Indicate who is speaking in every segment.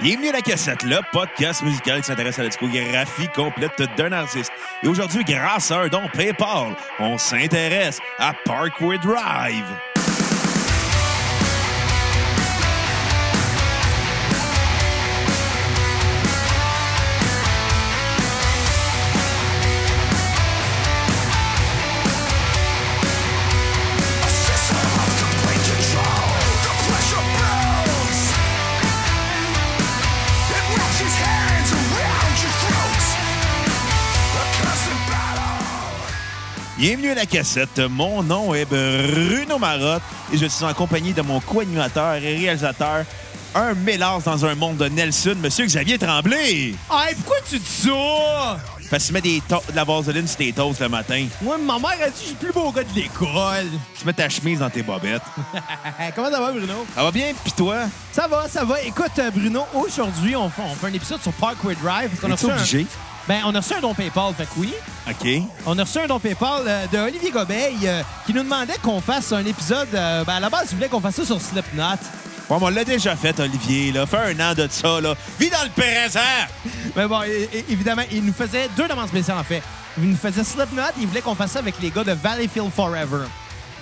Speaker 1: Bienvenue à la cassette, le podcast musical qui s'intéresse à la discographie complète d'un artiste. Et aujourd'hui, grâce à un don PayPal, on s'intéresse à Parkway Drive.
Speaker 2: A system of complete control. The pressure builds. It wraps its hands around your throat. A constant battle.
Speaker 1: Bienvenue à la cassette. Mon nom est Bruno Marotte et je suis en compagnie de mon co-animateur et réalisateur, un mélange dans un monde de Nelson, Monsieur Xavier Tremblay.
Speaker 3: Hey, pourquoi tu dis ça?
Speaker 1: Parce que tu mets des to- de la vaseline sur tes toasts le matin.
Speaker 3: Moi, ma mère a dit que je suis le plus beau gars de l'école.
Speaker 1: Tu mets ta chemise dans tes bobettes.
Speaker 3: Eh, Comment ça va, Bruno?
Speaker 1: Ça va bien, pis toi?
Speaker 3: Ça va, ça va. Écoute, euh, Bruno, aujourd'hui, on fait, on fait un épisode sur Parkway Drive. parce qu'on
Speaker 1: Es-tu
Speaker 3: reçu un-
Speaker 1: obligé?
Speaker 3: Ben, on a reçu un don PayPal, fait que oui.
Speaker 1: OK.
Speaker 3: On a reçu un don PayPal euh, de Olivier Gobeil euh, qui nous demandait qu'on fasse un épisode. euh, ben, à la base, il voulait qu'on fasse ça sur Slipknot.
Speaker 1: Bon, ben, on l'a déjà fait, Olivier. Là. Fait un an de ça. Là. Vis dans le présent!
Speaker 3: Mais bon, é- é- évidemment, il nous faisait deux demandes spéciales, en fait. Il nous faisait Slipknot et il voulait qu'on fasse ça avec les gars de Valleyfield Forever.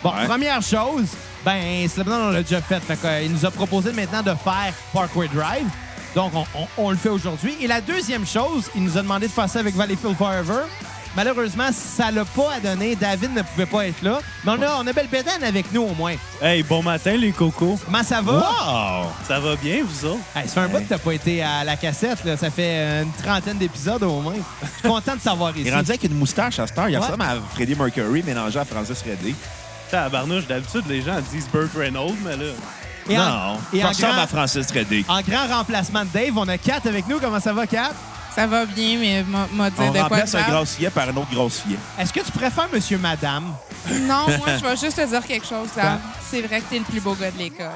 Speaker 3: Bon,
Speaker 1: Ouais.
Speaker 3: première chose, ben, Slipknot, on l'a déjà fait. Fait qu'il nous a proposé maintenant de faire Parkway Drive. Donc, on, on- on le fait aujourd'hui. Et la deuxième chose, il nous a demandé de faire ça avec Valleyfield Forever. Malheureusement, ça l'a pas à donner. David ne pouvait pas être là. Mais on a, on a Belle Bédane avec nous, au moins.
Speaker 4: Hey, bon matin les cocos.
Speaker 3: Comment ça va?
Speaker 1: Wow!
Speaker 4: Ça va bien, vous autres?
Speaker 3: Hey, ça fait un bout que t'as pas été à la cassette. Là. Ça fait une trentaine d'épisodes au moins. Je suis content de t'avoir
Speaker 1: Il
Speaker 3: ici.
Speaker 1: est rendu avec une moustache à cette heure. Il
Speaker 3: Ouais.
Speaker 1: ressemble à Freddie Mercury mélangé à Francis Redley.
Speaker 4: Tabarnouche, d'habitude, les gens disent Burt Reynolds, mais là...
Speaker 3: Et en-
Speaker 1: non,
Speaker 3: et
Speaker 1: il
Speaker 3: en,
Speaker 1: ressemble
Speaker 3: grand,
Speaker 1: à Francis Redley.
Speaker 3: en grand remplacement de Dave, on a Kat avec nous. Comment ça va, Kat?
Speaker 5: Ça va bien, mais m'a m'a dit
Speaker 1: On
Speaker 5: de quoi
Speaker 1: remplace
Speaker 5: je
Speaker 1: un
Speaker 5: parle.
Speaker 1: grossier par un autre grossier.
Speaker 3: Est-ce que tu préfères Monsieur Madame?
Speaker 5: Non, moi, je vais juste te dire quelque chose, là. C'est vrai que t'es le plus beau gars de l'école.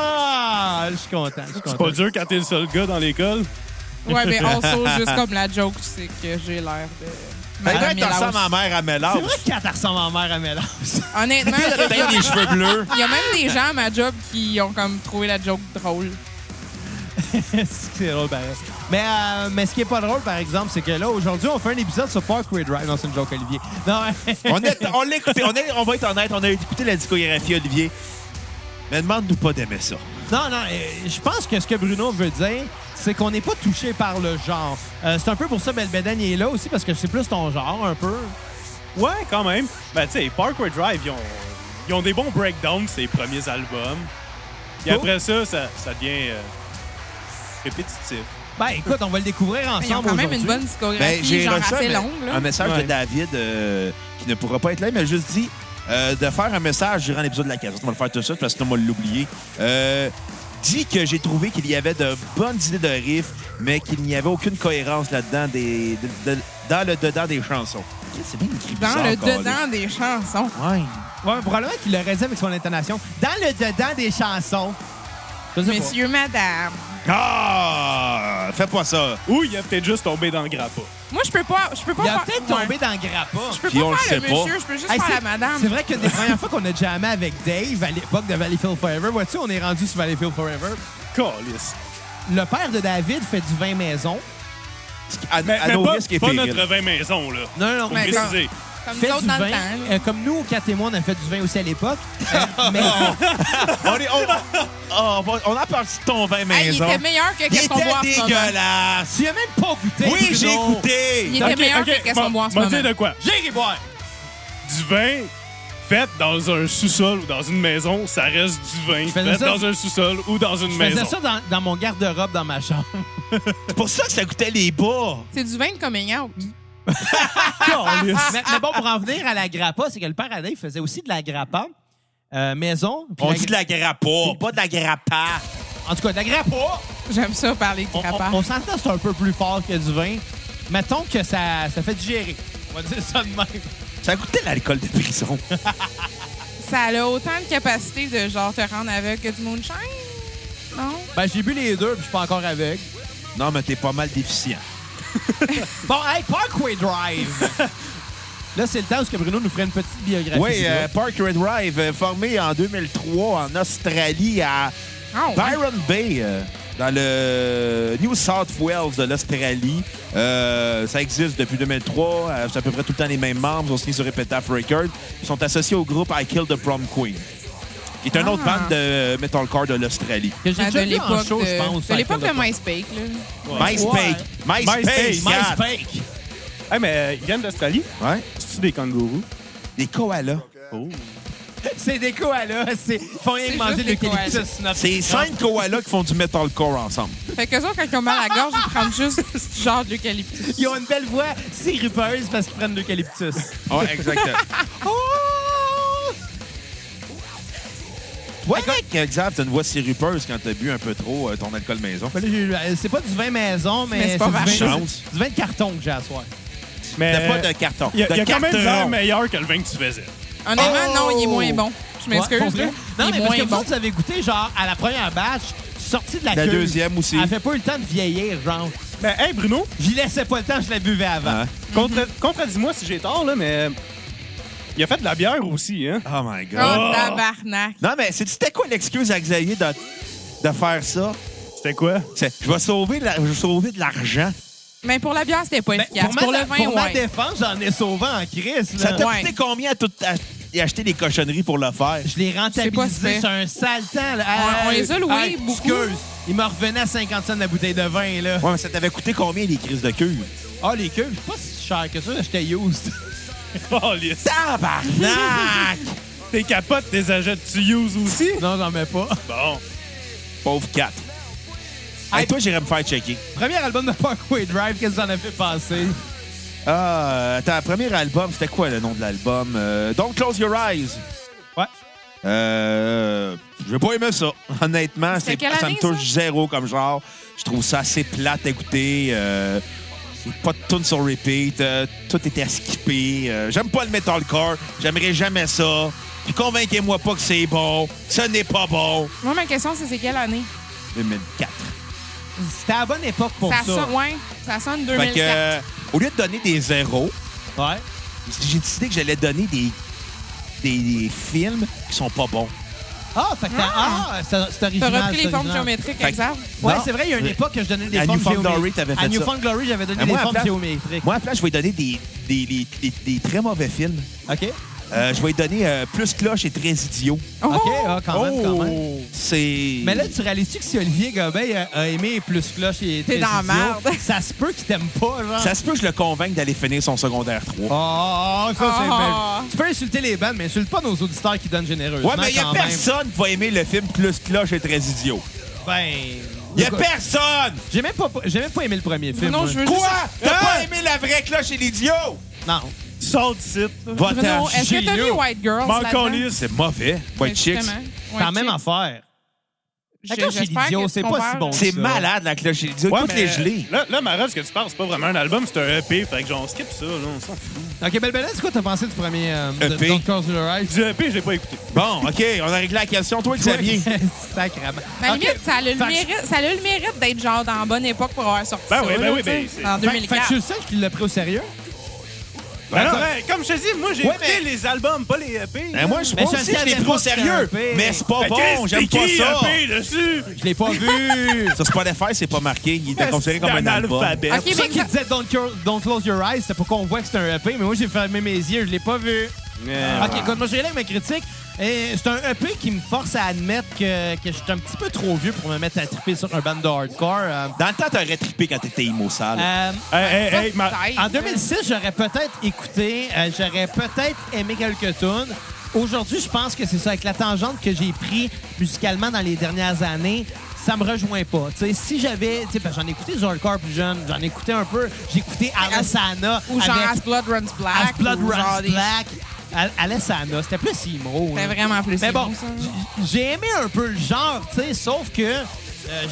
Speaker 3: Ah! je suis content, je suis
Speaker 4: C'est
Speaker 3: content.
Speaker 4: pas dur quand t'es le seul gars dans l'école.
Speaker 5: Ouais, mais on saute juste comme la joke, c'est que j'ai l'air de.
Speaker 1: Ben,
Speaker 5: Madame
Speaker 1: ben, t'en
Speaker 5: Milhouse.
Speaker 1: ressembles à mère à Mélange.
Speaker 3: C'est vrai que Kat elle ressemble à ma mère à Mélange.
Speaker 5: Honnêtement, il y
Speaker 1: T'as
Speaker 5: a-
Speaker 1: des cheveux bleus.
Speaker 5: il y a même des gens à ma job qui ont comme trouvé la joke drôle.
Speaker 3: c'est drôle, pareil. Mais, euh, mais ce qui est pas drôle, par exemple, c'est que là, aujourd'hui, on fait un épisode sur Parkway Drive. Non, c'est une joke, Olivier. Non,
Speaker 1: On, est, on l'a écouté. On, est- on va être honnête. On a écouté la discographie, Olivier. Mais demande-nous pas d'aimer ça.
Speaker 3: Non, non, euh, je pense que ce que Bruno veut dire, c'est qu'on n'est pas touché par le genre. Euh, c'est un peu pour ça que Belbeden est là aussi, parce que c'est plus ton genre, un peu.
Speaker 4: Ouais, quand même. Ben, tu sais, Parkway Drive, ils ont, ils ont des bons breakdowns, ces premiers albums. Puis
Speaker 3: Cool.
Speaker 4: après ça, ça, ça devient euh, répétitif.
Speaker 3: Ben, écoute, on va le découvrir ensemble
Speaker 5: Mais Ils ont quand même une
Speaker 3: aujourd'hui.
Speaker 5: bonne
Speaker 1: Ben,
Speaker 5: discographie,
Speaker 1: j'ai
Speaker 5: genre
Speaker 1: reçu un,
Speaker 5: assez
Speaker 1: me-
Speaker 5: longue, là.
Speaker 1: un message
Speaker 4: Ouais.
Speaker 1: de David euh, qui ne pourra pas être là, mais juste dit euh, de faire un message durant l'épisode de la cassette. On va le faire tout de suite parce que sinon on va l'oublier. Euh, dit que j'ai trouvé qu'il y avait de bonnes idées de riff, mais qu'il n'y avait aucune cohérence là-dedans des, de- de- dans le dedans des chansons. C'est bien écrit
Speaker 5: Dans
Speaker 1: bizarre,
Speaker 5: le
Speaker 1: câlisse.
Speaker 5: dedans des chansons.
Speaker 1: Ouais.
Speaker 3: Ouais, probablement qu'il l'aurait dit avec son intonation. Dans le dedans des chansons. Je sais pas.
Speaker 5: Monsieur, madame.
Speaker 1: Ah! Fais pas ça.
Speaker 4: Ou il a peut-être juste tombé dans le grappa.
Speaker 5: Moi, je peux pas. Je peux pas
Speaker 3: Il a
Speaker 5: faire-
Speaker 3: peut-être
Speaker 5: Ouais.
Speaker 3: tombé dans le grappa.
Speaker 5: Je peux
Speaker 1: Puis on le
Speaker 5: pas faire
Speaker 1: sait
Speaker 5: le
Speaker 1: pas.
Speaker 5: monsieur, je peux juste
Speaker 3: Hey,
Speaker 5: faire
Speaker 3: c'est-
Speaker 5: la madame.
Speaker 3: C'est vrai qu'une des premières fois qu'on a jamais avec Dave à l'époque de Valleyfield Forever, vois-tu, on est rendu sur Valleyfield Forever.
Speaker 4: Calice.
Speaker 3: Le père de David fait du vin maison.
Speaker 1: À,
Speaker 4: Mais,
Speaker 1: à
Speaker 4: mais
Speaker 1: nos
Speaker 4: pas,
Speaker 1: risques et
Speaker 4: pas
Speaker 1: périls.
Speaker 4: notre vin maison, là.
Speaker 3: Non, non, non,
Speaker 4: Faut
Speaker 5: mais
Speaker 4: préciser.
Speaker 5: Comme
Speaker 3: fait
Speaker 5: nous
Speaker 3: du
Speaker 5: autres dans
Speaker 3: vin.
Speaker 5: le temps. là.
Speaker 3: Euh, comme nous, au 4 et moi, on a fait du vin aussi à l'époque. Euh, mais
Speaker 1: On, est- on- Ah, on va- on a parlé de ton vin
Speaker 5: Hey, il
Speaker 1: maison.
Speaker 5: était meilleur que qu'est-ce qu'on boit en ce moment.
Speaker 1: dégueulasse.
Speaker 3: tu y as même pas goûté.
Speaker 1: Oui, j'ai
Speaker 3: Bruno.
Speaker 1: écouté.
Speaker 5: Il était
Speaker 4: Ok,
Speaker 5: meilleur
Speaker 4: ok,
Speaker 5: que qu'est-ce qu'on
Speaker 4: m'en-
Speaker 5: boit en ce
Speaker 4: m'en
Speaker 5: moment.
Speaker 4: dire de quoi?
Speaker 3: J'ai boire.
Speaker 4: du vin fait dans un sous-sol ou dans une maison, ça reste du vin
Speaker 3: faisais
Speaker 4: fait
Speaker 3: ça-
Speaker 4: dans un sous-sol ou dans une
Speaker 3: Je faisais
Speaker 4: maison.
Speaker 3: ça dans, dans mon garde-robe dans ma chambre.
Speaker 1: C'est pour ça que ça coûtait les bas.
Speaker 5: C'est du vin de coming out.
Speaker 3: mais, mais bon, pour en venir à la grappa, c'est que le père à Dave faisait aussi de la grappa euh, maison. puis
Speaker 1: On
Speaker 3: la
Speaker 1: dit
Speaker 3: gra-
Speaker 1: de la grappa, pas de la grappa.
Speaker 3: En tout cas, de la grappa.
Speaker 5: J'aime ça parler de
Speaker 3: On,
Speaker 5: crapard.
Speaker 3: on- on s'entend que c'est un peu plus fort que du vin. Mettons que ça, ça fait digérer. On va dire ça de même.
Speaker 1: Ça coûtait l'alcool de prison.
Speaker 5: Ça a autant de capacité de genre te rendre aveugle que du moonshine? Non?
Speaker 3: Ben, j'ai bu les deux, puis je suis pas encore avec.
Speaker 1: non, mais t'es pas mal déficient.
Speaker 3: Bon, hey, Parkway Drive. Là, c'est le temps où ce que Bruno nous ferait une petite biographie.
Speaker 1: Oui,
Speaker 3: du
Speaker 1: euh,
Speaker 3: groupe.
Speaker 1: Park Red Drive, euh, formé en 2003 en Australie à
Speaker 5: Non.
Speaker 3: Ben,
Speaker 1: Byron Bay. euh, dans le New South Wales de l'Australie. Euh, ça existe depuis 2003. Euh, C'est à peu près tout le temps les mêmes membres. Ils ont signé sur Epitaph Records. Ils sont associés au groupe I Kill the Prom Queen, qui est un
Speaker 5: Ah.
Speaker 1: autre band de metalcore de l'Australie.
Speaker 3: Que j'ai
Speaker 5: Ben, de
Speaker 3: déjà vu en
Speaker 5: l'époque
Speaker 3: show, je pense.
Speaker 5: de, de, l'époque de
Speaker 3: Michael
Speaker 5: MySpace. Là.
Speaker 1: MySpace. MySpace.
Speaker 4: MySpace.
Speaker 1: Yann.
Speaker 3: MySpace.
Speaker 4: Hey, mais euh, ils viennent d'Australie.
Speaker 1: Ouais.
Speaker 4: C'est-tu des kangourous?
Speaker 1: Des koalas.
Speaker 4: Oh.
Speaker 3: C'est des koalas. C'est ils font rien
Speaker 5: C'est
Speaker 3: que manger
Speaker 5: juste
Speaker 3: le
Speaker 5: des koalas.
Speaker 3: cactus.
Speaker 1: C'est cinq koalas qui font du metalcore ensemble.
Speaker 5: Fait que eux autres, quand ils ont mal à la gorge, ils prennent juste du genre de l'eucalyptus.
Speaker 3: Ils ont une belle voix sirupeuse parce qu'ils prennent de l'eucalyptus.
Speaker 1: Ouais, exactement.
Speaker 5: Oh!
Speaker 1: Ouais, Xav, t'as une voix sirupeuse quand t'as bu un peu trop euh, ton alcool maison.
Speaker 3: Ben là, j'ai- euh, C'est pas du vin maison, mais,
Speaker 5: Mais c'est pas
Speaker 3: du, vin,
Speaker 1: vachante.
Speaker 3: c'est du vin de carton que j'ai à soir.
Speaker 4: Mais
Speaker 1: T'as pas de carton.
Speaker 4: Il y a,
Speaker 1: de
Speaker 4: il y a quand même
Speaker 1: carteron.
Speaker 4: l'air meilleur que le vin que tu faisais.
Speaker 5: Honnêtement,
Speaker 1: Oh!
Speaker 5: non, il est moins bon. Je
Speaker 3: Ouais, pour
Speaker 5: m'excuse.
Speaker 3: vrai.
Speaker 5: là.
Speaker 3: Non,
Speaker 5: il
Speaker 3: mais
Speaker 5: est
Speaker 3: parce
Speaker 5: moins
Speaker 3: que vous
Speaker 5: bon.
Speaker 3: autres, vous avez goûté, genre, à la première batch, sortie de la,
Speaker 1: La
Speaker 3: queue.
Speaker 1: deuxième aussi.
Speaker 3: Elle fait pas eu le temps de vieillir, genre.
Speaker 4: Mais hey, Bruno,
Speaker 3: J'y laissais pas le temps, je la buvais avant.
Speaker 1: Hein?
Speaker 4: contre- contredis-moi si j'ai tort, là, mais il a fait de la bière aussi, hein?
Speaker 1: Oh my God.
Speaker 5: Oh, tabarnak.
Speaker 1: Non, mais c'est- c'était quoi l'excuse à Xavier de, de faire ça?
Speaker 4: C'était quoi?
Speaker 1: C'est, je vais sauver, de la- je vais sauver de l'argent.
Speaker 5: Mais pour la bière, c'était pas
Speaker 3: Ben,
Speaker 5: efficace.
Speaker 3: ma-
Speaker 5: Pour, le vin,
Speaker 3: pour ma
Speaker 5: ouais.
Speaker 3: défense, j'en ai sauvé en crise. là.
Speaker 1: Ça t'a
Speaker 5: Ouais.
Speaker 1: coûté combien à tout ach- et acheter des cochonneries pour le faire?
Speaker 3: Je l'ai
Speaker 5: C'est pas
Speaker 3: rentabilisé
Speaker 5: fait.
Speaker 3: sur un sale temps. là.
Speaker 5: On- on les a loués
Speaker 3: hey,
Speaker 5: beaucoup.
Speaker 3: excuse. Il me revenait à 50 cents la bouteille de vin, là.
Speaker 1: Ouais, mais ça t'avait coûté combien les crises de cul?
Speaker 3: Ah, les cubes, c'est pas si cher que ça. J'étais used.
Speaker 4: Oh, les-
Speaker 1: Tabarnak!
Speaker 4: tes capotes, tes achètes, tu uses aussi?
Speaker 3: non, j'en mets pas.
Speaker 4: Bon.
Speaker 1: Pauvre 4. Et
Speaker 3: Hey,
Speaker 1: toi, j'irais me faire checker.
Speaker 3: Premier album de Parkway Drive, qu'est-ce que vous en avez pensé?
Speaker 1: Ah, attends, premier album, c'était quoi le nom de l'album? Euh, Don't Close Your Eyes.
Speaker 3: Ouais.
Speaker 1: Euh, j'ai pas aimé ça. Honnêtement, c'est,
Speaker 5: quelle
Speaker 1: ça me
Speaker 5: année,
Speaker 1: touche zéro comme genre. Je trouve ça assez plate à écouter. Euh, pas de tune sur repeat. Euh, tout était à skipper. Euh, j'aime pas le metalcore. J'aimerais jamais ça. Puis convainquez-moi pas que c'est bon. Ce n'est pas bon.
Speaker 5: Moi, ma question, c'est c'est quelle année?
Speaker 1: 2004.
Speaker 3: C'était à la bonne époque pour
Speaker 5: ça,
Speaker 3: ça.
Speaker 5: sonne, ouais, ça sonne
Speaker 1: Fait
Speaker 5: 2004.
Speaker 1: que, euh, au lieu de donner des zéros,
Speaker 3: Ouais.
Speaker 1: j'ai décidé que j'allais donner des, des, des films qui sont pas bons.
Speaker 3: Ah, fait que t'as-
Speaker 5: Ah.
Speaker 3: ah, c'est c'est
Speaker 5: T'as
Speaker 3: original.
Speaker 5: repris
Speaker 3: c'est
Speaker 5: les formes
Speaker 3: original.
Speaker 5: géométriques,
Speaker 1: Fait que-
Speaker 5: exact?
Speaker 3: Ouais,
Speaker 1: Non.
Speaker 3: c'est vrai, il y a une
Speaker 1: Mais-
Speaker 3: époque que je donnais des
Speaker 1: À
Speaker 3: formes
Speaker 1: Newfound
Speaker 3: géométriques.
Speaker 1: Glory, t'avais fait
Speaker 3: À
Speaker 1: ça.
Speaker 3: Newfound Glory, j'avais donné
Speaker 1: Mais
Speaker 3: des
Speaker 1: Euh, moi, à
Speaker 3: formes
Speaker 1: place-
Speaker 3: géométriques.
Speaker 1: Moi, après, je vais donner des, des, des- des- des très mauvais films.
Speaker 3: OK?
Speaker 1: Euh, je vais donner euh, plus cloche et très idiot.
Speaker 5: Oh!
Speaker 3: OK, ah, quand même, quand même.
Speaker 1: Oh! C'est.
Speaker 3: Mais là, tu réalises-tu que si Olivier Gobin a, a aimé Plus Cloche et
Speaker 5: T'es dans la
Speaker 3: Idiot,
Speaker 5: merde.
Speaker 3: ça se peut qu'il t'aime pas, genre.
Speaker 1: Ça se peut que je le convainque d'aller finir son secondaire 3.
Speaker 3: Oh, ça, c'est
Speaker 5: Ah.
Speaker 3: belle. Tu peux insulter les bandes, mais insulte pas nos auditeurs qui donnent généreusement.
Speaker 1: ouais, mais il n'y a
Speaker 3: Oh, quand même.
Speaker 1: personne qui va aimer le film Plus cloche et très idiot.
Speaker 3: Ben.
Speaker 1: Il a
Speaker 3: écoute,
Speaker 1: personne!
Speaker 3: J'ai même, pas- j'ai même pas aimé le premier film.
Speaker 5: Non,
Speaker 3: moi.
Speaker 5: je veux
Speaker 1: Quoi?
Speaker 5: juste...
Speaker 1: T'as
Speaker 4: Hein?
Speaker 1: pas aimé la vraie cloche et l'idiot?
Speaker 3: Non.
Speaker 4: Sors du site. là.
Speaker 5: Bruno,
Speaker 1: Va-t'en.
Speaker 5: est-ce que t'as
Speaker 3: Gilio.
Speaker 5: vu White Girls
Speaker 4: M'en
Speaker 5: là-dedans?
Speaker 4: calisse.
Speaker 1: C'est mauvais.
Speaker 5: Ben,
Speaker 1: White Chicks.
Speaker 5: justement.
Speaker 3: C'est
Speaker 5: White
Speaker 3: la même
Speaker 5: Chicks.
Speaker 3: affaire.
Speaker 5: Je-
Speaker 3: Quand je suis
Speaker 5: j'espère que
Speaker 3: idiot,
Speaker 5: tu
Speaker 3: c'est pas si
Speaker 5: compares,
Speaker 3: bon.
Speaker 1: C'est
Speaker 3: Ça.
Speaker 1: malade, la cloche et l'idiot.
Speaker 4: Ouais,
Speaker 1: Toutes
Speaker 4: mais
Speaker 1: les gelées.
Speaker 4: Là, là Mara, ce que tu parles, c'est pas vraiment un album, c'est un EP. Fait que genre, on skip ça, là, on s'en fout.
Speaker 3: OK, Belle Belle, c'est quoi t'as pensé du premier euh, de-
Speaker 1: EP?
Speaker 3: Don't Cause Your Eyes?
Speaker 4: Du E EP, j'ai pas écouté.
Speaker 1: Bon, OK, on a réglé la question. Toi, Xavier.
Speaker 3: Sacrament.
Speaker 5: Mais à la
Speaker 3: Ok.
Speaker 5: limite, Ben, ça a le
Speaker 3: Fait que-
Speaker 5: mérite, ça a le mérite d'être genre dans la bonne époque pour avoir sorti
Speaker 4: Ben
Speaker 5: ça.
Speaker 4: oui, ben
Speaker 5: là,
Speaker 4: oui,
Speaker 5: tu sais,
Speaker 4: ben c'est-
Speaker 5: En
Speaker 3: Fait- Fait que je suis
Speaker 5: 2004.
Speaker 3: le seul qui l'a pris au sérieux.
Speaker 4: Ben non, ben, comme je te dis, moi, j'ai
Speaker 3: Ouais,
Speaker 4: écouté
Speaker 3: mais-
Speaker 4: les albums, pas les EP.
Speaker 1: Ben, moi, je
Speaker 3: Mais
Speaker 1: pense
Speaker 3: je
Speaker 1: aussi que je
Speaker 3: savais
Speaker 1: l'ai
Speaker 3: pas
Speaker 1: pris au
Speaker 3: que c'était un
Speaker 1: sérieux.
Speaker 3: P.
Speaker 1: Mais c'est pas
Speaker 4: Ben,
Speaker 1: bon,
Speaker 4: Chris,
Speaker 1: j'aime pas
Speaker 4: t'écris
Speaker 1: ça.
Speaker 4: EP dessus.
Speaker 3: Je l'ai pas vu.
Speaker 1: Sur Spotify, c'est pas marqué. Il était considéré comme un album.
Speaker 4: alphabet.
Speaker 5: Ok,
Speaker 3: Ben, C'est pour ça
Speaker 5: mais
Speaker 3: qu'il
Speaker 5: ça-
Speaker 3: disait don't, cur- don't close your eyes, c'était pour qu'on voit que c'est un EP, mais moi j'ai fermé mes yeux, je l'ai pas vu. Ok, écoute, moi j'ai là avec ma critique. Et c'est un EP qui me force à admettre que, que je suis un petit peu trop vieux pour me mettre à triper sur un band de hardcore. Euh,
Speaker 1: Dans le temps, t'aurais trippé quand t'étais emo sale.
Speaker 3: euh,
Speaker 4: Hey, hey, hey, ma-
Speaker 5: Peut-être.
Speaker 3: en 2006, j'aurais peut-être écouté, euh, j'aurais peut-être aimé quelques tunes. Aujourd'hui, je pense que c'est ça, avec la tangente que j'ai pris musicalement dans les dernières années, ça me rejoint pas. Tu sais, si j'avais, tu sais, parce que j'en ai écouté du hardcore plus jeune, j'en ai écouté un peu, j'ai écouté Arasana
Speaker 5: euh, Ou genre
Speaker 3: avec
Speaker 5: As Blood Runs Black.
Speaker 3: As Blood
Speaker 5: ou genre
Speaker 3: Runs
Speaker 5: des- Ben,
Speaker 3: Black. Al- Alessandra, c'était plus Imo.
Speaker 5: C'était
Speaker 3: hein.
Speaker 5: vraiment plus
Speaker 3: Mais
Speaker 5: emo,
Speaker 3: bon,
Speaker 5: ça.
Speaker 3: j- j'ai aimé un peu le genre, tu sais, sauf que euh,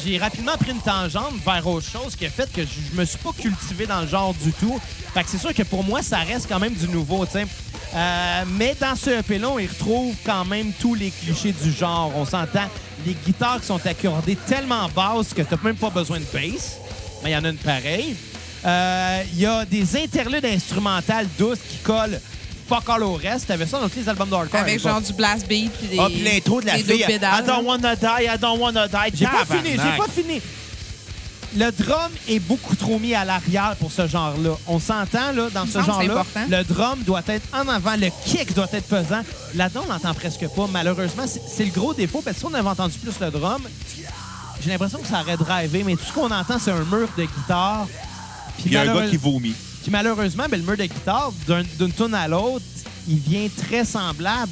Speaker 3: j'ai rapidement pris une tangente vers autre chose qui a fait que j- je me suis pas cultivé dans le genre du tout. Fait que c'est sûr que pour moi, ça reste quand même du nouveau, tu sais. Euh, mais dans ce EP là, on y retrouve quand même tous les clichés du genre. On s'entend, les guitares qui sont accordées tellement basses que t'as même pas besoin de bass, mais il y en a une pareille. Euh, Il y a des interludes instrumentales douces qui collent fuck all au reste. T'avais ça dans tous les albums d'hardcore. à
Speaker 5: Avec
Speaker 3: l'époque.
Speaker 5: genre du blast beat puis des.
Speaker 1: Ah, puis l'intro de la
Speaker 5: des doubles
Speaker 1: fille. I
Speaker 5: pédales. hein.
Speaker 1: don't wanna die, I don't wanna die.
Speaker 3: J'ai pas
Speaker 1: Tabarnak.
Speaker 3: fini, j'ai pas fini. Le drum est beaucoup trop mis à l'arrière pour ce genre-là. On s'entend, là, dans ce
Speaker 5: Non, c'est
Speaker 3: genre-là,
Speaker 5: important.
Speaker 3: le drum doit être en avant, le kick doit être pesant. Là-dedans, on l'entend presque pas. Malheureusement, c'est c'est le gros défaut, parce que si on avait entendu plus le drum, j'ai l'impression que ça aurait drivé, mais tout ce qu'on entend, c'est un mur de guitare. Puis
Speaker 1: Il y a un
Speaker 3: malheureusement-
Speaker 1: gars qui vomit.
Speaker 3: puis malheureusement, ben, le mur de guitare, d'un- d'une tune à l'autre, il vient très semblable.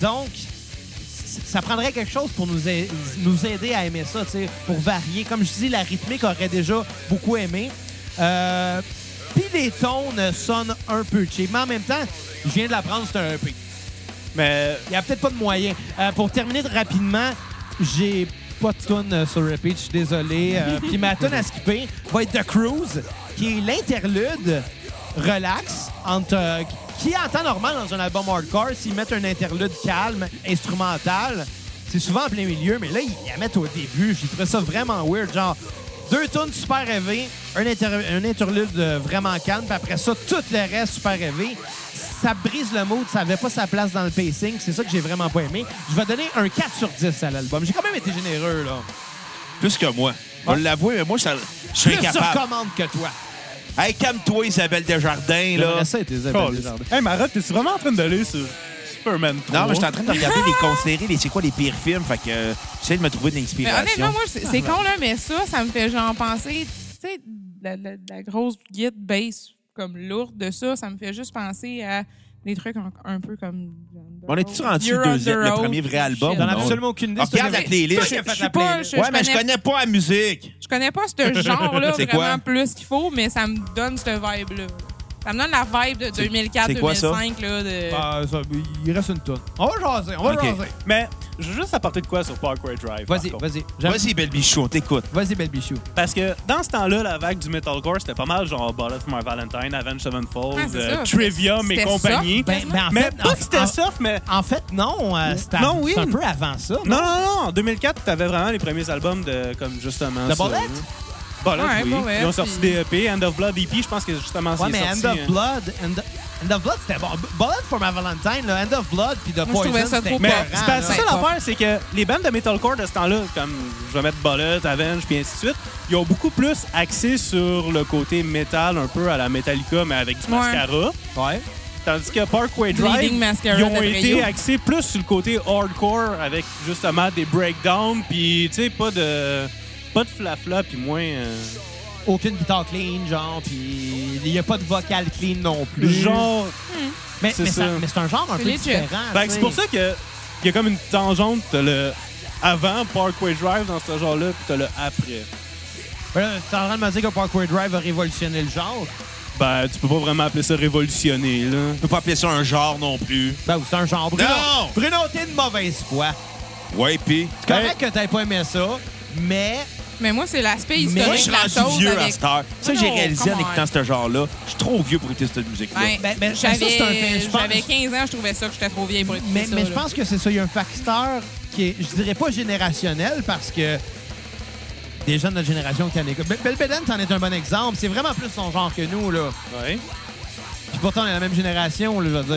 Speaker 3: Donc, c- ça prendrait quelque chose pour nous, a- nous aider à aimer ça, tu sais, pour varier. Comme je dis, la rythmique aurait déjà beaucoup aimé. Euh, Puis les tons euh, sonnent un peu cheap. Mais en même temps, je viens de l'apprendre, c'est un EP.
Speaker 4: Mais
Speaker 3: euh, Il n'y a peut-être pas de moyen. Euh, pour terminer rapidement, j'ai pas de tune euh, sur repeat, je suis désolé. Euh, Puis ma tune à skipper va être The Cruise, qui est l'interlude relax entre euh, qui en temps normal dans un album hardcore, s'ils mettent un interlude calme, instrumental, c'est souvent en plein milieu, mais là, ils la mettent au début. J'ai trouvé ça vraiment weird, genre deux tunes super rêvées, un, inter- un interlude euh, vraiment calme, puis après ça, tout le reste super rêvé. Ça brise le mood, ça n'avait pas sa place dans le pacing. C'est ça que j'ai vraiment pas aimé. Je vais donner un 4 sur 10 à l'album. J'ai quand même été généreux, là.
Speaker 1: Plus que moi. On l'avoue, mais moi, ça- je suis
Speaker 3: Plus sur
Speaker 1: incapable.
Speaker 3: commande que toi.
Speaker 1: Hey, calme-toi, Isabelle Desjardins, là.
Speaker 3: J'aimerais ça, tes Isabelle
Speaker 4: Colis.
Speaker 3: Desjardins.
Speaker 4: Hey, Marotte, t'es-tu vraiment en train d'aller sur Superman 3?
Speaker 1: Non, mais je
Speaker 3: oh.
Speaker 1: suis en train de regarder les considérer, les c'est quoi les pires films. Fait que euh, j'essaie de me trouver de
Speaker 5: Mais
Speaker 1: l'inspiration.
Speaker 5: honnêtement, moi, c'est c'est con, là, mais ça, ça me fait genre penser. Tu sais, la, la- la grosse guide bass comme lourde de ça, ça me fait juste penser à des trucs un, un peu comme.
Speaker 1: On est-tu rendu
Speaker 5: You're
Speaker 1: le
Speaker 5: on the
Speaker 1: deuxième, le
Speaker 5: road,
Speaker 1: premier vrai album?
Speaker 3: J'en ai
Speaker 1: Non.
Speaker 3: absolument aucune idée.
Speaker 1: Ah,
Speaker 3: c'est
Speaker 1: regarde
Speaker 3: une-
Speaker 1: la playlist.
Speaker 3: Toi qui as fait
Speaker 5: Je suis
Speaker 3: la
Speaker 5: pas-
Speaker 3: playlist.
Speaker 5: je-
Speaker 1: Ouais, mais je
Speaker 5: connais-
Speaker 1: connais pas la musique.
Speaker 5: Je connais pas ce genre-là
Speaker 1: C'est
Speaker 5: vraiment
Speaker 1: quoi?
Speaker 5: plus qu'il faut, mais ça me donne cette vibe-là. Ça me donne la vibe de
Speaker 1: c'est quoi, ça?
Speaker 5: 2004-2005, là. De...
Speaker 3: Bah, ça, il reste une tonne. On va jaser, on va
Speaker 1: Ok.
Speaker 3: jaser.
Speaker 4: Mais je veux juste apporter de quoi sur Parkway Drive. par
Speaker 3: Vas-y,
Speaker 4: contre.
Speaker 3: vas-y. J'aime-
Speaker 1: Vas-y, belle bichou, on t'écoute.
Speaker 3: Vas-y, belle bichou.
Speaker 4: Parce que dans ce temps-là, la vague du metalcore, c'était pas mal genre Bullet for My Valentine, Avenged Sevenfold,
Speaker 5: Ah, c'est
Speaker 4: euh,
Speaker 5: ça.
Speaker 4: Trivium et
Speaker 5: C'était
Speaker 4: compagnie.
Speaker 5: soft,
Speaker 3: Ben, ben, en
Speaker 4: mais
Speaker 3: fait,
Speaker 4: pas
Speaker 3: en-
Speaker 4: que c'était
Speaker 3: en-
Speaker 4: soft, mais...
Speaker 3: En fait, non, euh, c'est
Speaker 4: Non, oui.
Speaker 3: c'est un peu avant ça.
Speaker 4: Non, non, non, en 2004, t'avais vraiment les premiers albums de, comme justement...
Speaker 3: The
Speaker 4: ça, Bah,
Speaker 3: Bullet?
Speaker 4: là. Bullet,
Speaker 5: Ouais,
Speaker 4: oui.
Speaker 5: Bullet,
Speaker 4: Ils ont sorti
Speaker 5: puis-
Speaker 4: des EP, End of Blood EP, je pense que justement, c'est
Speaker 3: Ouais, mais
Speaker 4: sorti...
Speaker 3: End of
Speaker 4: hein.
Speaker 3: Blood, End of, End of Blood, c'était bon. B- Bullet for my Valentine, là, End of Blood, puis The
Speaker 5: je
Speaker 3: Poison,
Speaker 5: trouvais ça
Speaker 3: c'était
Speaker 5: trop
Speaker 4: Mais
Speaker 3: écœurant,
Speaker 5: pop.
Speaker 4: c'est
Speaker 3: là.
Speaker 4: pas- c'est ça
Speaker 5: Ouais.
Speaker 4: l'affaire, c'est que les bandes de metalcore de ce temps-là, comme je vais mettre Bullet, Avenge, puis ainsi de suite, ils ont beaucoup plus axé sur le côté métal, un peu à la Metallica, mais avec du
Speaker 5: Ouais.
Speaker 4: mascara.
Speaker 3: Ouais.
Speaker 4: Tandis que Parkway Drive,
Speaker 5: Bleeding Mascara
Speaker 4: ils ont
Speaker 5: de
Speaker 4: été
Speaker 5: Rio.
Speaker 4: axés plus sur le côté hardcore, avec justement des breakdowns, puis tu sais, pas de... Pas de flafla, puis moins... euh,
Speaker 3: Aucune guitare clean, genre, puis il n'y a pas de vocal clean non plus.
Speaker 5: Mmh.
Speaker 4: genre...
Speaker 3: mais
Speaker 4: c'est
Speaker 3: mais
Speaker 4: ça.
Speaker 3: ça- mais c'est un genre un peu
Speaker 5: C'est legit. Ah,
Speaker 3: différent.
Speaker 4: Fait que
Speaker 3: tu
Speaker 4: c'est
Speaker 3: sais.
Speaker 4: pour ça que il y a comme une tangente, t'as le avant Parkway Drive dans ce genre-là, puis t'as le après.
Speaker 3: Ben là, T'es en train de me dire que Parkway Drive a révolutionné le genre?
Speaker 4: Ben, tu peux pas vraiment appeler ça révolutionner, là.
Speaker 1: On peut pas appeler ça un genre non plus.
Speaker 3: Ben, ou c'est un genre. Bruno,
Speaker 1: Non!
Speaker 3: Bruno t'es de mauvaise foi.
Speaker 1: Ouais, pis.
Speaker 3: C'est correct que t'aies pas aimé ça, mais
Speaker 5: Mais moi, c'est l'aspect historique
Speaker 1: Moi, je suis
Speaker 5: de la
Speaker 1: rendu
Speaker 5: chose.
Speaker 1: vieux à
Speaker 5: avec...
Speaker 1: cette heure. Ça,
Speaker 5: Non,
Speaker 1: j'ai réalisé en
Speaker 5: come on.
Speaker 1: écoutant ce genre-là. Je suis trop vieux pour écouter cette musique-là.
Speaker 5: Ouais.
Speaker 3: Ben, ben, ça, c'est un fait,
Speaker 5: J'avais
Speaker 3: je pense.
Speaker 5: j'avais 15 ans, je trouvais ça que j'étais trop vieille pour écouter
Speaker 3: Mais,
Speaker 5: ça.
Speaker 3: mais je
Speaker 5: là.
Speaker 3: pense que c'est ça. Il y a un facteur qui est, je dirais pas générationnel, parce que des gens de notre génération qui en écoutent. Be- Belle Beden, t'en es un bon exemple. C'est vraiment plus son genre que nous, là.
Speaker 4: Ouais.
Speaker 3: Puis pourtant, on est la même génération. là. Je veux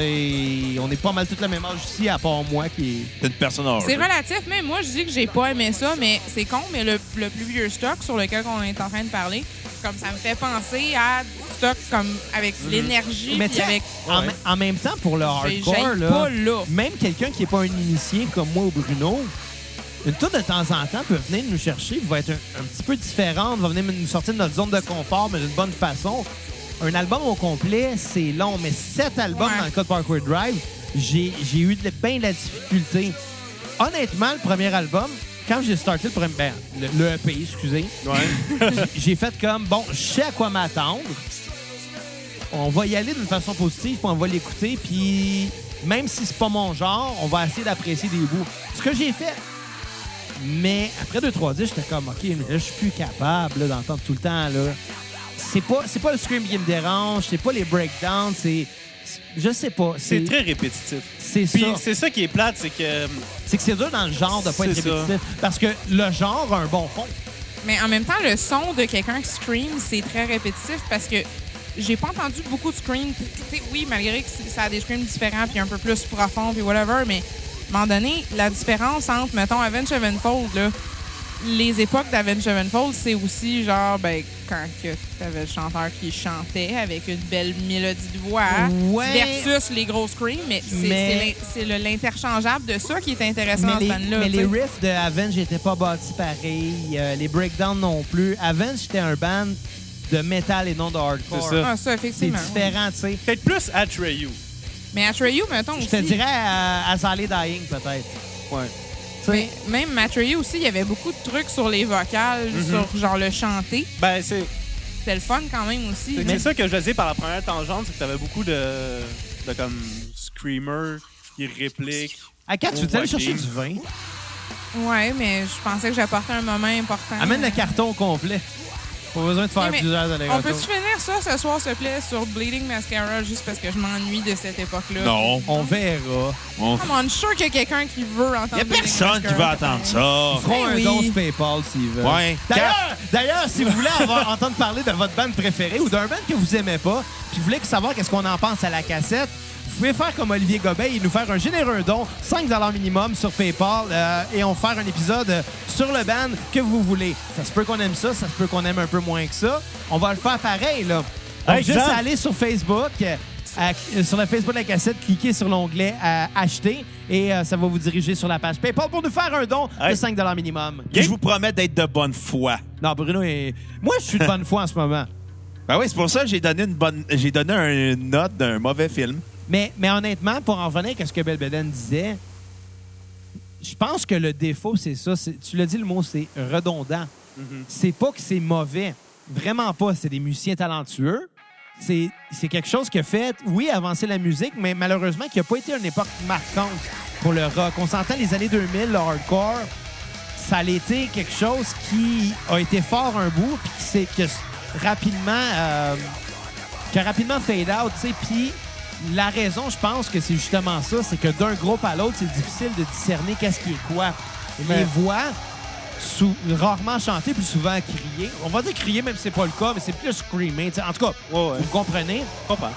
Speaker 3: dire, on est pas mal toute la même âge ici, à part moi qui est...
Speaker 1: C'est une personne hors
Speaker 5: C'est
Speaker 1: jeu.
Speaker 5: relatif, mais moi, je dis que j'ai pas aimé ça, mais c'est con, mais le, le plus vieux stock sur lequel on est en train de parler, comme ça me fait penser à du stock comme avec de l'énergie,
Speaker 3: Mais
Speaker 5: puis
Speaker 3: tiens,
Speaker 5: avec...
Speaker 3: en, m- en même temps, pour le
Speaker 5: j'ai-
Speaker 3: hardcore,
Speaker 5: j'aille
Speaker 3: là,
Speaker 5: pas là.
Speaker 3: même quelqu'un qui est pas un initié comme moi ou Bruno, une tour de temps en temps peut venir nous chercher, puis va être un, un petit peu différente, va venir nous sortir de notre zone de confort, mais d'une bonne façon. Un album au complet, c'est long, mais sept albums
Speaker 5: Ouais.
Speaker 3: dans le cas de Parkway Drive, j'ai j'ai eu de, bien de la difficulté. Honnêtement, le premier album, quand j'ai starté le premier, ben, le, le EP, excusez, j'ai fait comme, bon, je sais à quoi m'attendre. On va y aller d'une façon positive, puis on va l'écouter, puis même si c'est pas mon genre, on va essayer d'apprécier des bouts. Ce que j'ai fait. Mais après 2-3 10, j'étais comme, OK, mais là, je suis plus capable là, d'entendre tout le temps, là. C'est pas, c'est pas le scream qui me dérange, c'est pas les breakdowns, c'est. c'est- Je sais pas.
Speaker 4: C'est très répétitif.
Speaker 3: C'est
Speaker 4: Puis
Speaker 3: ça.
Speaker 4: c'est ça qui est plate, c'est que euh,
Speaker 3: C'est que c'est dur dans le genre de pas être
Speaker 4: C'est ça.
Speaker 3: répétitif. Parce que le genre a un bon fond.
Speaker 5: Mais en même temps, le son de quelqu'un qui scream, c'est très répétitif parce que j'ai pas entendu beaucoup de screams. Tu sais, oui, malgré que c'est- ça a des screams différents, puis un peu plus profonds, puis whatever, mais à un moment donné, la différence entre, mettons, Avenged Sevenfold, là, les époques d'Avenged Sevenfold, c'est aussi genre, ben, quand que t'avais le chanteur qui chantait avec une belle mélodie de voix
Speaker 3: Ouais.
Speaker 5: versus les gros screams, mais c'est-
Speaker 3: Mais-
Speaker 5: c'est l'in- c'est le- l'interchangeable de ça qui est intéressant
Speaker 3: Mais
Speaker 5: dans ce
Speaker 3: les,
Speaker 5: band-là.
Speaker 3: mais
Speaker 5: tu sais.
Speaker 3: les riffs de Avenge n'étaient pas bâtis pareil. euh, les breakdowns non plus. Avenge, c'était un band de metal et non de hardcore.
Speaker 4: C'est ça.
Speaker 5: Ah, ça,
Speaker 3: C'est
Speaker 5: effectivement.
Speaker 3: différent, tu sais.
Speaker 4: Peut-être plus Atreyu.
Speaker 5: Mais Atreyu, mettons
Speaker 3: Je
Speaker 5: aussi.
Speaker 3: te dirais à, à Sally Dying, peut-être.
Speaker 4: Ouais.
Speaker 3: Tu sais,
Speaker 5: Mais même Atreyu aussi, il y avait beaucoup de trucs sur les vocales,
Speaker 1: Mhm.
Speaker 5: sur genre le chanter.
Speaker 4: Ben, c'est
Speaker 5: C'était le fun quand même aussi.
Speaker 4: c'est
Speaker 5: Mais-
Speaker 4: ça que je disais par la première tangente, c'est que t'avais beaucoup de, de comme screamers qui répliquent.
Speaker 3: À 4, tu veux aller
Speaker 4: Ouais,
Speaker 3: chercher
Speaker 4: ok.
Speaker 3: du vin?
Speaker 5: Ouais, mais je pensais que j'apportais un moment important.
Speaker 3: Amène le carton au complet. Pas besoin de faire
Speaker 5: Ok, mais
Speaker 3: plusieurs
Speaker 5: On
Speaker 3: allers-retours.
Speaker 5: peut-tu finir ça ce soir, s'il te plaît, sur Bleeding Mascara, juste parce que je m'ennuie de cette époque-là?
Speaker 1: Non.
Speaker 3: On verra.
Speaker 1: On...
Speaker 5: Come on, je suis sûr qu'il y a quelqu'un qui veut entendre
Speaker 1: Il a
Speaker 5: Bleeding
Speaker 1: personne qui va
Speaker 5: Mascara.
Speaker 1: entendre ça.
Speaker 3: Ils feront
Speaker 5: Ben
Speaker 3: un
Speaker 5: oui.
Speaker 3: don sur PayPal s'ils veulent.
Speaker 1: Ouais.
Speaker 3: D'ailleurs, d'ailleurs, si vous voulez avoir, entendre parler de votre band préférée ou d'un band que vous aimez pas, puis vous voulez savoir qu'est-ce qu'on en pense à la cassette, vous pouvez faire comme Olivier Gobet et nous faire un généreux don, 5 minimum sur PayPal, euh, et on va faire un épisode euh, sur le band que vous voulez. Ça se peut qu'on aime ça, ça se peut qu'on aime un peu moins que ça. On va le faire pareil, là. Donc,
Speaker 4: Exact.
Speaker 3: juste aller sur Facebook, euh, à- euh, sur le Facebook de la cassette, cliquez sur l'onglet euh, Acheter et euh, ça va vous diriger sur la page PayPal pour nous faire un don de
Speaker 4: Hey.
Speaker 3: 5 minimum.
Speaker 1: Et Je vous promets d'être de bonne foi.
Speaker 3: Non, Bruno est. Moi, je suis de bonne foi en ce moment.
Speaker 1: Ben oui, c'est pour ça que j'ai donné une bonne. J'ai donné un- une note d'un mauvais film.
Speaker 3: Mais, mais honnêtement, pour en revenir à ce que Belbeden disait, je pense que le défaut, c'est ça. c'est- Tu l'as dit, le mot, c'est redondant. C'est pas que c'est mauvais. Vraiment pas. C'est des musiciens talentueux. C'est c'est quelque chose qui a fait, oui, avancer la musique, mais malheureusement, qui n'a pas été une époque marquante pour le rock. On s'entend les années 2000, le hardcore, ça a été quelque chose qui a été fort un bout, puis qui s'est qui a s- rapidement, euh, qui a rapidement fade out, tu sais. Puis la raison, je pense que c'est justement ça, c'est que d'un groupe à l'autre, c'est difficile de discerner qu'est-ce qui est quoi. Les
Speaker 4: Mais-
Speaker 3: voix, sou- rarement chantées, plus souvent criées. On va dire crier, même si c'est pas le cas, mais c'est plus screamer. tu sais. En tout cas,
Speaker 4: Ouais, ouais.
Speaker 3: vous comprenez?
Speaker 4: Je comprends.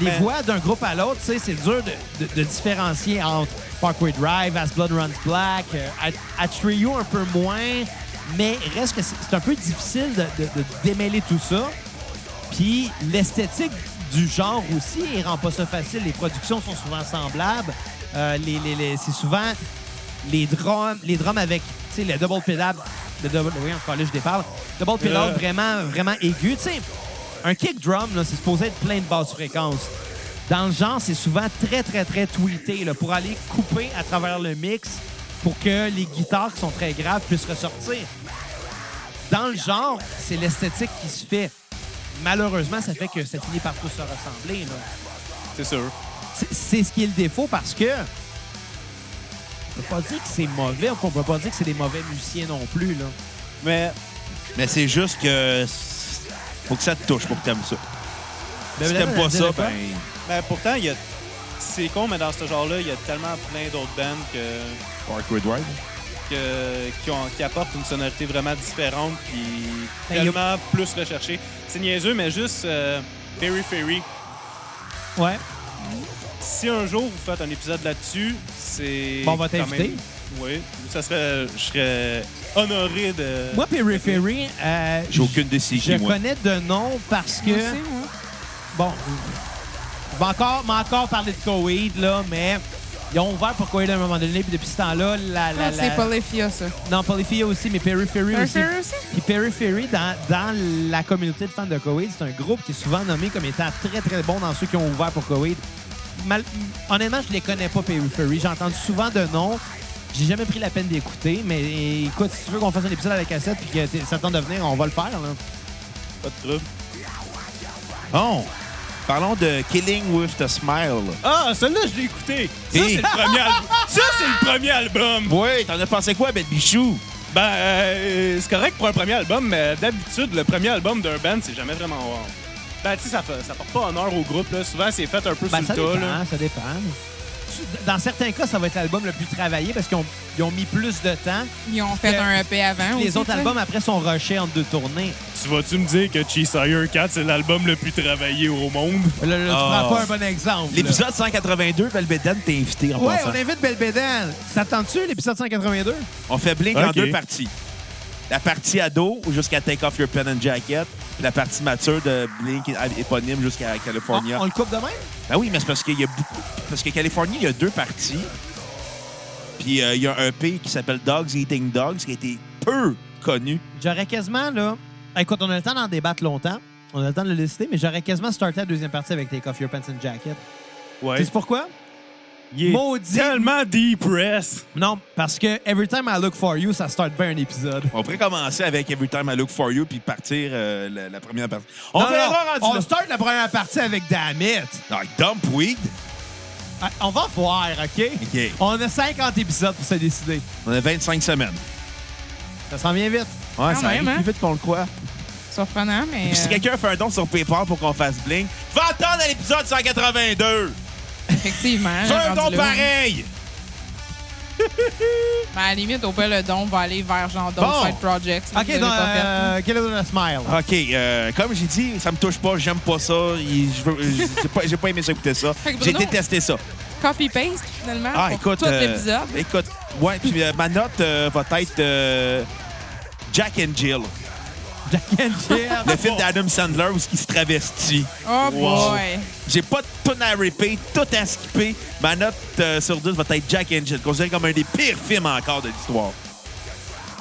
Speaker 3: les
Speaker 4: Mais-
Speaker 3: voix d'un groupe à l'autre, tu sais, c'est dur de, de- de différencier entre Parkway Drive, As Blood Runs Black, euh, à, à Trio un peu moins, mais reste que c'est c'est un peu difficile de, de- de démêler tout ça. Puis l'esthétique du genre aussi, il rend pas ça facile. Les productions sont souvent semblables. Euh, les, les- les- c'est souvent les drums, les drums avec, tu sais, le double pedal, le double, oui, encore là, je déparle, double pedal
Speaker 4: Euh.
Speaker 3: vraiment, vraiment aigu, tu sais. Un kick drum, là, c'est supposé être plein de basses fréquences. Dans le genre, c'est souvent très, très, très tweeté, là, pour aller couper à travers le mix pour que les guitares qui sont très graves puissent ressortir. Dans le genre, c'est l'esthétique qui se fait. Malheureusement, ça fait que ça finit par tout se ressembler, là.
Speaker 4: C'est sûr.
Speaker 3: C'est- c'est ce qui est le défaut parce que on peut pas dire que c'est mauvais, on peut pas dire que c'est des mauvais musiciens non plus là.
Speaker 4: Mais
Speaker 1: Mais c'est juste que. c'est- Faut que ça te touche pour que t'aimes ça. si t'aimes pas ça, ben.
Speaker 4: Ben, pourtant, il y a. C'est con, mais dans ce genre-là, il y a tellement plein d'autres bands que,
Speaker 1: Parkway Drive.
Speaker 4: que- qui, ont- qui apportent une sonorité vraiment différente puis
Speaker 3: Ben, il y a-
Speaker 4: tellement plus recherchée. C'est niaiseux, mais juste euh, Fairy Fairy.
Speaker 3: ouais,
Speaker 4: Si un jour vous faites un épisode là-dessus, c'est.
Speaker 3: Bon, on va
Speaker 4: quand
Speaker 3: t'inviter.
Speaker 4: même- Oui, ça serait. Je serais honoré de.
Speaker 3: moi Periphery, euh,
Speaker 1: J'ai aucune
Speaker 3: je
Speaker 1: décision, moi.
Speaker 3: connais de nom parce que
Speaker 5: Moi aussi, moi.
Speaker 3: bon, je vais encore, m'a encore parler de Coheed là, mais ils ont ouvert pour Coheed à un moment donné, puis depuis ce temps-là, la, la,
Speaker 5: Ah,
Speaker 3: la-
Speaker 5: C'est pas les filles, ça.
Speaker 3: non Polyphia aussi, mais Periphery aussi.
Speaker 5: Periphery aussi?
Speaker 3: Puis Periphery dans, dans la communauté de fans de Coheed, c'est un groupe qui est souvent nommé comme étant très très bon dans ceux qui ont ouvert pour Coheed. Mal- honnêtement, je les connais pas, Periphery. J'ai entendu souvent de nom. J'ai jamais pris la peine d'écouter, mais écoute, si tu veux qu'on fasse un épisode à la cassette puis que t'es- ça tente de venir, on va le faire. Là.
Speaker 4: Pas de trouble.
Speaker 1: Oh! Parlons de Killing with a Smile.
Speaker 4: Ah, celui-là, je l'ai écouté. Ça,
Speaker 1: Et-
Speaker 4: c'est le premier album. Ça, c'est le premier album.
Speaker 1: Oui, t'en as pensé quoi, Ben Bichou?
Speaker 4: Ben, euh, c'est correct pour un premier album, mais d'habitude, le premier album d'un band, c'est jamais vraiment wow. Ben, tu sais, ça, fait- ça porte pas honneur au groupe, là. Souvent, c'est fait un peu
Speaker 3: Ben,
Speaker 4: sur
Speaker 3: ça
Speaker 4: le tas,
Speaker 3: dépend,
Speaker 4: là.
Speaker 3: ça dépend. Tu- Dans certains cas, ça va être l'album le plus travaillé parce qu'ils ont, ils ont mis plus de temps.
Speaker 5: Ils ont fait
Speaker 3: que-
Speaker 5: un EP avant.
Speaker 3: Les
Speaker 5: aussi,
Speaker 3: autres
Speaker 5: tu sais.
Speaker 3: albums, après, sont rushés entre deux tournées.
Speaker 4: tu vas-tu me dire que Cheshire Cat, c'est l'album le plus travaillé au monde?
Speaker 3: Là, là, tu
Speaker 1: Ah.
Speaker 3: prends pas un bon exemple. là.
Speaker 1: L'épisode 182, Belbédane, t'es invité en
Speaker 3: Ouais,
Speaker 1: passant.
Speaker 3: on invite Belbédane. Ça tente-tu, l'épisode 182?
Speaker 1: On fait Blink en
Speaker 4: Ok.
Speaker 1: deux parties. La partie ado jusqu'à Take Off Your Pen and Jacket, puis la partie mature de Blink é- éponyme jusqu'à California.
Speaker 3: Ah, On, on le coupe de même?
Speaker 1: Ben oui, mais c'est parce qu'il y a beaucoup. Parce que Californie, il y a deux parties. Puis euh, il y a un EP qui s'appelle Dogs Eating Dogs qui a été peu connu.
Speaker 3: J'aurais quasiment, là... Écoute, on a le temps d'en débattre longtemps. On a le temps de le décider, mais j'aurais quasiment starté la deuxième partie avec Take Off Your Pants and Jacket. Tu
Speaker 4: Ouais.
Speaker 3: sais pourquoi?
Speaker 4: Il est
Speaker 3: Maudit-
Speaker 4: tellement depressed.
Speaker 3: Non, parce que Every Time I Look For You, ça start bien un épisode.
Speaker 1: On pourrait commencer avec Every Time I Look For You puis partir euh, la, la première partie. On
Speaker 3: Non,
Speaker 1: verra
Speaker 3: non,
Speaker 1: rendu
Speaker 3: on
Speaker 1: là.
Speaker 3: start la première partie avec Dammit.
Speaker 1: Like Dump Weed.
Speaker 3: Ah, On va voir, OK?
Speaker 1: OK.
Speaker 3: On a 50 épisodes pour se décider.
Speaker 1: On a 25 semaines.
Speaker 3: Ça s'en vient vite.
Speaker 1: Ouais,
Speaker 5: Quand
Speaker 1: ça arrive
Speaker 5: même, hein?
Speaker 1: plus vite qu'on le croit.
Speaker 5: Surprenant, mais.
Speaker 1: Puis si
Speaker 5: euh,
Speaker 1: quelqu'un fait un don sur PayPal pour qu'on fasse Blink, va attendre à l'épisode 182.
Speaker 5: Effectivement.
Speaker 1: Fais un
Speaker 5: rendu
Speaker 1: don
Speaker 5: là.
Speaker 1: pareil.
Speaker 5: Ben, à la limite, au pire, le don va aller vers genre d'autres
Speaker 1: Bon.
Speaker 5: side projects. là,
Speaker 3: OK,
Speaker 5: vous
Speaker 3: donc,
Speaker 5: avez pas fait, là.
Speaker 3: euh, quel est le smile?
Speaker 1: OK, euh, comme j'ai dit, ça me touche pas, j'aime pas ça. et je veux- J'ai pas, j'ai pas aimé ça écouter ça.
Speaker 5: Fait que
Speaker 1: J'ai
Speaker 5: Bruno-
Speaker 1: détesté ça.
Speaker 5: Copy-paste, finalement,
Speaker 1: Ah,
Speaker 5: pour
Speaker 1: écoute.
Speaker 5: tout
Speaker 1: euh,
Speaker 5: l'épisode.
Speaker 1: écoute, ouais, puis euh, ma note euh, va être euh, Jack and Jill,
Speaker 3: Jack and Jill.
Speaker 1: le film d'Adam Sandler où il se travestit.
Speaker 5: Oh
Speaker 4: Wow.
Speaker 5: boy!
Speaker 1: J'ai pas de tune à ripper, tout à skipper. Ma note euh, sur 10 va être Jack and Jill, considéré comme un des pires films encore de l'histoire.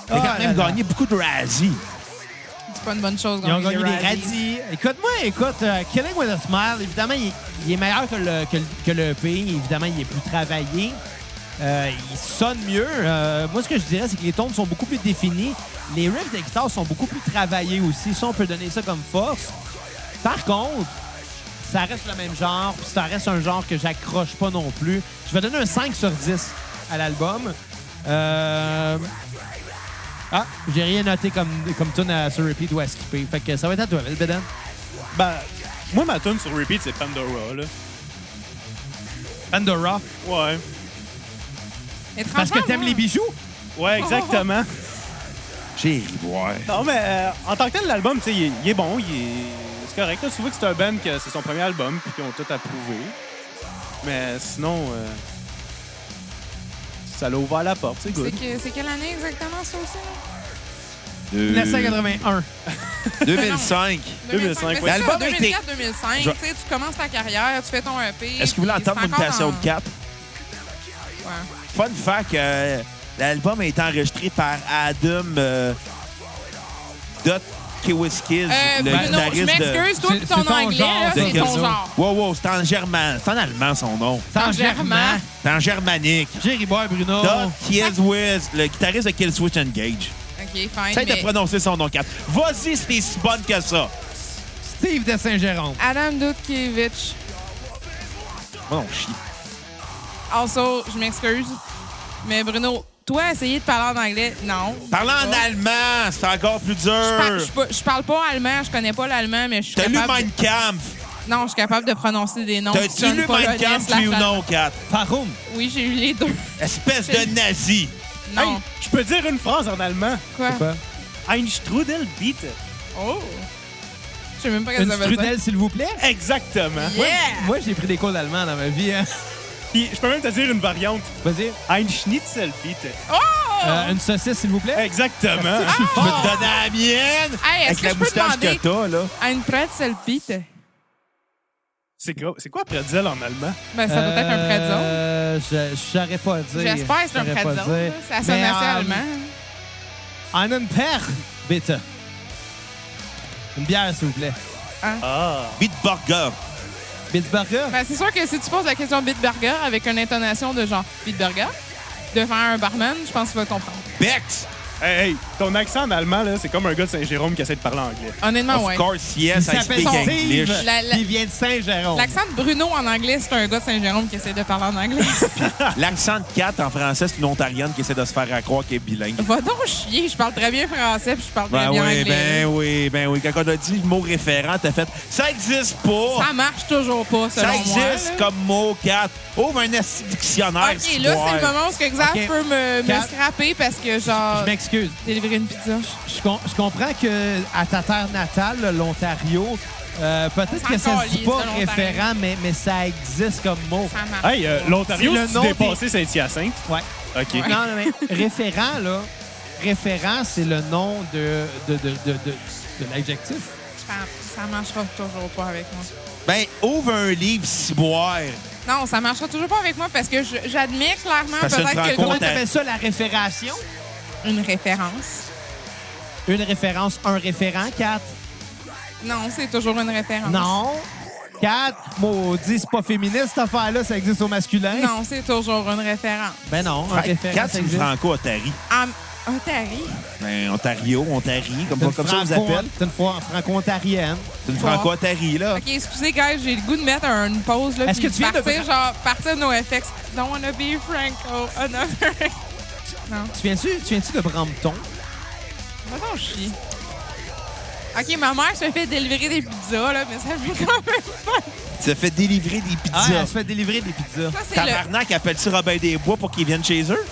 Speaker 1: Il a
Speaker 3: Ah
Speaker 1: quand même
Speaker 3: là là.
Speaker 1: gagné beaucoup de Razzie.
Speaker 5: C'est pas une bonne chose.
Speaker 3: Ils ont gagné des
Speaker 5: radis.
Speaker 3: radis. Écoute-moi, écoute, euh, Killing with a Smile, évidemment, il, il est meilleur que le, que, le- que le EP. Évidemment, il est plus travaillé. Euh, il sonne mieux. Euh, moi, ce que je dirais, c'est que les tombes sont beaucoup plus définies. Les riffs de guitare sont beaucoup plus travaillés aussi. Ça, on peut donner ça comme force. Par contre, ça reste le même genre, puis ça reste un genre que j'accroche pas non plus. Je vais donner un 5 sur 10 à l'album. Euh... Ah, j'ai rien noté comme, comme tune à sur repeat ou à skipper. Fait que ça va être à toi, Belbédan.
Speaker 4: Ben, moi, ma tune sur repeat, c'est Pandora, là.
Speaker 3: Pandora.
Speaker 4: Ouais.
Speaker 5: Étrangement,
Speaker 3: Parce que t'aimes
Speaker 5: moi,
Speaker 3: les bijoux?
Speaker 4: Ouais, exactement.
Speaker 1: J'ai ri voir.
Speaker 4: Non, mais euh, en tant que tel, l'album, tu sais, il est- il est bon, il est... C'est correct, là. Tu vois que c'est un band que c'est son premier album, puis qu'ils ont tout approuvé. Mais sinon, euh, ça l'a ouvert la porte, c'est
Speaker 5: C'est
Speaker 4: good.
Speaker 5: que- c'est quelle année exactement, ça aussi? là?
Speaker 3: 1981.
Speaker 1: 2005.
Speaker 4: 2005,
Speaker 5: Mais c'est
Speaker 4: ouais.
Speaker 5: ça,
Speaker 1: L'album a été-
Speaker 5: 2004, 2005,
Speaker 1: Je-
Speaker 5: tu sais, tu commences ta carrière, tu fais ton EP.
Speaker 1: Est-ce que vous voulez
Speaker 5: puis
Speaker 1: entendre
Speaker 5: c'est
Speaker 1: une
Speaker 5: encore
Speaker 1: passion
Speaker 5: dans-
Speaker 1: de 4?
Speaker 5: Ouais.
Speaker 1: Fun fact, euh, l'album a été enregistré par Adam euh, Dot Kiwiskis,
Speaker 5: Euh,
Speaker 1: le
Speaker 5: Bruno, je
Speaker 1: guitariste de...
Speaker 5: m'excuse, toi
Speaker 3: C'est-
Speaker 5: puis
Speaker 3: c'est
Speaker 5: ton
Speaker 3: ton
Speaker 5: anglais,
Speaker 3: genre,
Speaker 5: là,
Speaker 3: de
Speaker 5: c'est ton
Speaker 3: Kenzo.
Speaker 5: genre.
Speaker 1: Wow, wow, c'est en germain. C'est en allemand, son nom.
Speaker 5: En germain.
Speaker 1: C'est en germanique.
Speaker 3: Jerry Boy,
Speaker 5: Oh.
Speaker 3: Bruno.
Speaker 1: Dot Kiwiskis, le guitariste de Killswitch Engage.
Speaker 5: OK, fine,
Speaker 1: Essaye de
Speaker 5: mais
Speaker 1: prononcer son nom, 4. Vas-y si t'es si bonne que ça.
Speaker 3: Steve de Saint-Jérôme.
Speaker 5: Adam Dutkiewicz.
Speaker 1: Oh non, chie.
Speaker 5: Also, je m'excuse, mais Bruno, toi, essayer de parler en anglais, non.
Speaker 1: Parlant en
Speaker 5: Pas.
Speaker 1: allemand, c'est encore plus
Speaker 5: Oh. Je par- je
Speaker 1: dur.
Speaker 5: pas- je parle pas allemand, je connais pas l'allemand, mais je suis
Speaker 1: T'as lu
Speaker 5: capable...
Speaker 1: Mein Kampf?
Speaker 5: Non, je suis capable de prononcer des noms. qui
Speaker 1: T'as-tu
Speaker 5: sonnent
Speaker 1: lu Mein
Speaker 5: polonais
Speaker 1: Kampf,
Speaker 5: slash
Speaker 1: oui ou
Speaker 5: allemand.
Speaker 1: non, 4?
Speaker 3: Paroum.
Speaker 5: Oui, j'ai eu les deux.
Speaker 1: Espèce de nazi.
Speaker 5: Non,
Speaker 4: Hey, je peux dire une phrase en allemand.
Speaker 5: quoi?
Speaker 4: Ein Strudel bitte.
Speaker 5: Oh! Je sais même pas qu'elle
Speaker 3: Une
Speaker 5: ça veut dire.
Speaker 3: strudel, s'il vous plaît.
Speaker 4: Exactement.
Speaker 5: Yeah!
Speaker 3: Moi, j'ai pris des cours d'allemand dans ma vie. hein.
Speaker 4: Puis je peux même te dire une variante.
Speaker 3: Vas-y.
Speaker 4: Ein Schnitzel bitte.
Speaker 5: Oh!
Speaker 3: Euh, une saucisse, s'il vous plaît.
Speaker 4: Exactement.
Speaker 1: Je vais te donner la mienne.
Speaker 5: Hey, Ah, est-ce
Speaker 1: avec
Speaker 5: que
Speaker 1: la
Speaker 5: je peux
Speaker 1: moustache
Speaker 5: demander-
Speaker 1: que t'as, là.
Speaker 5: À une pretzel pite.
Speaker 4: C'est quoi, c'est quoi Pretzel en allemand?
Speaker 5: Ben, ça doit être un pretzel.
Speaker 3: Euh, je, je saurais pas dire.
Speaker 5: J'espère que c'est un
Speaker 3: Je saurais pas
Speaker 5: pretzel.
Speaker 3: dire.
Speaker 5: là. Ça sonne
Speaker 3: Mais,
Speaker 5: assez
Speaker 3: euh,
Speaker 5: allemand.
Speaker 3: Einen Père, bitte. Une bière, s'il vous plaît.
Speaker 4: Ah.
Speaker 1: Bitburger.
Speaker 3: Bitburger.
Speaker 5: Ben, c'est sûr que si tu poses la question Bitburger avec une intonation de genre Bitburger devant un barman, je pense qu'il va comprendre.
Speaker 1: Bex.
Speaker 4: Hey, hey, ton accent en allemand, là, c'est comme un gars de Saint-Jérôme qui essaie de parler anglais.
Speaker 5: Honnêtement,
Speaker 1: of
Speaker 5: Ah ouais.
Speaker 1: course, yes,
Speaker 3: Il
Speaker 1: I
Speaker 3: s'appelle
Speaker 1: speak
Speaker 3: Steve.
Speaker 1: English.
Speaker 5: La- la-
Speaker 3: Il vient de Saint-Jérôme.
Speaker 5: L'accent de Bruno en anglais, c'est un gars de Saint-Jérôme qui essaie de parler en anglais.
Speaker 1: L'accent de Kat en français, c'est une ontarienne qui essaie de se faire à croire qu'elle est bilingue.
Speaker 5: va donc chier, je parle très bien français puis je parle très
Speaker 1: Ben
Speaker 5: bien
Speaker 1: oui,
Speaker 5: anglais.
Speaker 1: ben oui, ben oui. Quand on a dit le mot référent, t'as fait « ça existe pas
Speaker 5: Ça ». marche toujours pas, selon
Speaker 1: Ça
Speaker 5: moi.
Speaker 1: existe
Speaker 5: là.
Speaker 1: comme mot, Kat. Ouvre un esti de dictionnaire,
Speaker 5: Ok, là, c'est le moment où ce que Xav
Speaker 3: Ok.
Speaker 5: peut me, me
Speaker 3: Quatre.
Speaker 5: scraper parce que, genre,
Speaker 3: Je m'excuse, m'excuse.
Speaker 5: délivrer une pizza.
Speaker 3: Je, com- je comprends que à ta terre natale, là, l'Ontario, euh, peut-être
Speaker 5: On
Speaker 3: que
Speaker 5: s'en
Speaker 3: ça se dit
Speaker 5: calisse
Speaker 3: pas
Speaker 5: de l'Ontario.
Speaker 3: référent, mais, mais ça existe comme mot.
Speaker 5: Ça marche.
Speaker 4: Hey, euh, l'Ontario,
Speaker 3: C'est le
Speaker 4: c'est
Speaker 3: nom
Speaker 4: dépassé Saint-Hyacinthe.
Speaker 3: Ouais.
Speaker 4: OK.
Speaker 5: Ouais.
Speaker 3: Non, non, mais référent, là, référent, c'est le nom de, de, de, de, de- de l'adjectif.
Speaker 5: Ça, ça marchera toujours pas avec moi.
Speaker 1: Ben, ouvre un livre, ciboire.
Speaker 5: Non, ça marchera toujours pas avec moi parce que je- j'admets clairement
Speaker 1: Parce que
Speaker 5: peut-être
Speaker 1: tu te rends
Speaker 5: que
Speaker 3: Comment
Speaker 1: Contact.
Speaker 3: t'appelles ça, la référation?
Speaker 5: une référence.
Speaker 3: Une référence, un référent, quatre.
Speaker 5: Non, c'est toujours une référence.
Speaker 3: Non. Quatre. Maudit, c'est pas féministe, cette affaire-là, ça existe au masculin.
Speaker 5: Non, c'est toujours une référence.
Speaker 3: Ben non, un référent,
Speaker 1: Quand
Speaker 3: ça
Speaker 1: c'est
Speaker 3: existe.
Speaker 1: franco-ontario,
Speaker 5: Ah, Otari?
Speaker 1: ben, Ontario, Ontario, comme,
Speaker 3: C'est une
Speaker 1: comme ça on vous
Speaker 3: franco-
Speaker 1: appelle.
Speaker 3: C'est une fois franco-ontarienne.
Speaker 1: C'est une franco-ontarie, là.
Speaker 5: OK, excusez, guys, j'ai le goût de mettre une pause, là,
Speaker 3: Est-ce
Speaker 5: puis
Speaker 3: que tu viens de-
Speaker 5: partir, genre, partir de nos FX. Don't wanna be oh, Franco, another... non,
Speaker 3: Tu viens-tu tu viens-tu de Brampton?
Speaker 5: va t'en chier. OK, ma mère se fait délivrer des pizzas, là, mais ça fait quand même pas...
Speaker 1: Ça fait délivrer des
Speaker 3: Ah,
Speaker 1: pizzas.
Speaker 3: elle se fait délivrer des pizzas.
Speaker 5: Ça, c'est le...
Speaker 1: Tabarnak, appelle-tu Robin Desbois pour qu'ils viennent chez eux?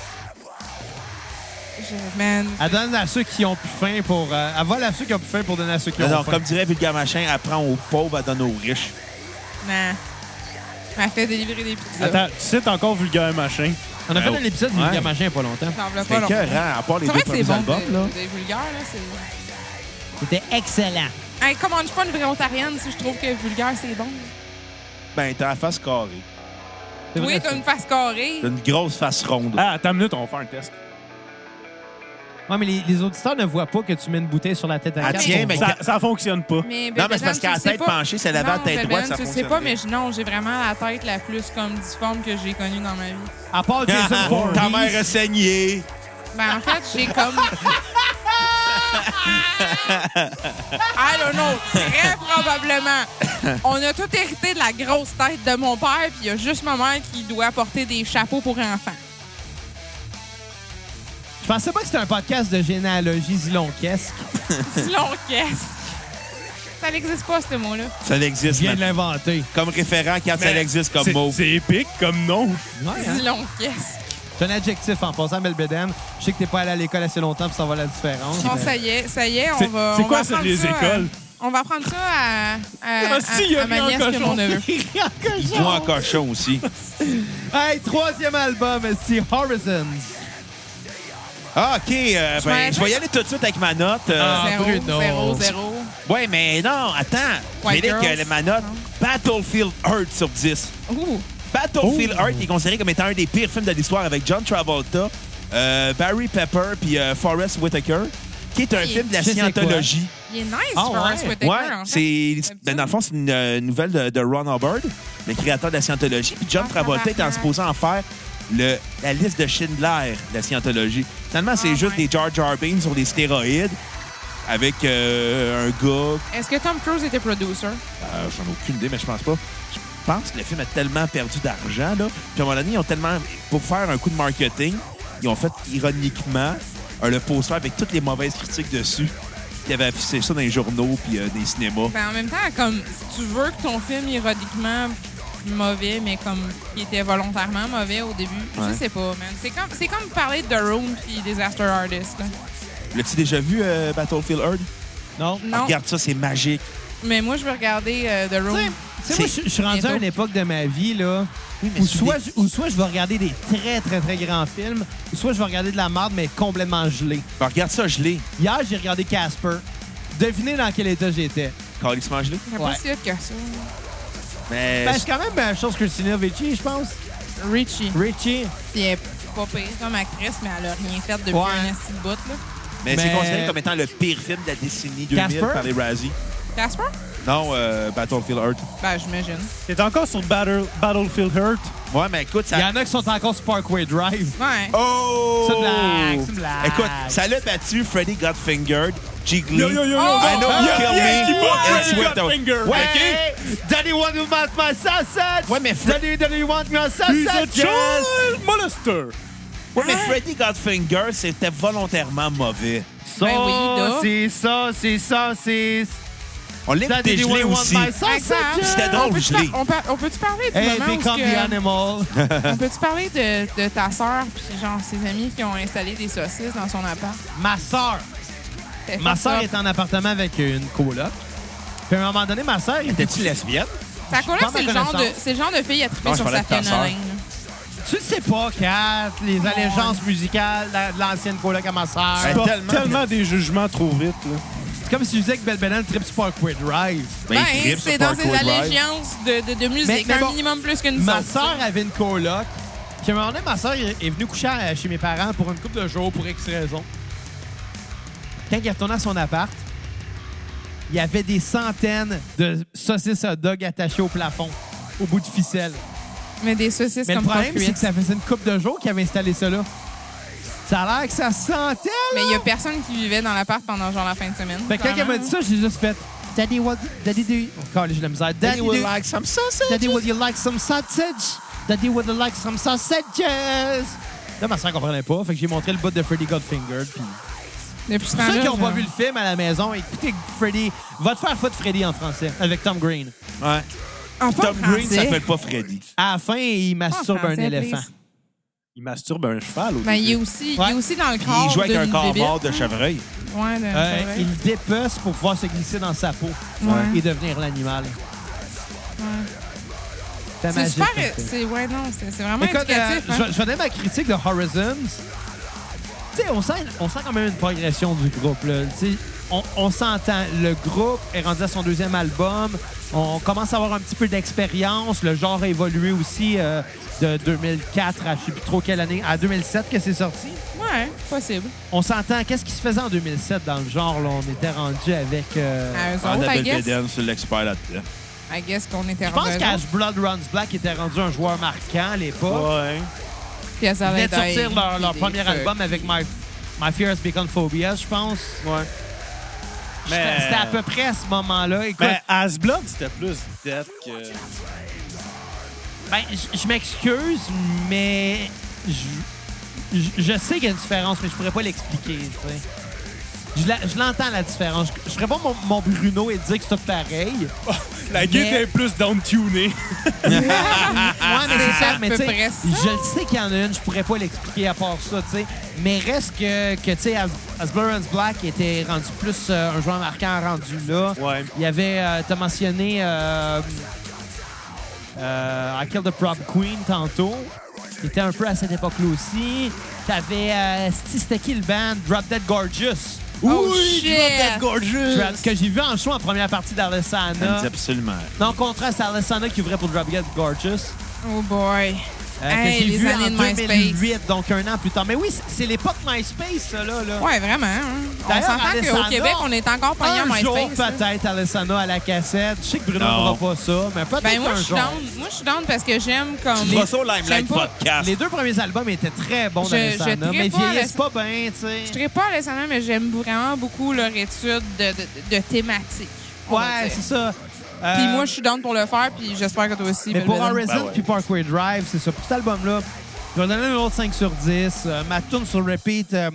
Speaker 5: Je- Man,
Speaker 3: Elle donne à ceux qui ont plus faim pour. euh, elle vole à ceux qui ont plus faim pour donner à ceux qui ont
Speaker 1: Alors,
Speaker 3: faim.
Speaker 1: comme dirait Vulgaire Machin, apprend aux pauvres, à donner aux riches.
Speaker 5: non. Elle fait délivrer des pizzas.
Speaker 4: Attends, tu cites encore vulgaire machin.
Speaker 3: On a fait
Speaker 1: Ouais.
Speaker 3: un épisode du
Speaker 1: Ouais.
Speaker 3: Vulgaire Machin il y a pas longtemps.
Speaker 5: J'en veux pas
Speaker 1: C'est
Speaker 5: long.
Speaker 1: écœurant, à part les
Speaker 5: C'est
Speaker 1: deux
Speaker 5: vrai que
Speaker 1: premiers
Speaker 5: c'est bon,
Speaker 1: albums,
Speaker 5: des,
Speaker 1: là.
Speaker 5: des vulgaires, là, c'est...
Speaker 3: C'était excellent.
Speaker 5: Hey, commande pas une vraie ontarienne si je trouve que vulgaire, c'est bon.
Speaker 1: Ben, t'as la face carrée.
Speaker 3: C'est vrai,
Speaker 5: Oui, t'as
Speaker 3: ça.
Speaker 5: une face carrée.
Speaker 1: T'as une grosse face ronde.
Speaker 4: Ah, attends une minute, on va faire un test.
Speaker 3: Ouais, mais les, les auditeurs ne voient pas que tu mets une bouteille sur la tête à
Speaker 1: Ah,
Speaker 3: quatre
Speaker 1: tiens,
Speaker 3: pour
Speaker 1: mais
Speaker 3: voir.
Speaker 4: Ça, ça fonctionne pas.
Speaker 5: Mais
Speaker 1: Non, mais c'est parce qu'à
Speaker 5: qu'à
Speaker 1: la tête penchée, c'est la
Speaker 5: balle
Speaker 1: balle tête droite, ça
Speaker 5: Je sais pas,
Speaker 1: fonctionne
Speaker 5: mais je- non, j'ai vraiment la tête la plus comme difforme que j'ai connue dans ma vie.
Speaker 3: À part Jason Voorhees.
Speaker 1: Ta mère a saigné.
Speaker 5: Ben, en fait, j'ai comme. I don't know, très probablement. On a tout hérité de la grosse tête de mon père, puis il y a juste ma mère qui doit porter des chapeaux pour enfants.
Speaker 3: Je pensais pas que c'était un podcast de généalogie zilonquesque.
Speaker 5: Long caisse. Ça n'existe pas, ce mot-là.
Speaker 1: Ça
Speaker 3: Je
Speaker 1: existe,
Speaker 3: viens de
Speaker 1: man.
Speaker 3: l'inventer.
Speaker 1: Comme référent, quand ça
Speaker 4: Mais
Speaker 1: existe comme
Speaker 4: c'est-
Speaker 1: mot.
Speaker 4: C'est épique comme nom.
Speaker 3: Ouais, hein?
Speaker 5: Dis Long caisse.
Speaker 3: C'est un adjectif en passant, Belbeden. Je sais que t'es pas allé à l'école assez longtemps pour savoir la différence.
Speaker 5: Bon,
Speaker 3: mais-
Speaker 5: ça y est, ça y est, on
Speaker 4: C'est-
Speaker 5: va.
Speaker 4: c'est
Speaker 5: on
Speaker 4: quoi
Speaker 5: va
Speaker 4: ça,
Speaker 5: apprendre
Speaker 4: les écoles?
Speaker 5: à- on va prendre ça à, à,
Speaker 4: Ah, si, il y a
Speaker 5: à- à ma
Speaker 4: mis un
Speaker 5: nièce que
Speaker 4: cochon.
Speaker 5: mon neveu.
Speaker 1: Il voit un cochon aussi.
Speaker 3: Hey, troisième album, c'est Horizons.
Speaker 1: Ah, OK. euh,
Speaker 5: Je
Speaker 1: ben,
Speaker 5: m'arrête.
Speaker 1: je vais y aller tout de suite avec ma note. euh,
Speaker 3: Ah,
Speaker 5: Zéro,
Speaker 3: Bruno.
Speaker 5: zéro, zéro.
Speaker 1: Ouais, mais non, attends.
Speaker 5: White
Speaker 1: Je vais
Speaker 5: Girls. Ah.
Speaker 1: aller avec euh, ma note.
Speaker 5: Non.
Speaker 1: Battlefield Earth sur 10.
Speaker 5: Ouh,
Speaker 1: Battlefield
Speaker 3: Oh.
Speaker 1: Earth est considéré comme étant un des pires films de l'histoire avec John Travolta, euh, Barry Pepper puis euh, Forrest Whitaker, qui est un
Speaker 5: Oui.
Speaker 1: film de la
Speaker 3: Je sais
Speaker 1: scientologie.
Speaker 5: il est nice,
Speaker 3: Ah,
Speaker 5: Forrest
Speaker 3: ouais.
Speaker 5: Whitaker, en fait.
Speaker 1: c'est
Speaker 5: D'habitude.
Speaker 1: ben, dans le fond c'est une euh, nouvelle de, de Ron Hubbard, le créateur de la scientologie, puis John
Speaker 5: Ah,
Speaker 1: Travolta est en
Speaker 5: tabarnak.
Speaker 1: supposant en faire le, la liste de Schindler de la scientologie. Finalement, c'est
Speaker 5: Ah,
Speaker 1: juste
Speaker 5: ouais.
Speaker 1: des Jar Jar Binks sur des stéroïdes avec euh, un gars
Speaker 5: Est-ce que Tom Cruise était producer?
Speaker 1: euh, J'en ai aucune idée, mais je pense pas. Je pense que le film a tellement perdu d'argent, là. Puis à un moment donné, ils ont tellement. Pour faire un coup de marketing, ils ont fait ironiquement euh, le poster avec toutes les mauvaises critiques dessus. Ils avaient affiché ça dans les journaux puis euh, dans les cinémas.
Speaker 5: Ben, en même temps, comme, si tu veux que ton film, ironiquement, mauvais, mais comme, il était volontairement mauvais au début,
Speaker 1: Ouais.
Speaker 5: je sais pas, man. C'est comme, c'est comme parler de The Room puis Disaster Artist, là.
Speaker 1: L'as-tu déjà vu, euh, Battlefield Earth? Ah,
Speaker 3: Non.
Speaker 5: Non,
Speaker 1: Regarde ça, c'est magique.
Speaker 5: mais moi, je veux regarder euh, The
Speaker 3: Tu
Speaker 5: Room.
Speaker 3: sais, tu sais, moi, je- je suis rendu à une
Speaker 5: Bientôt.
Speaker 3: époque de ma vie, là,
Speaker 1: mais
Speaker 3: où,
Speaker 1: c'est
Speaker 3: soit
Speaker 1: des-
Speaker 3: je, où soit je vais regarder des très, très, très grands films, ou soit je vais regarder de la merde, mais complètement gelée.
Speaker 1: Ben, regarde ça, je l'ai.
Speaker 3: Hier, j'ai regardé Casper. Devinez dans quel état j'étais.
Speaker 1: Calissement, je l'ai.
Speaker 5: C'est
Speaker 3: Ouais.
Speaker 5: pas si hot que ça.
Speaker 1: Mais.
Speaker 3: Ben, c'est quand même la chose que Christina Ricci, je pense.
Speaker 5: Richie.
Speaker 3: Ricci.
Speaker 5: Puis elle est pas pire comme actrice, mais elle a rien fait depuis
Speaker 3: Ouais.
Speaker 5: un esti de bout, là.
Speaker 1: mais c'est
Speaker 3: mais-
Speaker 1: considéré comme étant le pire film de la décennie 2000
Speaker 3: Casper?
Speaker 1: par les Razzies.
Speaker 5: Casper?
Speaker 1: Non, euh, Battlefield Earth.
Speaker 5: Ben, j'imagine.
Speaker 4: T'es encore sur Battle- Battlefield Hurt.
Speaker 1: Ouais, mais écoute, ça.
Speaker 3: Il y en a qui sont encore sur Parkway Drive.
Speaker 5: Ouais.
Speaker 1: Oh!
Speaker 3: C'est une blague, c'est une blague.
Speaker 1: Écoute, ça l'a battu Freddy Got Fingered, Jiggly.
Speaker 5: yo.
Speaker 1: I know you
Speaker 5: Oh,
Speaker 1: kill
Speaker 4: yeah,
Speaker 1: me.
Speaker 4: qui bat
Speaker 1: and
Speaker 4: Freddy
Speaker 1: sweat
Speaker 4: Got
Speaker 1: out.
Speaker 4: Fingered.
Speaker 1: Ouais, ok.
Speaker 3: Hey, Does anyone want my sausage?
Speaker 1: Ouais, mais Fre-
Speaker 3: Does anyone want my
Speaker 4: He's a
Speaker 3: sausage?
Speaker 4: child molester.
Speaker 1: Ouais, mais Freddy Got Fingered, c'était volontairement mauvais.
Speaker 3: Ça,
Speaker 5: Ben oui, là.
Speaker 3: c'est ça, c'est ça, c'est...
Speaker 1: On l'a
Speaker 3: Daddy,
Speaker 1: dégelé
Speaker 3: they want
Speaker 1: aussi.
Speaker 3: my sausage.
Speaker 5: Exact.
Speaker 1: C'était drôle,
Speaker 5: On peut-tu
Speaker 1: je l'ai.
Speaker 5: par- On, par- on peut-tu parler du
Speaker 3: Hey,
Speaker 5: moment où
Speaker 3: become the
Speaker 5: ce que-
Speaker 3: animal.
Speaker 5: on peut-tu parler de, de ta sœur puis genre ses amis qui ont installé des saucisses dans son appart?
Speaker 3: Ma sœur.
Speaker 5: C'était
Speaker 3: Ma
Speaker 5: fort,
Speaker 3: sœur
Speaker 5: ça.
Speaker 3: est en appartement avec une coloc. Puis à un moment donné, ma sœur était...
Speaker 1: T'es-tu lesbienne?
Speaker 5: Ta coloc,
Speaker 3: Pas
Speaker 5: c'est
Speaker 3: ma
Speaker 5: le genre de
Speaker 3: connaissance.
Speaker 5: c'est le genre de fille à
Speaker 1: Non,
Speaker 5: triper
Speaker 1: je
Speaker 5: sur
Speaker 1: parlais
Speaker 5: sa
Speaker 1: de ta sœur.
Speaker 5: phénomène.
Speaker 3: Tu le sais pas, Kat, les allégeances musicales la- de l'ancienne coloc à ma sœur.
Speaker 1: Ouais.
Speaker 4: Pas
Speaker 1: tellement-
Speaker 4: tellement, des jugements trop vite. Là.
Speaker 3: C'est comme si je disais que Belle Benel trip Park Quid Drive.
Speaker 5: Ben,
Speaker 1: il tripe
Speaker 5: c'est
Speaker 1: sur
Speaker 5: dans ses
Speaker 1: Parkway Drive.
Speaker 5: allégeances de, de, de
Speaker 3: Mais-
Speaker 5: musique,
Speaker 3: mais bon,
Speaker 5: un minimum plus qu'une
Speaker 3: Ma
Speaker 5: sauce.
Speaker 3: sœur avait une coloc. Puis à un moment donné, ma sœur est est venue coucher à- chez mes parents pour une couple de jours pour X raison. Quand elle est retournée à son appart, il y avait des centaines de saucisses hot dog attachées au plafond, au bout de ficelle.
Speaker 5: Mais des saucisses
Speaker 3: Mais le
Speaker 5: comme ça
Speaker 3: problème, c'est que ça faisait une couple de jours qu'ils avaient installé ça là. Ça a l'air que ça sentait, là!
Speaker 5: Mais il y a personne qui vivait dans l'appart pendant genre la fin de semaine.
Speaker 3: Fait que Ben, quand elle m'a
Speaker 5: clairement.
Speaker 3: dit ça, j'ai juste fait Daddy, what, Daddy, do you... Oh, calme, j'ai la misère. Daddy, do you-
Speaker 1: like some sausage.
Speaker 3: Daddy, would you like some sausage? Daddy, would you like some sausages? Là, ma soeur comprenait pas. Fait que j'ai montré le bout de Freddy Godfinger. Puis...
Speaker 5: Depuis ce
Speaker 3: Pour ceux
Speaker 5: temps-là,
Speaker 3: qui n'ont pas
Speaker 5: genre,
Speaker 3: vu le film à la maison, écoutez Freddy. Va te faire foutre Freddy en français avec Tom Green.
Speaker 1: Ouais.
Speaker 5: en pas
Speaker 1: Tom Green,
Speaker 5: français.
Speaker 1: ça s'appelle pas Freddy.
Speaker 3: À la fin, il masturbe
Speaker 5: Pas en
Speaker 3: un
Speaker 5: français,
Speaker 3: éléphant.
Speaker 5: please.
Speaker 4: Il masturbe un cheval au
Speaker 5: Ben, il est
Speaker 4: début.
Speaker 5: aussi, il
Speaker 3: Ouais.
Speaker 5: est aussi dans le
Speaker 1: Puis
Speaker 5: corps.
Speaker 1: il joue avec
Speaker 5: d'une
Speaker 1: un corps
Speaker 5: bébite.
Speaker 1: mort de chevreuil.
Speaker 5: Ouais, ben, de
Speaker 3: Euh,
Speaker 5: chevreuil.
Speaker 3: il dépece pour pouvoir se glisser dans sa peau
Speaker 5: Ouais.
Speaker 3: et devenir l'animal. C'est
Speaker 5: C'est
Speaker 3: magique,
Speaker 5: super.
Speaker 3: comme film.
Speaker 5: c'est- Ouais, non, c'est c'est vraiment
Speaker 3: Écoute, euh,
Speaker 5: éducatif. hein.
Speaker 3: je, je donnais ma critique de Horizons. Tu sais, on sent, on sent quand même une progression du groupe. Là. Tu sais, On, on s'entend. Le groupe est rendu à son deuxième album. On commence à avoir un petit peu d'expérience. Le genre a évolué aussi euh, de 2004 à je sais plus trop quelle année, à 2007 que c'est sorti.
Speaker 5: Ouais, possible.
Speaker 3: On s'entend. Qu'est-ce qui se faisait en 2007 dans le genre? Là? On était rendu avec. euh,
Speaker 5: À eux
Speaker 1: En
Speaker 5: autres, I
Speaker 1: Abel
Speaker 5: guess.
Speaker 1: Beden, c'est l'expert là-dedans.
Speaker 5: I guess qu'on était
Speaker 3: je pense
Speaker 5: rendu
Speaker 3: qu'Ash Blood Runs Black était rendu un joueur marquant à l'époque.
Speaker 4: Ouais.
Speaker 5: Puis elles
Speaker 3: Ils
Speaker 5: avaient
Speaker 3: venaient de sortir
Speaker 5: des-
Speaker 3: leur, leur
Speaker 5: des
Speaker 3: premier
Speaker 5: trucs.
Speaker 3: album avec My, My Fears Become Phobia, je pense.
Speaker 4: ouais.
Speaker 3: C'était
Speaker 4: Mais,
Speaker 3: c'était à peu près à ce moment-là. Écoute,
Speaker 4: mais Asblood, c'était plus death que.
Speaker 3: ben, je- je m'excuse, mais je- je je sais qu'il y a une différence, mais je pourrais pas l'expliquer. tu sais. Je la- Je l'entends, la différence. Je- Je ferais pas mon, mon Bruno et dire que c'est tout pareil.
Speaker 4: La guitare est plus down-tunée.
Speaker 3: Ouais, mais c'est ça,
Speaker 5: Ah, à
Speaker 3: mais
Speaker 5: peu
Speaker 3: tu sais,
Speaker 5: près ça.
Speaker 3: je le sais qu'il y en a une, je pourrais pas l'expliquer à part ça, tu sais. Mais reste que, que tu sais, As, As Blur and Black était rendu plus euh, un joueur marquant rendu là.
Speaker 4: Ouais.
Speaker 3: Il y avait, euh, t'as mentionné euh, euh, I Killed the Prom Queen tantôt. Il était un peu à cette époque-là aussi. T'avais, euh, si, c'était qui le band? Drop Dead Gorgeous.
Speaker 5: Oh, shit!
Speaker 3: Drop- Que j'ai vu en show en première partie
Speaker 1: Ça me
Speaker 3: d'Alessana.
Speaker 1: dit absolument.
Speaker 3: Non, contraste à Alessana qui ouvrait pour Drop Dead Gorgeous.
Speaker 5: Oh boy.
Speaker 3: Euh,
Speaker 5: Hey,
Speaker 3: que j'ai
Speaker 5: les
Speaker 3: vu
Speaker 5: années
Speaker 3: en
Speaker 5: de MySpace.
Speaker 3: 2008, donc un an plus tard. Mais oui, c'est- c'est l'époque MySpace, ça, là. là.
Speaker 5: Ouais, vraiment. hein. On
Speaker 3: D'ailleurs,
Speaker 5: s'entend
Speaker 3: Alessandra,
Speaker 5: qu'au Québec, on est encore payé en
Speaker 3: un jour,
Speaker 5: MySpace. hein. là.
Speaker 3: peut-être, Alessana à la cassette. Je sais que Bruno
Speaker 1: Non.
Speaker 3: n'aura pas ça, mais peut-être
Speaker 5: Ben moi,
Speaker 3: un
Speaker 5: je suis
Speaker 3: jour.
Speaker 5: down. Moi, je suis down parce que j'aime comme.
Speaker 1: Tu vas ça au
Speaker 5: j'aime
Speaker 1: Limelight
Speaker 5: pas-
Speaker 1: Podcast.
Speaker 3: Les deux premiers albums étaient très bons
Speaker 5: Je-
Speaker 3: d'Alessana,
Speaker 5: je tripe
Speaker 3: mais ils
Speaker 5: pas
Speaker 3: vieillissent
Speaker 5: Alessandra.
Speaker 3: pas bien, tu sais.
Speaker 5: Je dirais pas récemment, mais j'aime vraiment beaucoup leur étude de, de, de thématiques. on va
Speaker 3: Ouais,
Speaker 5: dire.
Speaker 3: c'est ça. Euh,
Speaker 5: Puis moi, je suis down pour le faire, puis j'espère que toi aussi.
Speaker 3: Mais
Speaker 5: Belle
Speaker 3: pour
Speaker 5: Belle.
Speaker 3: Horizon
Speaker 1: Ben ouais.
Speaker 3: puis Parkway Drive, c'est ça. Pour cet album-là, je vais donner un autre 5 sur 10. Euh, ma tune sur repeat euh,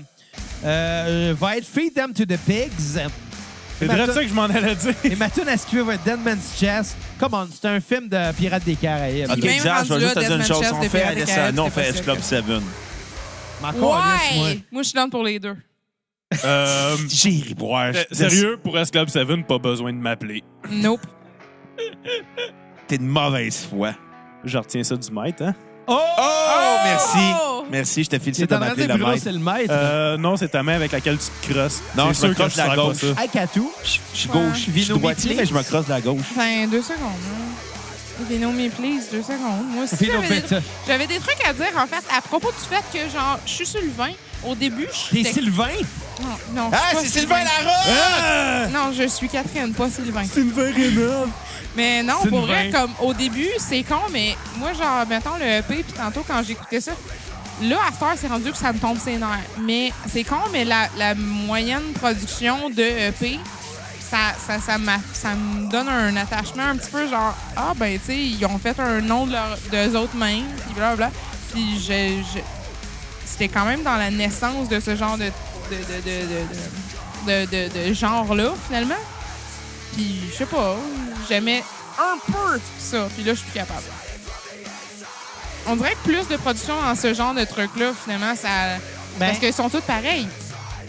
Speaker 3: euh, va être Feed Them to the Pigs.
Speaker 4: C'est
Speaker 3: Ma
Speaker 4: vrai
Speaker 3: tune-
Speaker 4: ça que je m'en allais dire.
Speaker 3: Et ma tune à skipper va être Dead Man's Chest. Come on, c'est un film de Pirates des Caraïbes.
Speaker 1: Ok,
Speaker 5: Même
Speaker 1: Xan, je vais
Speaker 5: rendu
Speaker 1: juste te
Speaker 5: là,
Speaker 1: dire une
Speaker 5: Dead
Speaker 1: chose.
Speaker 5: Manchester,
Speaker 1: On
Speaker 5: c'est
Speaker 1: fait
Speaker 5: Pirates des Caraïbes,
Speaker 1: Alessana, on fait
Speaker 5: c'est
Speaker 1: S Club 7.
Speaker 3: Ma calisse, moi.
Speaker 5: Ouais! Moi, je suis down pour les deux.
Speaker 4: Euh,
Speaker 1: J'ai ri boire.
Speaker 4: euh, sérieux, pour S Club 7, pas besoin de m'appeler.
Speaker 5: Nope.
Speaker 1: T'es de mauvaise foi.
Speaker 4: Je retiens ça du maître, hein?
Speaker 1: Oh, merci. Merci, je te
Speaker 3: C'est
Speaker 1: félicite de
Speaker 3: en train de
Speaker 1: m'appeler
Speaker 3: dire
Speaker 1: le
Speaker 3: Bruno,
Speaker 1: maître.
Speaker 3: c'est le maître.
Speaker 4: Euh, non, c'est ta main avec laquelle tu te crosses.
Speaker 1: Non,
Speaker 4: C'est
Speaker 1: je
Speaker 4: sûr
Speaker 1: me
Speaker 4: que
Speaker 1: crosse la
Speaker 4: saurais pas
Speaker 1: gauche.
Speaker 4: ça.
Speaker 3: Hey, Katou.
Speaker 1: Je je suis gauche, je suis
Speaker 3: Vino
Speaker 1: droitier,
Speaker 3: Beatles.
Speaker 1: mais je me crosse de la gauche.
Speaker 5: Enfin, deux secondes. Hein. Vino me please, deux secondes. Moi aussi,
Speaker 3: Vino
Speaker 5: j'avais
Speaker 3: beta.
Speaker 5: des, j'avais des trucs à dire, en fait, à propos du fait que, genre, je suis Sylvain. Au début, je
Speaker 3: T'es
Speaker 5: suis...
Speaker 3: Sylvain?
Speaker 5: Non, non, je suis
Speaker 1: Ah,
Speaker 5: pas
Speaker 1: c'est Sylvain Larocque!
Speaker 4: Ah!
Speaker 5: Non, je suis Catherine, pas Sylvain.
Speaker 4: Sylvain Renaud!
Speaker 5: Mais non,
Speaker 4: C'est
Speaker 5: pour
Speaker 4: une
Speaker 5: vrai,
Speaker 4: vingt.
Speaker 5: comme au début, c'est con, mais moi, genre, mettons le EP, puis tantôt, quand j'écoutais ça, là, à cette heure, c'est rendu que ça me tombe ses nerfs. Mais c'est con, mais la, la moyenne production de euh, EP, ça, ça, ça, m'a- ça me donne un attachement un petit peu genre, ah, ben, tu sais, ils ont fait un nom de leur, d'eux autres mêmes, puis blablabla. Puis je, je- c'était quand même dans la naissance de ce genre de, de, de, de, de- de- de- de genre-là, finalement. Puis, je sais pas, j'aimais un peu ça. Puis là, je suis plus capable. On dirait que plus de production dans ce genre de truc-là, finalement, ça.
Speaker 3: Ben-
Speaker 5: Parce qu'ils sont tous pareils.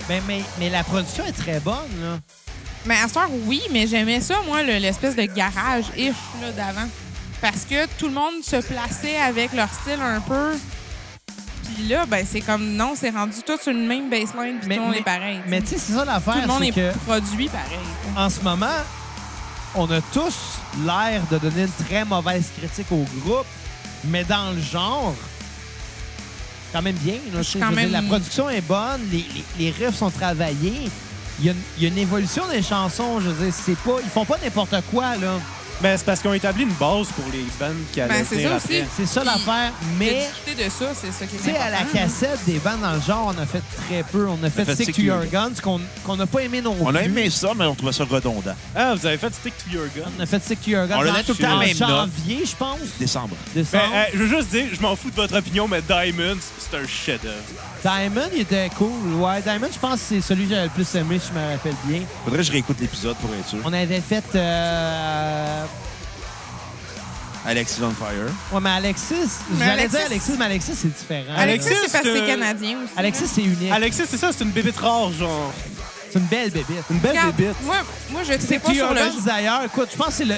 Speaker 3: Ben, mais, mais la production est très bonne, là.
Speaker 5: Mais à ce soir, oui, mais j'aimais ça, moi, le- l'espèce de garage-ish là, d'avant. Parce que tout le monde se plaçait avec leur style un peu. Puis là, ben, c'est comme non, c'est rendu tout sur le même baseline, puis tout le monde est pareil. tu
Speaker 3: Mais
Speaker 5: sais.
Speaker 3: tu sais, c'est ça l'affaire,
Speaker 5: tout le monde
Speaker 3: c'est
Speaker 5: est
Speaker 3: que
Speaker 5: produit pareil. tu sais.
Speaker 3: en ce moment, on a tous l'air de donner une très mauvaise critique au groupe, mais dans le genre, quand même bien. là, tu sais,
Speaker 5: quand
Speaker 3: je veux
Speaker 5: même-
Speaker 3: dire, la production est bonne, les, les, les riffs sont travaillés. Il y, a une, il y a une évolution des chansons, je veux dire, c'est pas, ils font pas n'importe quoi, là.
Speaker 4: Ben, c'est parce qu'on établit une base pour les bandes qui allaient
Speaker 5: Ben, c'est
Speaker 4: venir
Speaker 5: ça
Speaker 4: après.
Speaker 5: aussi.
Speaker 3: C'est ça
Speaker 5: Puis,
Speaker 3: l'affaire,
Speaker 5: Mais
Speaker 3: mais
Speaker 5: discuter de ça, c'est ça qui est
Speaker 3: tu sais, à la
Speaker 5: important.
Speaker 3: cassette, des bandes dans le genre, on a fait très peu. On a fait,
Speaker 1: fait
Speaker 3: Stick to Your Guns, qu'on qu'on n'a pas aimé non
Speaker 1: On a
Speaker 3: plus.
Speaker 1: aimé ça, mais on trouvait ça redondant.
Speaker 4: Ah, vous avez fait Stick to Your Gun.
Speaker 3: On a fait Stick to Your Guns
Speaker 1: On le
Speaker 3: en-
Speaker 1: met tout le temps
Speaker 3: en
Speaker 1: la même note.
Speaker 3: janvier, je pense,
Speaker 1: Décembre.
Speaker 3: décembre.
Speaker 4: Ben, hey, je veux juste dire, je m'en fous de votre opinion, mais Diamonds, c'est un chef-d'œuvre.
Speaker 3: Diamond, il était cool. Ouais, Diamond, je pense que c'est celui que j'avais le plus aimé, si je me rappelle bien.
Speaker 1: Faudrait que je réécoute l'épisode pour être sûr.
Speaker 3: On avait fait... euh,
Speaker 1: Alexis on Fire.
Speaker 3: Ouais, mais Alexis...
Speaker 5: Mais
Speaker 3: J'allais
Speaker 5: Alexis-
Speaker 3: dire Alexis, mais Alexis, c'est différent.
Speaker 5: Alexis,
Speaker 4: Alexis,
Speaker 5: c'est parce que
Speaker 4: c'est-
Speaker 5: c'est canadien aussi.
Speaker 3: Alexis,
Speaker 5: là.
Speaker 3: c'est unique.
Speaker 4: Alexis, c'est ça, c'est une bébête rare, genre.
Speaker 3: C'est une belle bébite.
Speaker 4: Une belle
Speaker 5: Regarde,
Speaker 4: bébite.
Speaker 5: moi, moi, je ne sais
Speaker 3: C'est
Speaker 5: pas sur
Speaker 3: Q-Guns,
Speaker 5: le.
Speaker 3: d'ailleurs. Écoute, je pense que c'est le-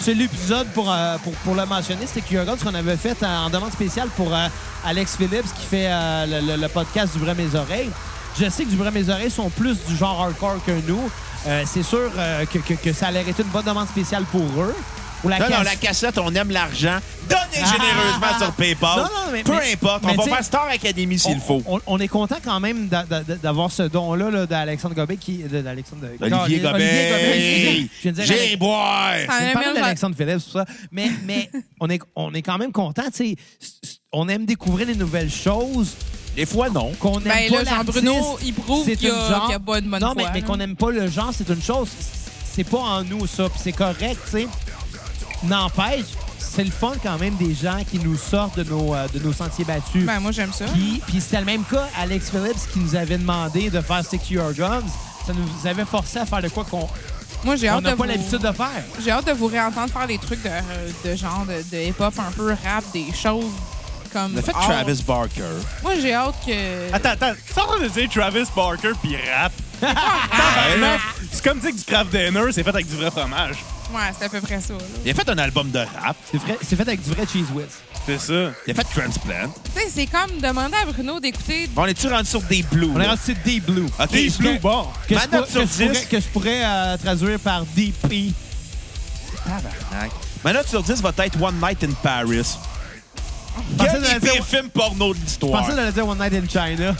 Speaker 3: c'est l'épisode pour, euh, pour, pour le mentionner. C'était Q-Guns qu'on avait fait euh, en, en demande spéciale pour euh, Alex Phillips qui fait euh, le, le- le podcast du Bras Mes Oreilles. Je sais que du Bras Mes Oreilles sont plus du genre hardcore que nous. Euh, c'est sûr euh, que, que- que ça allait être une bonne demande spéciale pour eux. Ou la
Speaker 1: Non, non,
Speaker 3: casse-
Speaker 1: la cassette, on aime l'argent. Donnez
Speaker 3: Ah,
Speaker 1: généreusement
Speaker 3: ah, ah.
Speaker 1: sur PayPal.
Speaker 3: Non, non, mais-
Speaker 1: Peu
Speaker 3: mais-
Speaker 1: importe,
Speaker 3: mais Oh,
Speaker 1: on va
Speaker 3: t'sais-
Speaker 1: faire Star Academy s'il
Speaker 3: on-
Speaker 1: faut.
Speaker 3: On, on est content quand même d'a- d'a- d'avoir ce don-là là, d'Alexandre Gobet qui. de- d'Alexandre-
Speaker 1: Olivier
Speaker 3: Olivier
Speaker 1: Gobet,
Speaker 3: excusez. Je viens de dire Alex-
Speaker 1: Jerry Boire.
Speaker 5: Ah,
Speaker 3: On
Speaker 5: mais
Speaker 3: parle
Speaker 5: même-
Speaker 3: d'Alexandre Phillips, tout ça. Mais, mais on, est, on est quand même content. tu sais. S- s- On aime découvrir les nouvelles choses
Speaker 1: Des fois, non.
Speaker 3: qu'on aime
Speaker 5: Ben
Speaker 3: pas.
Speaker 5: là,
Speaker 3: l'artiste,
Speaker 5: Jean-Bruno, il prouve
Speaker 3: c'est
Speaker 5: qu'il
Speaker 3: une
Speaker 5: a-
Speaker 3: genre.
Speaker 5: qu'il a pas une bonne
Speaker 3: Non, mais,
Speaker 5: foi,
Speaker 3: mais
Speaker 5: là.
Speaker 3: qu'on aime pas le genre, c'est une chose. C- C'est pas en nous, ça. Puis c'est correct, tu sais. N'empêche, c'est le fun quand même des gens qui nous sortent de nos, euh, de nos sentiers battus.
Speaker 5: Ben, moi, j'aime ça.
Speaker 3: Puis, puis c'était le même cas, Alex Phillips qui nous avait demandé de faire Stick to Your Guns. Ça nous avait forcé à faire de quoi qu'on
Speaker 5: Moi, j'ai
Speaker 3: on
Speaker 5: hâte de
Speaker 3: n'a
Speaker 5: vous...
Speaker 3: pas l'habitude de faire.
Speaker 5: J'ai hâte de vous réentendre faire des trucs de, de genre de, de hip-hop un peu rap, des choses comme.
Speaker 1: On a fait
Speaker 5: hors-
Speaker 1: Travis Barker.
Speaker 5: Moi, j'ai hâte que.
Speaker 4: Attends, attends, tu es en train de dire Travis Barker puis rap.
Speaker 1: Ouais.
Speaker 4: C'est comme dire que du Kraft Dinner, c'est fait avec du vrai fromage.
Speaker 5: Ouais, c'est à peu près ça. là.
Speaker 1: Il a fait un album de rap.
Speaker 3: C'est vrai- c'est fait avec du vrai cheese whiz.
Speaker 4: C'est ça.
Speaker 1: Il a fait Transplant.
Speaker 5: Tu sais, c'est comme demander à Bruno d'écouter.
Speaker 1: On est-tu rendu sur des blues?
Speaker 3: On est
Speaker 1: là?
Speaker 3: rendu sur Deep Blue.
Speaker 1: OK.
Speaker 4: Des Blue Bon.
Speaker 3: Que
Speaker 1: Ma
Speaker 3: je,
Speaker 1: note
Speaker 3: pour-
Speaker 1: sur
Speaker 3: que je
Speaker 1: 10.
Speaker 3: pourrais, que je pourrais, euh, traduire par DP.
Speaker 1: Tabarnak. Ma note sur 10 va être One Night in Paris.
Speaker 3: pensais
Speaker 1: Quel
Speaker 3: que
Speaker 1: des
Speaker 3: t'allais dire-
Speaker 1: pires films porno de
Speaker 3: Je
Speaker 1: l'histoire.
Speaker 3: pensais d'aller dire One Night in China.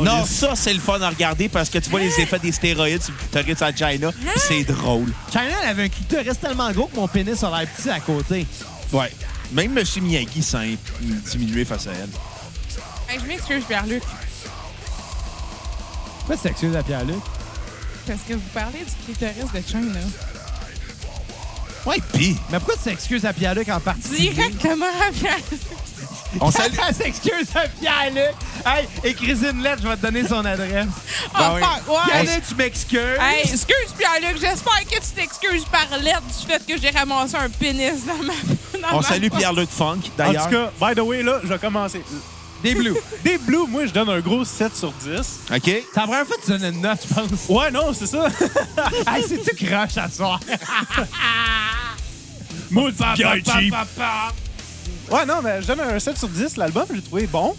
Speaker 1: Non, ça, c'est le fun à regarder parce que tu vois
Speaker 3: Hein?
Speaker 1: les effets des stéroïdes sur le clitoris en China, pis c'est drôle.
Speaker 3: China, elle avait un clitoris tellement gros que mon pénis aurait petit à côté.
Speaker 1: Ouais. Même M. Miyagi s'est diminué face à elle.
Speaker 5: Hey, ben, je m'excuse, Pierre-Luc,
Speaker 3: Pourquoi tu t'excuses à Pierre-Luc?
Speaker 5: parce que vous parlez du clitoris de China.
Speaker 1: Ouais, pis.
Speaker 3: Mais pourquoi tu t'excuses à Pierre-Luc en partie?
Speaker 5: Directement à Pierre-Luc.
Speaker 1: On salue.
Speaker 3: Elle s'excuse à Pierre-Luc. Hey, écris une lettre, je vais te donner son adresse.
Speaker 5: Oh,
Speaker 1: Ben oui.
Speaker 5: fuck, ouais.
Speaker 3: Pierre-Luc, tu m'excuses.
Speaker 5: Hey, excuse, Pierre-Luc, j'espère que tu t'excuses par lettre du fait que j'ai ramassé un pénis dans ma. dans
Speaker 1: On
Speaker 5: ma
Speaker 1: salue
Speaker 5: poche.
Speaker 1: Pierre-Luc Funk,
Speaker 4: En
Speaker 1: d'ailleurs.
Speaker 4: tout cas, by the way, là, je vais commencer.
Speaker 3: Des blues.
Speaker 4: Des Blue, moi, je donne un gros 7 sur 10.
Speaker 1: Ah, OK?
Speaker 3: C'est la première fois que tu donnes une note, je pense.
Speaker 4: Ouais, non, c'est ça.
Speaker 3: hey, c'est-tu croche à soir?
Speaker 4: Maudit guy cheap. Ouais, non, mais je donne un 7 sur 10. L'album, j'ai trouvé bon.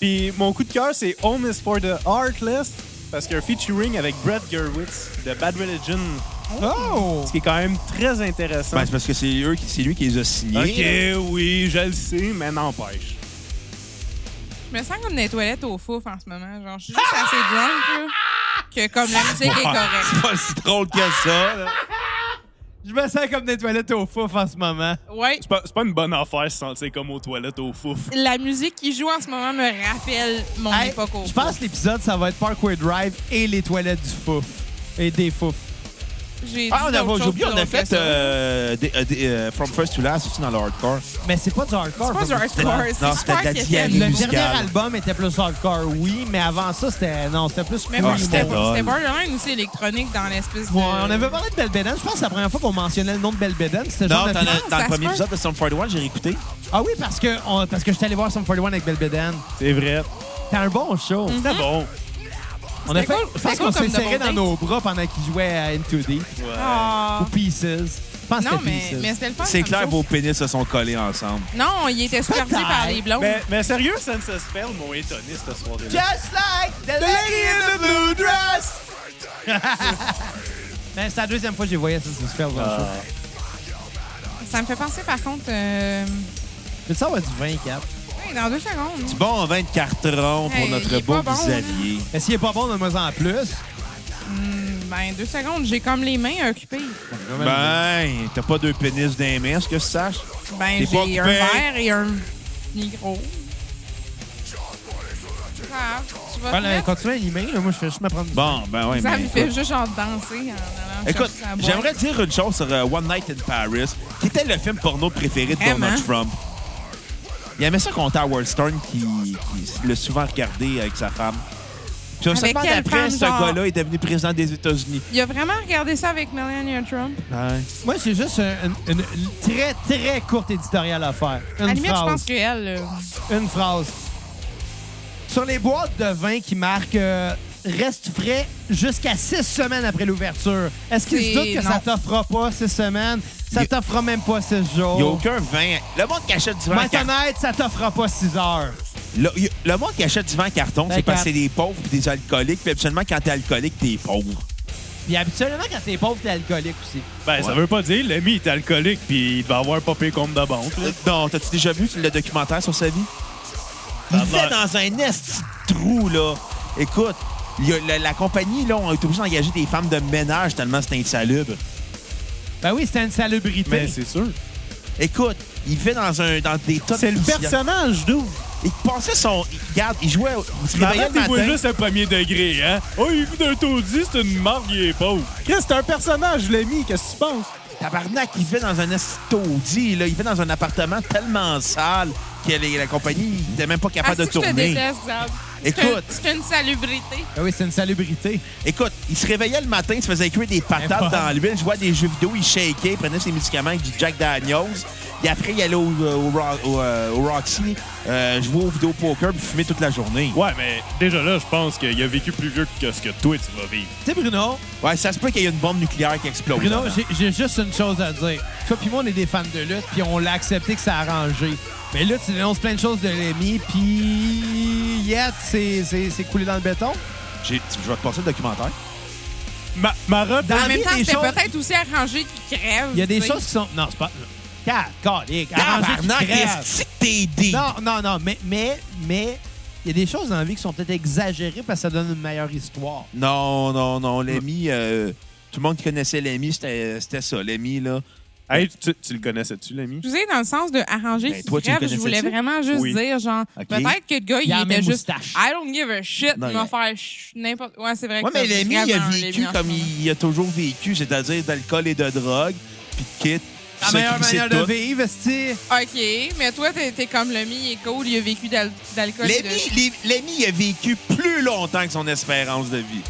Speaker 4: Puis mon coup de cœur, c'est Home is for the Heartless. Parce qu'il y a un featuring avec Brett Gerwitz de Bad Religion,
Speaker 3: Oh!
Speaker 4: ce qui est quand même très intéressant.
Speaker 1: Ben, c'est parce que c'est eux qui, c'est lui qui les a signés.
Speaker 4: ok, oui, je le sais, mais n'empêche.
Speaker 5: Je me sens comme dans les toilettes au fouf en ce moment. Genre, je suis juste assez drunk, là, que comme la musique est correcte.
Speaker 1: C'est pas si drôle que ça. là.
Speaker 3: Je me sens comme des toilettes au fouf en ce moment.
Speaker 5: Ouais.
Speaker 4: C'est pas, c'est pas une bonne affaire se sentir comme aux toilettes au fouf.
Speaker 5: La musique qui joue en ce moment me rappelle mon
Speaker 3: Hey,
Speaker 5: époque au
Speaker 3: je pense que l'épisode, ça va être Parkway Drive et les toilettes du fouf. Et des fouf.
Speaker 5: J'ai
Speaker 1: Ah, on
Speaker 5: dit d'autres
Speaker 1: avait, j'ai
Speaker 5: choses
Speaker 1: oublié,
Speaker 5: plus
Speaker 1: on a
Speaker 5: drôles que
Speaker 1: fait
Speaker 5: ça.
Speaker 1: euh, des- euh, des, euh, From First to Last aussi dans le hardcore.
Speaker 3: Mais c'est pas du hardcore.
Speaker 5: C'est pas du
Speaker 3: From First to
Speaker 5: hardcore,
Speaker 3: Last.
Speaker 1: Non, c'était de
Speaker 5: c'est Spark
Speaker 1: la
Speaker 5: qui
Speaker 1: diarrhée.
Speaker 5: était-
Speaker 3: Le
Speaker 1: musical.
Speaker 3: dernier album était plus hardcore, oui, mais avant ça, c'était. Non, c'était plus.
Speaker 5: Mais
Speaker 3: cool,
Speaker 5: moi,
Speaker 1: Ah,
Speaker 5: c'était
Speaker 1: c'était
Speaker 3: humour.
Speaker 1: drôle.
Speaker 5: c'était borderline aussi électronique dans l'espèce de...
Speaker 3: Ouais, on avait parlé de Belbeden. Je pense que c'est la première fois qu'on mentionnait le nom de Belbeden. C'était
Speaker 1: Non,
Speaker 3: genre
Speaker 1: t'en as-
Speaker 3: notre-
Speaker 5: finale,
Speaker 1: dans
Speaker 5: ça
Speaker 1: le
Speaker 5: se
Speaker 1: premier
Speaker 5: peut.
Speaker 1: épisode de Sum 41, j'ai réécouté.
Speaker 3: Ah oui, parce que, on- parce que j'étais allé voir Sum 41 avec Belbeden.
Speaker 4: C'est vrai.
Speaker 3: C'était un bon show.
Speaker 4: C'était bon.
Speaker 3: On a
Speaker 5: Mm. C'était
Speaker 3: fait.
Speaker 5: cool.
Speaker 3: Je
Speaker 5: C'était
Speaker 3: pense
Speaker 5: cool
Speaker 3: qu'on s'est
Speaker 5: comme de
Speaker 3: serré
Speaker 5: bon
Speaker 3: dans
Speaker 5: date.
Speaker 3: nos bras pendant qu'ils jouaient à Into Deep
Speaker 5: Ah.
Speaker 3: ou Pieces. Je pense que
Speaker 5: Non,
Speaker 3: c'était
Speaker 5: mais,
Speaker 3: Pieces.
Speaker 5: mais c'était le fun.
Speaker 1: C'est
Speaker 5: comme
Speaker 1: clair,
Speaker 5: show.
Speaker 1: vos pénis se sont collés ensemble.
Speaker 5: Non, il était supervisé
Speaker 3: Peut-être.
Speaker 5: par les blondes.
Speaker 4: Mais, mais sérieux, Sense Spell m'ont étonné cette soirée-là.
Speaker 3: Just like the lady in the blue dress! Mais c'est la deuxième fois que j'ai voyé ça se faire dans le show.
Speaker 5: Ça me fait penser, par contre... euh,
Speaker 3: Mais ça va du 24.
Speaker 5: oui, dans deux secondes.
Speaker 1: Bon, 20 cartons pour
Speaker 5: Hey, il
Speaker 1: notre
Speaker 5: est
Speaker 1: beau
Speaker 5: pas bon,
Speaker 1: Xavier.
Speaker 3: Mais s'il est pas bon, donne-moi en plus.
Speaker 5: Ben, deux secondes. J'ai comme les mains occupées. hein.
Speaker 1: Ben, t'as pas deux pénis d'un main, est-ce que tu saches?
Speaker 5: Ben,
Speaker 1: T'es pas
Speaker 5: j'ai un
Speaker 1: coupé.
Speaker 5: verre et un micro. Ah, tu vas te
Speaker 3: Voilà,
Speaker 5: mettre...
Speaker 3: continue à animer, là. Moi, je fais juste me prendre.
Speaker 1: Bon, ben ouais,
Speaker 5: Ça
Speaker 1: mais
Speaker 5: me fait
Speaker 1: écoute.
Speaker 5: juste genre danser en allant
Speaker 1: Écoute,
Speaker 5: chercher sa boîte.
Speaker 1: j'aimerais dire une chose sur euh, One Night in Paris, qui était le film porno préféré de
Speaker 5: Vraiment?
Speaker 1: Donald Trump. Il aimait ça contre Howard Stern, qui, qui l'a souvent regardé avec sa femme. Puis on se
Speaker 5: Avec
Speaker 1: demande
Speaker 5: quelle
Speaker 1: après,
Speaker 5: femme,
Speaker 1: ce
Speaker 5: genre?
Speaker 1: gars-là est devenu président des États-Unis.
Speaker 5: Il a vraiment regardé ça avec Melania Trump.
Speaker 3: Moi, c'est juste un- une, une très, très courte éditoriale à faire. Une
Speaker 5: à la limite, je
Speaker 3: phrase.
Speaker 5: pense qu'elle... euh,
Speaker 3: Une phrase. Sur les boîtes de vin qui marquent euh, reste frais jusqu'à six semaines après l'ouverture, est-ce qu'ils
Speaker 5: C'est-
Speaker 3: se doutent que ça
Speaker 5: non.
Speaker 3: t'offrira pas six semaines? Ça
Speaker 1: Y-
Speaker 3: t'offrera même pas six
Speaker 1: Il n'y a
Speaker 5: Oh.
Speaker 3: jours.
Speaker 1: aucun vin. Le monde qui achète du vin en carton.
Speaker 3: Maintenant, ça t'offrera pas six heures.
Speaker 1: Le, y a- le monde qui achète du vin en carton, c'est
Speaker 3: Ben,
Speaker 1: parce que
Speaker 3: quand-
Speaker 1: c'est des pauvres et des alcooliques. Puis absolument, quand t'es alcoolique, t'es pauvre.
Speaker 3: Puis habituellement, quand t'es pauvre, t'es alcoolique aussi.
Speaker 4: Ben, ça
Speaker 1: Ouais.
Speaker 4: veut pas dire, l'ami est alcoolique puis il devait avoir pas payé compte de banque. là.
Speaker 1: Euh, Non, t'as-tu déjà vu le documentaire sur sa vie? Il
Speaker 4: Ah,
Speaker 1: fait
Speaker 4: ben-
Speaker 1: dans un esti de trou, là. Écoute, il y a la, la compagnie, là, on est obligé d'engager des femmes de ménage tellement c'est insalubre.
Speaker 3: Ben oui, c'était une salubrité.
Speaker 4: Mais c'est sûr.
Speaker 1: Écoute, il fait dans un dans des tas de
Speaker 4: C'est le
Speaker 1: poussière.
Speaker 4: personnage d'où?
Speaker 1: Il passait son... il- Regarde, il jouait... au- Il se réveillait le
Speaker 4: Arrêtez-vous
Speaker 1: matin.
Speaker 4: juste à premier degré, hein? Oh, il vit d'un taudis, c'est une marque, il est pauvre. Chris, c'est un personnage, l'ami, qu'est-ce que tu penses?
Speaker 1: Tabarnak, il vit dans un esti de taudis, là. Il vit dans un appartement tellement sale que les- la compagnie n'était même pas
Speaker 5: Ah,
Speaker 1: capable
Speaker 5: si
Speaker 1: de
Speaker 5: que je te
Speaker 1: tourner.
Speaker 5: déteste, Zab.
Speaker 1: Écoute.
Speaker 5: C'est c'est une salubrité.
Speaker 3: Ben oui, c'est une salubrité.
Speaker 1: Écoute, il se réveillait le matin, il se faisait cuire des patates
Speaker 3: Impossible.
Speaker 1: dans l'huile, jouait à des jeux vidéo, il shakeait, il prenait ses médicaments avec du Jack Daniels. Et après, il allait au, au, Ro- au, euh, au Roxy, euh, jouer aux vidéos poker puis fumer toute la journée.
Speaker 4: Ouais, mais déjà là, je pense qu'il a vécu plus vieux que ce que toi, tu vas vivre.
Speaker 3: Tu sais, Bruno,
Speaker 1: Ouais, ça se peut qu'il y ait une bombe nucléaire qui explose.
Speaker 3: Bruno,
Speaker 1: Là-dedans.
Speaker 3: j'ai- j'ai juste une chose à dire. Toi puis moi, on est des fans de lutte, puis on l'a accepté que ça a arrangé. Mais là, tu dénonces plein de choses de Rémi, puis... Yeah, c'est c'est- c'est coulé dans le béton.
Speaker 1: J'ai- tu- Je vais te passer le documentaire.
Speaker 4: Ma, ma robe,
Speaker 3: Dans
Speaker 5: En même
Speaker 3: vie,
Speaker 5: temps,
Speaker 3: des
Speaker 5: c'était
Speaker 3: choses-
Speaker 5: peut-être aussi arrangé qu'il crève.
Speaker 3: Il y a des
Speaker 5: tu sais.
Speaker 3: choses qui sont... Non, c'est pas... Calique,
Speaker 1: Tabarnak, est-ce que t'es aidé?
Speaker 3: Non, non, non, mais... mais, mais... Il y a des choses dans la vie qui sont peut-être exagérées parce que ça donne une meilleure histoire.
Speaker 1: Non, non, non. L'ami, euh, tout le monde qui connaissait l'ami, c'était c'était ça. L'ami, là.
Speaker 4: hey, tu, tu le connaissais-tu, l'ami?
Speaker 5: Je vous ai dans le sens de arranger
Speaker 1: Ben,
Speaker 5: qui
Speaker 1: toi, tu le
Speaker 5: crève, je voulais
Speaker 1: connaissais-tu?
Speaker 5: vraiment juste
Speaker 4: Oui.
Speaker 5: dire, genre,
Speaker 1: Ok.
Speaker 5: peut-être que le gars,
Speaker 3: Il
Speaker 5: il,
Speaker 3: a la
Speaker 5: était
Speaker 3: même
Speaker 5: juste,
Speaker 3: moustache.
Speaker 5: I don't give a shit, il
Speaker 1: Non,
Speaker 5: m'a
Speaker 1: il-
Speaker 5: faire ch- n'importe Ouais, c'est vrai
Speaker 1: Ouais,
Speaker 5: que
Speaker 1: mais
Speaker 5: ça,
Speaker 1: l'ami, il a
Speaker 5: vraiment,
Speaker 1: vécu
Speaker 5: Lémi, en
Speaker 1: comme
Speaker 5: ce moment.
Speaker 1: il a toujours vécu, c'est-à-dire d'alcool et de drogue, puis de kit.
Speaker 3: La
Speaker 1: se
Speaker 3: meilleure
Speaker 1: crisser
Speaker 3: manière
Speaker 1: tout.
Speaker 3: de vivre, c'est...
Speaker 5: OK, mais toi, t'es t'es comme l'ami, il est cool, il a vécu d'al- d'alcool. et de-
Speaker 1: L'ami, l'ami- l'ami a vécu plus longtemps que son espérance de vie.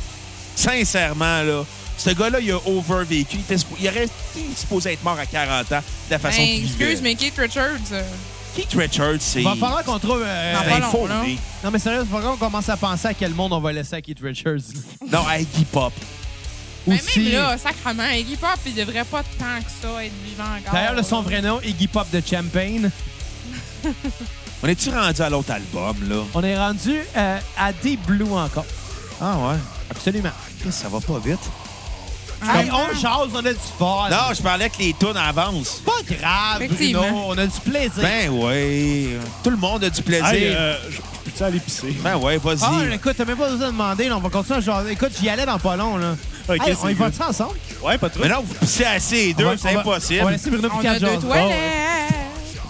Speaker 1: Sincèrement, là. Ce gars-là, il a overvécu. Il, était suppo- il aurait été supposé être mort à 40 ans de la façon
Speaker 5: Ben,
Speaker 1: qu'il vivait.
Speaker 5: excuse, mais Kate Richards, euh,
Speaker 1: Keith Richards, c'est...
Speaker 3: Il va falloir qu'on trouve... euh,
Speaker 5: Non,
Speaker 1: c'est
Speaker 5: pas
Speaker 1: un
Speaker 5: long,
Speaker 1: faux,
Speaker 5: là.
Speaker 1: lui.
Speaker 3: Non, mais sérieux, il faut qu'on commence à penser à quel monde on va laisser à Keith Richards.
Speaker 1: Non, hey, Iggy Pop.
Speaker 5: ben,
Speaker 3: Aussi-
Speaker 5: même là, sacrement, Iggy Pop, il devrait pas tant que ça être vivant encore.
Speaker 3: D'ailleurs, le son vrai nom, Iggy Pop de Champagne.
Speaker 1: On est-tu rendu à l'autre album, là?
Speaker 3: On est rendu euh, à Deep Blue encore.
Speaker 1: Ah ouais?
Speaker 3: Absolument.
Speaker 1: Chris, Ça va pas vite.
Speaker 5: Ah,
Speaker 3: Hey, on jase, on a du fun.
Speaker 1: Non, je parlais que les tunes avancent.
Speaker 3: C'est pas grave, Bruno.
Speaker 5: Effectivement.
Speaker 3: On a du plaisir.
Speaker 1: Ben oui. Tout le monde a du plaisir.
Speaker 4: Hey, euh, je je peux-tu aller pisser?
Speaker 1: Ben ouais, vas-y.
Speaker 3: Ah, écoute, t'as même pas besoin de demander. là, on va continuer à jaser. Écoute, j'y allais dans pas long. Là.
Speaker 4: Ok,
Speaker 3: Hey,
Speaker 4: c'est
Speaker 3: on y va
Speaker 4: good.
Speaker 3: ensemble?
Speaker 4: Ouais, pas trop.
Speaker 1: Mais non, vous pissez assez les
Speaker 3: On
Speaker 1: deux,
Speaker 3: va-
Speaker 1: c'est
Speaker 3: on va- On va
Speaker 1: impossible.
Speaker 3: laisser Bruno
Speaker 5: On
Speaker 3: Picard Oh,
Speaker 5: a deux
Speaker 3: jaser.
Speaker 5: toilettes.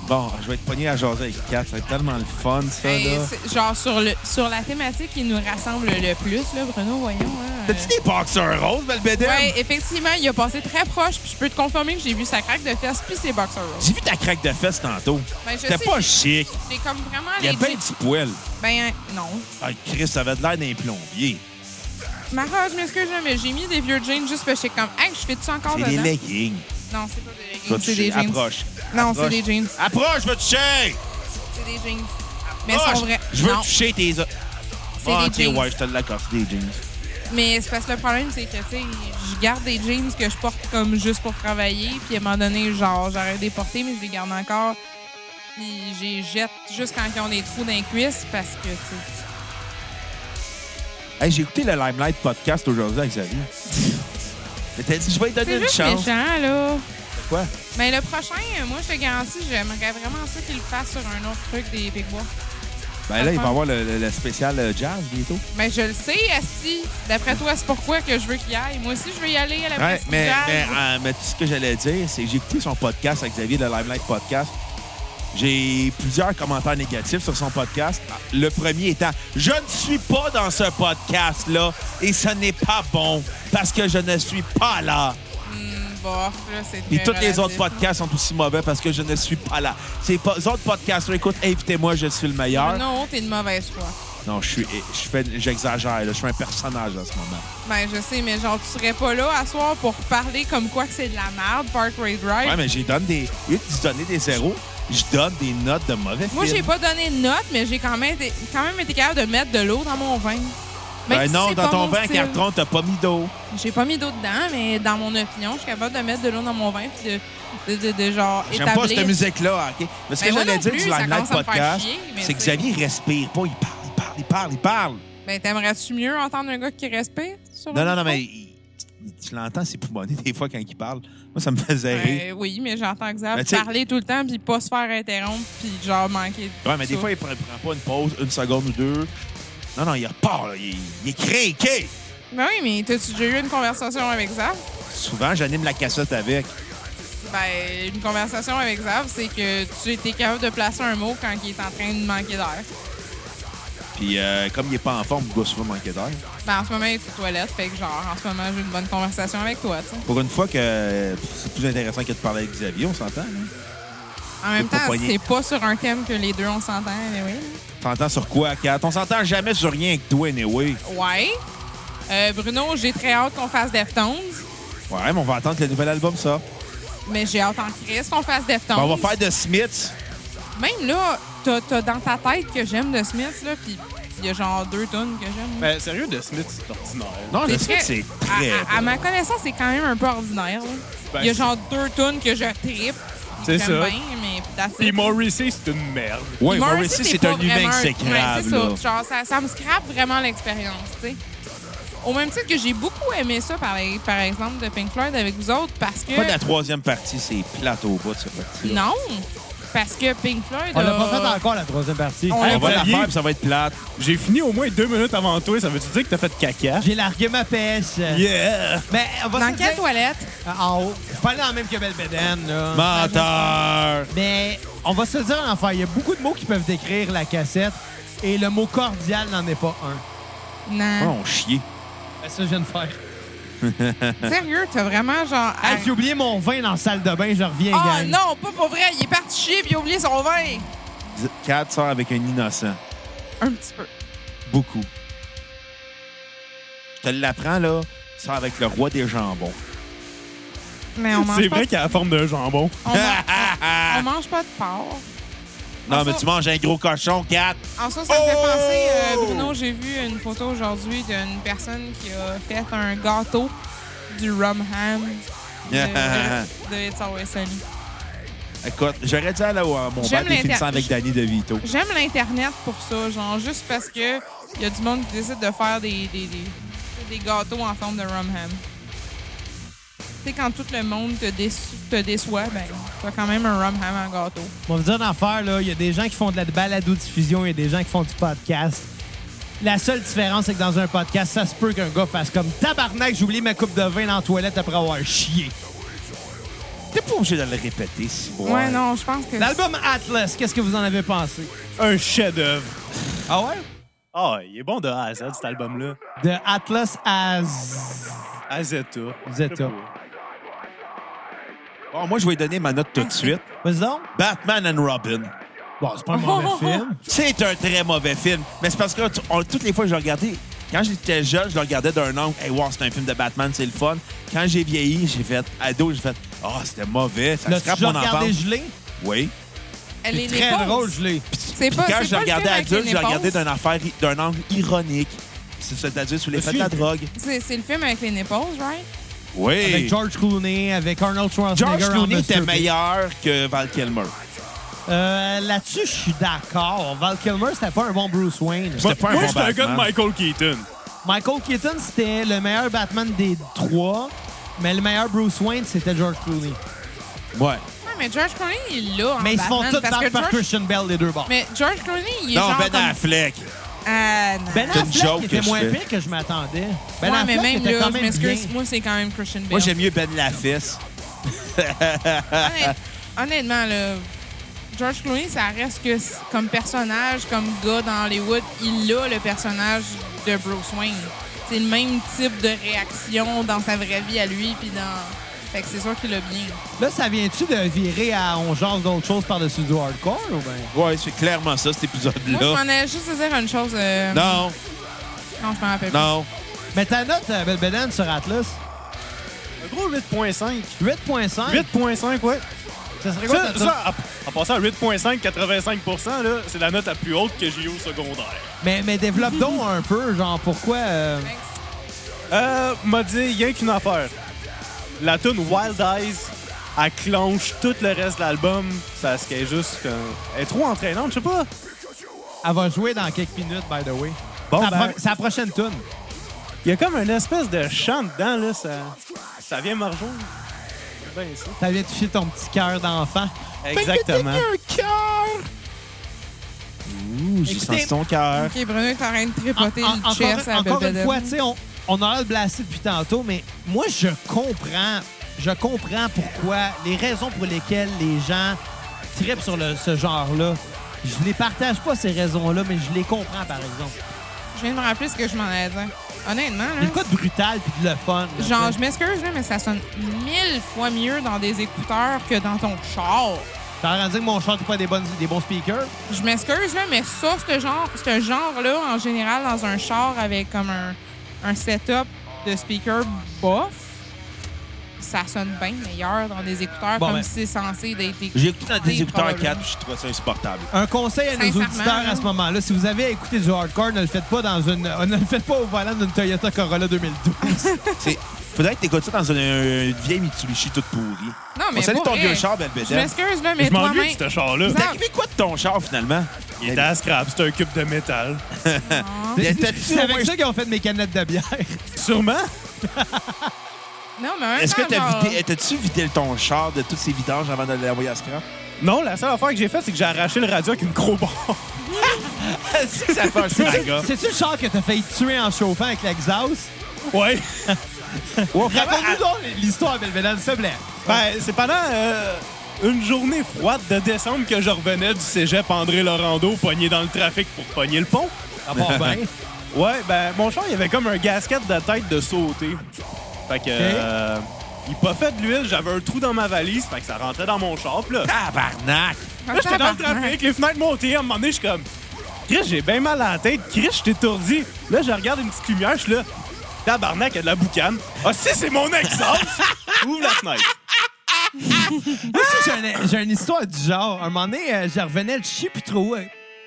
Speaker 1: Bon, je vais être pogné à jaser avec 4. Ça va être tellement le fun, ça,
Speaker 5: Ben,
Speaker 1: là.
Speaker 5: c'est- genre, sur, le, sur la thématique qui nous rassemble le plus, là, Bruno, voyons. hein, euh,
Speaker 1: T'as-tu des boxeurs roses, Belbédem?
Speaker 5: Ouais, effectivement, il a passé très proche, puis je peux te confirmer que j'ai vu sa craque de fesses, puis ses boxers.
Speaker 1: J'ai vu ta craque de fesses tantôt.
Speaker 5: Ben, je
Speaker 1: C'était
Speaker 5: sais,
Speaker 1: pas chic.
Speaker 5: J'ai comme vraiment
Speaker 1: Il y
Speaker 5: les
Speaker 1: a bien du poil.
Speaker 5: Ben, non.
Speaker 1: Ah, Chris, ça avait de l'air d'un plombier.
Speaker 5: Ah, Maroc, je m'excuse, là, mais j'ai mis des vieux jeans juste parce que j'étais comme, hey, je fais-tu encore
Speaker 1: C'est
Speaker 5: dedans?
Speaker 1: des leggings.
Speaker 5: Non, c'est pas des leggings,
Speaker 1: Vas-tu
Speaker 5: c'est des
Speaker 1: chier?
Speaker 5: ben jeans.
Speaker 1: Approche.
Speaker 5: Non,
Speaker 1: Approche.
Speaker 5: c'est des jeans.
Speaker 1: Approche, veux-tu chier?
Speaker 5: C'est des jeans. Mais ils
Speaker 1: Approche.
Speaker 5: sont vrais.
Speaker 1: Ah, Je veux
Speaker 5: non,
Speaker 1: toucher tes...
Speaker 5: c'est
Speaker 1: Ah,
Speaker 5: des
Speaker 1: OK,
Speaker 5: jeans.
Speaker 1: ouais, je te l'accorde, c'est des jeans.
Speaker 5: Mais c'est parce que le problème, c'est que, tu sais, je garde des jeans que je porte comme juste pour travailler, puis à un moment donné, genre, j'arrête de les porter, mais je les garde encore. Puis je les jette juste quand ils ont des trous dans les cuisses parce que, tu sais,
Speaker 1: Hey, j'ai écouté le Limelight podcast aujourd'hui avec Xavier. Mais t'as dit, je vais lui donner
Speaker 5: c'est
Speaker 1: une
Speaker 5: juste
Speaker 1: chance.
Speaker 5: méchant, là.
Speaker 1: Quoi?
Speaker 5: Mais le prochain, moi, je te garantis, j'aimerais vraiment ça qu'il le fasse sur un autre truc des Pigbois.
Speaker 1: Ben là, il va y avoir le, le- le spécial euh, jazz bientôt.
Speaker 5: Mais je le sais, Asti. D'après toi, c'est pourquoi que je veux qu'il y aille. Moi aussi, je veux y aller à la
Speaker 1: Ouais,
Speaker 5: prestige.
Speaker 1: mais, mais, euh, mais tout ce que j'allais dire, c'est que j'ai écouté son podcast avec Xavier, le Limelight Podcast. J'ai plusieurs commentaires négatifs sur son podcast. Le premier étant Je ne suis pas dans ce podcast-là et ce n'est pas bon parce que je ne suis pas là.
Speaker 5: Bof, là, c'est
Speaker 1: Puis
Speaker 5: très
Speaker 1: tous les
Speaker 5: relatif. hein.
Speaker 1: autres podcasts sont aussi mauvais parce que je ne suis pas là. Ces po- autres podcasts, écoute, invitez-moi, je suis le meilleur.
Speaker 5: Non, t'es de mauvaise foi.
Speaker 1: Non, je suis, je fais, j'exagère. là. Je suis un personnage en ce moment.
Speaker 5: Ben, je sais, mais genre, tu serais pas là à soir pour parler comme quoi que c'est de la merde, Parkway Drive.
Speaker 1: Ouais, mais j'ai donne des, au lieu de lui donner des zéros, je donne des notes de mauvais
Speaker 5: Moi, j'ai
Speaker 1: films.
Speaker 5: pas donné de note, mais j'ai quand même, été- quand même été capable de mettre de l'eau dans mon vin. Même
Speaker 1: Ben
Speaker 5: si
Speaker 1: non,
Speaker 5: c'est
Speaker 1: dans
Speaker 5: pas
Speaker 1: ton
Speaker 5: mon
Speaker 1: vin,
Speaker 5: style.
Speaker 1: carton, t'as pas mis d'eau.
Speaker 5: J'ai pas mis d'eau dedans, mais dans mon opinion, je suis capable de mettre de l'eau dans mon vin puis de, de, de- de, genre
Speaker 1: J'aime pas
Speaker 5: établir-
Speaker 1: cette musique-là, OK? Mais ce que
Speaker 5: Ben, moi
Speaker 1: j'allais
Speaker 5: non
Speaker 1: dire
Speaker 5: plus,
Speaker 1: du
Speaker 5: ça
Speaker 1: Limelight
Speaker 5: commence à me faire
Speaker 1: Podcast,
Speaker 5: chier, mais
Speaker 1: c'est que
Speaker 5: tu sais.
Speaker 1: Xavier respire pas. Il parle, il parle, il parle, il parle.
Speaker 5: Ben, t'aimerais-tu mieux entendre un gars qui respire sur
Speaker 1: Non,
Speaker 5: un
Speaker 1: non, non,
Speaker 5: micro?
Speaker 1: mais il- il- tu l'entends, c'est poumonné des fois quand il parle. Moi, ça me faisait rire.
Speaker 5: Euh, oui, mais j'entends
Speaker 1: Mais
Speaker 5: Xav
Speaker 1: Ben, tu sais-
Speaker 5: parler tout le temps puis pas se faire interrompre puis genre manquer. de
Speaker 1: Ouais, mais des
Speaker 5: ça.
Speaker 1: fois, il prend, prend pas une pause, une seconde ou deux. Non, non, il repart, là. Il, il est craqué.
Speaker 5: Ben oui, mais t'as-tu déjà eu une conversation avec Xav?
Speaker 1: Souvent, j'anime la cassette avec.
Speaker 5: Ben, une conversation avec Xav, c'est que tu étais capable de placer un mot quand il est en train de manquer d'air.
Speaker 1: Puis euh, comme il est pas en forme, il va souvent manquer d'air.
Speaker 5: Ben, en ce moment, il est aux toilettes, fait que genre, en ce moment, j'ai une bonne conversation avec toi, tu sais.
Speaker 1: Pour une fois que euh, c'est plus intéressant que de parler avec Xavier, on s'entend. là.
Speaker 5: En même
Speaker 1: pas
Speaker 5: temps,
Speaker 1: poigné.
Speaker 5: c'est pas sur un thème que les deux, on s'entend, mais oui.
Speaker 1: T'entends sur quoi, Kat? On s'entend jamais sur rien avec toi, anyway.
Speaker 5: Ouais. Euh, Bruno, j'ai très hâte qu'on fasse Deftones,
Speaker 1: Ouais, mais on va attendre le nouvel album, ça.
Speaker 5: mais j'ai hâte en crise qu'on fasse Deftones.
Speaker 1: Ben, on va faire de Smith.
Speaker 5: Même là, t'as t'as dans ta tête que j'aime de Smith, là, puis il y a genre deux tonnes que j'aime. là.
Speaker 4: Ben, sérieux, de Smith, c'est ordinaire.
Speaker 1: Non,
Speaker 5: C'est
Speaker 1: le Smith,
Speaker 5: très- Ah,
Speaker 1: c'est
Speaker 5: à-
Speaker 1: très.
Speaker 5: à, à ma connaissance, c'est quand même un peu ordinaire. là.
Speaker 4: Ben,
Speaker 5: il y a
Speaker 4: c'est-
Speaker 5: genre deux tonnes que je tripe.
Speaker 4: C'est
Speaker 5: J'aime
Speaker 4: ça.
Speaker 5: bien, mais that's it.
Speaker 4: Puis Morrissey, c'est une merde.
Speaker 1: bon. Ouais,
Speaker 5: Puis Morrissey,
Speaker 1: Morrissey, c'est
Speaker 5: pas
Speaker 1: un humain
Speaker 5: vraiment- Ouais,
Speaker 1: exécrable.
Speaker 5: c'est
Speaker 1: là.
Speaker 5: ça. Genre, ça, ça me scrape vraiment l'expérience, tu sais. Au même titre que j'ai beaucoup aimé ça, par, par exemple, de Pink Floyd avec vous autres, parce que...
Speaker 1: Pas de la troisième partie, c'est plate au bout de cette partie.
Speaker 5: non! Parce que Pink Floyd
Speaker 3: On l'a
Speaker 5: a-
Speaker 3: pas fait encore, la troisième partie.
Speaker 5: On
Speaker 1: On
Speaker 5: l'a
Speaker 1: va la
Speaker 4: Xavier.
Speaker 1: faire, puis ça va être plate.
Speaker 4: J'ai fini au moins deux minutes avant toi, ça veut-tu dire que t'as fait caca?
Speaker 3: J'ai largué ma pêche.
Speaker 4: Yeah!
Speaker 3: Mais on va
Speaker 5: Dans
Speaker 3: se
Speaker 5: quelle
Speaker 3: dire...
Speaker 5: toilette?
Speaker 3: En haut. Je suis pas allé dans la même que Belbeden, là.
Speaker 1: Menteur!
Speaker 3: Mais on va se le dire en enfer, il y a beaucoup de mots qui peuvent décrire la cassette et le mot cordial n'en est pas un.
Speaker 5: Non.
Speaker 1: Oh, chier.
Speaker 3: Ben, Ça, je viens de faire.
Speaker 5: Sérieux, t'as vraiment genre...
Speaker 3: Hey, j'ai oublié mon vin dans la salle de bain, je reviens,
Speaker 5: Ah
Speaker 3: gang.
Speaker 5: non, pas pour vrai. Il est parti chier puis il a oublié son vin.
Speaker 1: Kat sort avec un innocent.
Speaker 5: Un petit peu.
Speaker 1: Beaucoup. Je te l'apprends, là. Tu sors avec le roi des jambons.
Speaker 5: Mais on mange
Speaker 4: C'est
Speaker 5: pas
Speaker 4: vrai
Speaker 5: de-
Speaker 4: qu'il a la forme d'un jambon.
Speaker 5: on, ma- on mange pas de porc.
Speaker 1: Non,
Speaker 5: En
Speaker 1: mais
Speaker 5: Ah, ça-
Speaker 1: tu manges un gros cochon, Kat.
Speaker 5: En ça, ça me fait
Speaker 1: Oh!
Speaker 5: penser, euh, Bruno, j'ai vu une photo aujourd'hui d'une personne qui a fait un gâteau du rum ham de, de- de It's Always Sunny.
Speaker 1: Écoute, j'aurais dû aller au- à mon
Speaker 5: J'aime
Speaker 1: bal des
Speaker 5: l'inter-
Speaker 1: finissant avec Danny DeVito.
Speaker 5: J'aime l'Internet pour ça, genre, juste parce que il y a du monde qui décide de faire des, des, des- des gâteaux en forme de rum ham. Tu sais, quand tout le monde te, déço- te déçoit, ben, t'as quand même un rum ham en gâteau.
Speaker 3: On va vous dire en enfer, là, il y a des gens qui font de la balado-diffusion, il y a des gens qui font du podcast. La seule différence, c'est que dans un podcast, ça se peut qu'un gars fasse comme tabarnak, j'ai oublié ma coupe de vin dans la toilette après avoir chié.
Speaker 1: T'es pas obligé de le répéter, si bon.
Speaker 5: Ouais, non, je pense que.
Speaker 3: L'album Atlas, qu'est-ce que vous en avez pensé?
Speaker 4: Un chef-d'œuvre.
Speaker 3: Ah ouais?
Speaker 4: Ah, il est bon de A à Z, cet album-là.
Speaker 3: De Atlas à... Z-
Speaker 4: À Zeta.
Speaker 3: Zeta.
Speaker 1: Bon, moi, je vais donner ma note tout de suite.
Speaker 3: Vas-y donc.
Speaker 1: Batman and Robin.
Speaker 3: Bon, c'est pas un mauvais film.
Speaker 1: C'est un très mauvais film. Mais c'est parce que tu- on- toutes les fois que je l'ai regardé, quand j'étais jeune, je le regardais d'un angle. Hey, wow, c'est un film de Batman, c'est le fun. Quand j'ai vieilli, j'ai fait ado, j'ai fait Ah, c'était mauvais, ça
Speaker 3: L'as-tu
Speaker 1: scrape
Speaker 3: déjà
Speaker 1: mon
Speaker 3: regardé
Speaker 1: enfance.
Speaker 3: gelé?
Speaker 1: Oui.
Speaker 5: Elle est
Speaker 3: C'est très
Speaker 5: népouse.
Speaker 3: drôle, gelé.
Speaker 5: C'est
Speaker 1: Puis
Speaker 5: pas.
Speaker 1: quand
Speaker 5: c'est
Speaker 1: je le
Speaker 5: pas le
Speaker 1: regardais
Speaker 5: film avec
Speaker 1: adulte,
Speaker 5: les
Speaker 1: je le regardais
Speaker 5: néposes.
Speaker 1: d'un affaire- d'un angle ironique. C'est- C'est-à-dire sous l'effet de la
Speaker 3: Monsieur-
Speaker 1: drogue.
Speaker 5: C'est c'est le film avec les néposes, right?
Speaker 1: Oui.
Speaker 3: Avec George Clooney, avec Arnold Schwarzenegger.
Speaker 1: George Clooney
Speaker 3: en
Speaker 1: était
Speaker 3: Mr. Bean.
Speaker 1: meilleur que Val Kilmer.
Speaker 3: Euh, Là-dessus, je suis d'accord. Val Kilmer, c'était pas un bon Bruce Wayne.
Speaker 1: C'était pas un
Speaker 4: Moi,
Speaker 1: bon
Speaker 4: je suis un gars de
Speaker 1: Batman.
Speaker 4: Michael Keaton.
Speaker 3: Michael Keaton, c'était le meilleur Batman des trois, mais le meilleur Bruce Wayne, c'était George Clooney.
Speaker 1: Ouais.
Speaker 5: Ouais, mais George Clooney, il est là. en
Speaker 3: mais ils se font
Speaker 5: Ah, Batman,
Speaker 3: tous
Speaker 5: parce
Speaker 3: battre
Speaker 5: que
Speaker 3: par
Speaker 5: George-
Speaker 3: Christian Bell, les deux bords.
Speaker 5: Mais George Clooney, il est
Speaker 1: Non,
Speaker 5: genre.
Speaker 1: Ben
Speaker 5: comme-
Speaker 1: Affleck.
Speaker 5: Ah, non.
Speaker 3: Ben
Speaker 1: C'est une
Speaker 3: Affleck
Speaker 1: joke
Speaker 3: il
Speaker 1: que
Speaker 3: était
Speaker 1: je
Speaker 3: moins
Speaker 1: fais.
Speaker 3: pire que je m'attendais. Ben
Speaker 5: ouais, mais
Speaker 3: Affleck
Speaker 5: même
Speaker 3: était
Speaker 5: là,
Speaker 3: quand
Speaker 5: je
Speaker 3: même
Speaker 5: m'excuse,
Speaker 3: bien.
Speaker 5: moi, c'est quand même Christian Bale.
Speaker 1: Moi, j'aime mieux Ben Lafesse.
Speaker 5: Honnête- Honnêtement, là, George Clooney, ça reste que c- comme personnage, comme gars dans Hollywood, il a le personnage de Bruce Wayne. C'est le même type de réaction dans sa vraie vie à lui, puis dans. Fait que c'est sûr qu'il a bien.
Speaker 3: Là, ça vient-tu de virer à on jase d'autres choses par-dessus du hardcore ou ben?
Speaker 1: Ouais, c'est clairement ça, cet
Speaker 5: Moi, je
Speaker 1: épisode-là.
Speaker 5: m'en allais juste dire une chose. euh,
Speaker 1: Non,
Speaker 5: non, je m'en rappelle pas.
Speaker 1: non.
Speaker 3: Mais ta note, euh, Belle Bédane, sur Atlas,
Speaker 4: Un gros 8.5. Hein?
Speaker 3: 8.5.
Speaker 4: 8.5 ouais.
Speaker 3: Ça serait quoi
Speaker 4: Ça,
Speaker 3: ta
Speaker 4: ça, en, en passant à 8.5, 85 là, c'est la note la plus haute que j'ai eue au secondaire.
Speaker 3: Mais, mais développe donc un peu, genre pourquoi. euh,
Speaker 4: Euh, m'a dit, y a qu'une affaire. La tune Wild Eyes, elle clenche tout le reste de l'album. Ça, ce qu'elle est juste. euh, elle est trop entraînante, je sais pas.
Speaker 3: Elle va jouer dans quelques minutes, by the way.
Speaker 4: Bon,
Speaker 3: Sa
Speaker 4: ben-
Speaker 3: pro- sa prochaine tune.
Speaker 4: Il y a comme une espèce de chant dedans, là. Ça, ça vient me rejoindre. Ben, ça.
Speaker 3: Ça vient toucher ton petit cœur d'enfant.
Speaker 4: Exactement.
Speaker 1: Ouh, j'ai
Speaker 3: Écoutez-
Speaker 1: senti ton cœur.
Speaker 5: Ok, Bruno est en train de tripoter
Speaker 3: En- en-
Speaker 5: le
Speaker 3: encore
Speaker 5: chest à
Speaker 3: encore une
Speaker 5: Bebedem.
Speaker 3: fois, tu sais, on, on a l'air de blasser depuis tantôt, mais moi, je comprends. Je comprends pourquoi, les raisons pour lesquelles les gens tripent sur le- ce genre-là. Je les partage pas, ces raisons-là, mais je les comprends, par exemple.
Speaker 5: Je viens de me rappeler ce que je m'en allais dire. Honnêtement,
Speaker 3: Il y
Speaker 5: là.
Speaker 3: a quoi de brutal puis de le fun? là,
Speaker 5: Hein? Genre,
Speaker 3: tu
Speaker 5: je
Speaker 3: sais.
Speaker 5: m'excuse, là, mais ça sonne mille fois mieux dans des écouteurs que dans ton char.
Speaker 3: T'as l'air de dire que mon chant n'est pas des, bonnes, des bons speakers?
Speaker 5: Je m'excuse, là, mais ça, ce genre, ce genre-là, en général, dans un char avec comme un, un setup de speaker bof, ça sonne bien meilleur dans des écouteurs,
Speaker 3: Bon,
Speaker 5: comme
Speaker 3: ben.
Speaker 5: si c'est censé d'être écouté.
Speaker 1: J'ai écouté dans des écouteurs
Speaker 5: probablement.
Speaker 1: 4 puis je trouvais ça insupportable.
Speaker 3: Un conseil à nos
Speaker 5: Sincèrement,
Speaker 3: auditeurs
Speaker 5: là.
Speaker 3: à ce moment-là, si vous avez écouté du hardcore, ne le faites pas dans une, ne le faites pas au volant d'une Toyota Corolla
Speaker 5: Ah.
Speaker 3: 2012.
Speaker 1: C'est- Faudrait que t'écoutes ça dans une, une vieille Mitsubishi toute pourrie.
Speaker 5: Non, mais
Speaker 1: On salue
Speaker 5: pour
Speaker 1: ton
Speaker 5: vrai,
Speaker 1: vieux char,
Speaker 5: Je
Speaker 1: Belvedere.
Speaker 5: m'excuse, là, mais
Speaker 4: Je m'ennuie
Speaker 5: toi-même...
Speaker 4: de ce char-là.
Speaker 1: T'es arrivé quoi de ton char, finalement?
Speaker 4: Il est à scrap, c'est un cube de métal.
Speaker 1: Il était-
Speaker 3: C'est avec ça qu'ils ont fait mes canettes de bière.
Speaker 4: Sûrement.
Speaker 5: Non, mais en même
Speaker 1: Est-ce que
Speaker 5: temps,
Speaker 1: t'as
Speaker 5: genre,
Speaker 1: vidé, t'as-tu vidé ton char de tous ces vidanges avant de l'envoyer à Scrap?
Speaker 4: Non, la seule affaire que j'ai faite, c'est que j'ai arraché le radio avec une crowbar.
Speaker 1: C'est ça fait un
Speaker 4: Draga.
Speaker 3: C'est-tu le char que t'as failli tuer en chauffant avec l'exhaust?
Speaker 4: ouais.
Speaker 3: Raconte-nous donc l'histoire, Belvedere, s'il te plaît.
Speaker 4: Ben, c'est pendant euh, une journée froide de décembre que je revenais du cégep André Laurando, pogné dans le trafic pour pogner le pont.
Speaker 3: Ah bon, ben.
Speaker 4: Ouais, ben, mon char, il avait comme un gasket de tête de sauter. Fait que. euh, il pas fait de l'huile, j'avais un trou dans ma valise, fait que ça rentrait dans mon char. Puis là,
Speaker 1: Tabarnak!
Speaker 4: là, j'étais dans le trafic, les fenêtres montées, à un moment donné, je suis comme. Chris, j'ai bien mal à la tête. Chris, je t'étourdi. Là, je regarde une petite lumière, je suis là. Tabarnak, il y a de la boucane. Ah, si, c'est mon exhaust! Ouvre la fenêtre.
Speaker 3: Tu sais, j'ai un- j'ai une histoire du genre. Un moment donné, euh, je revenais, je sais plus trop. euh,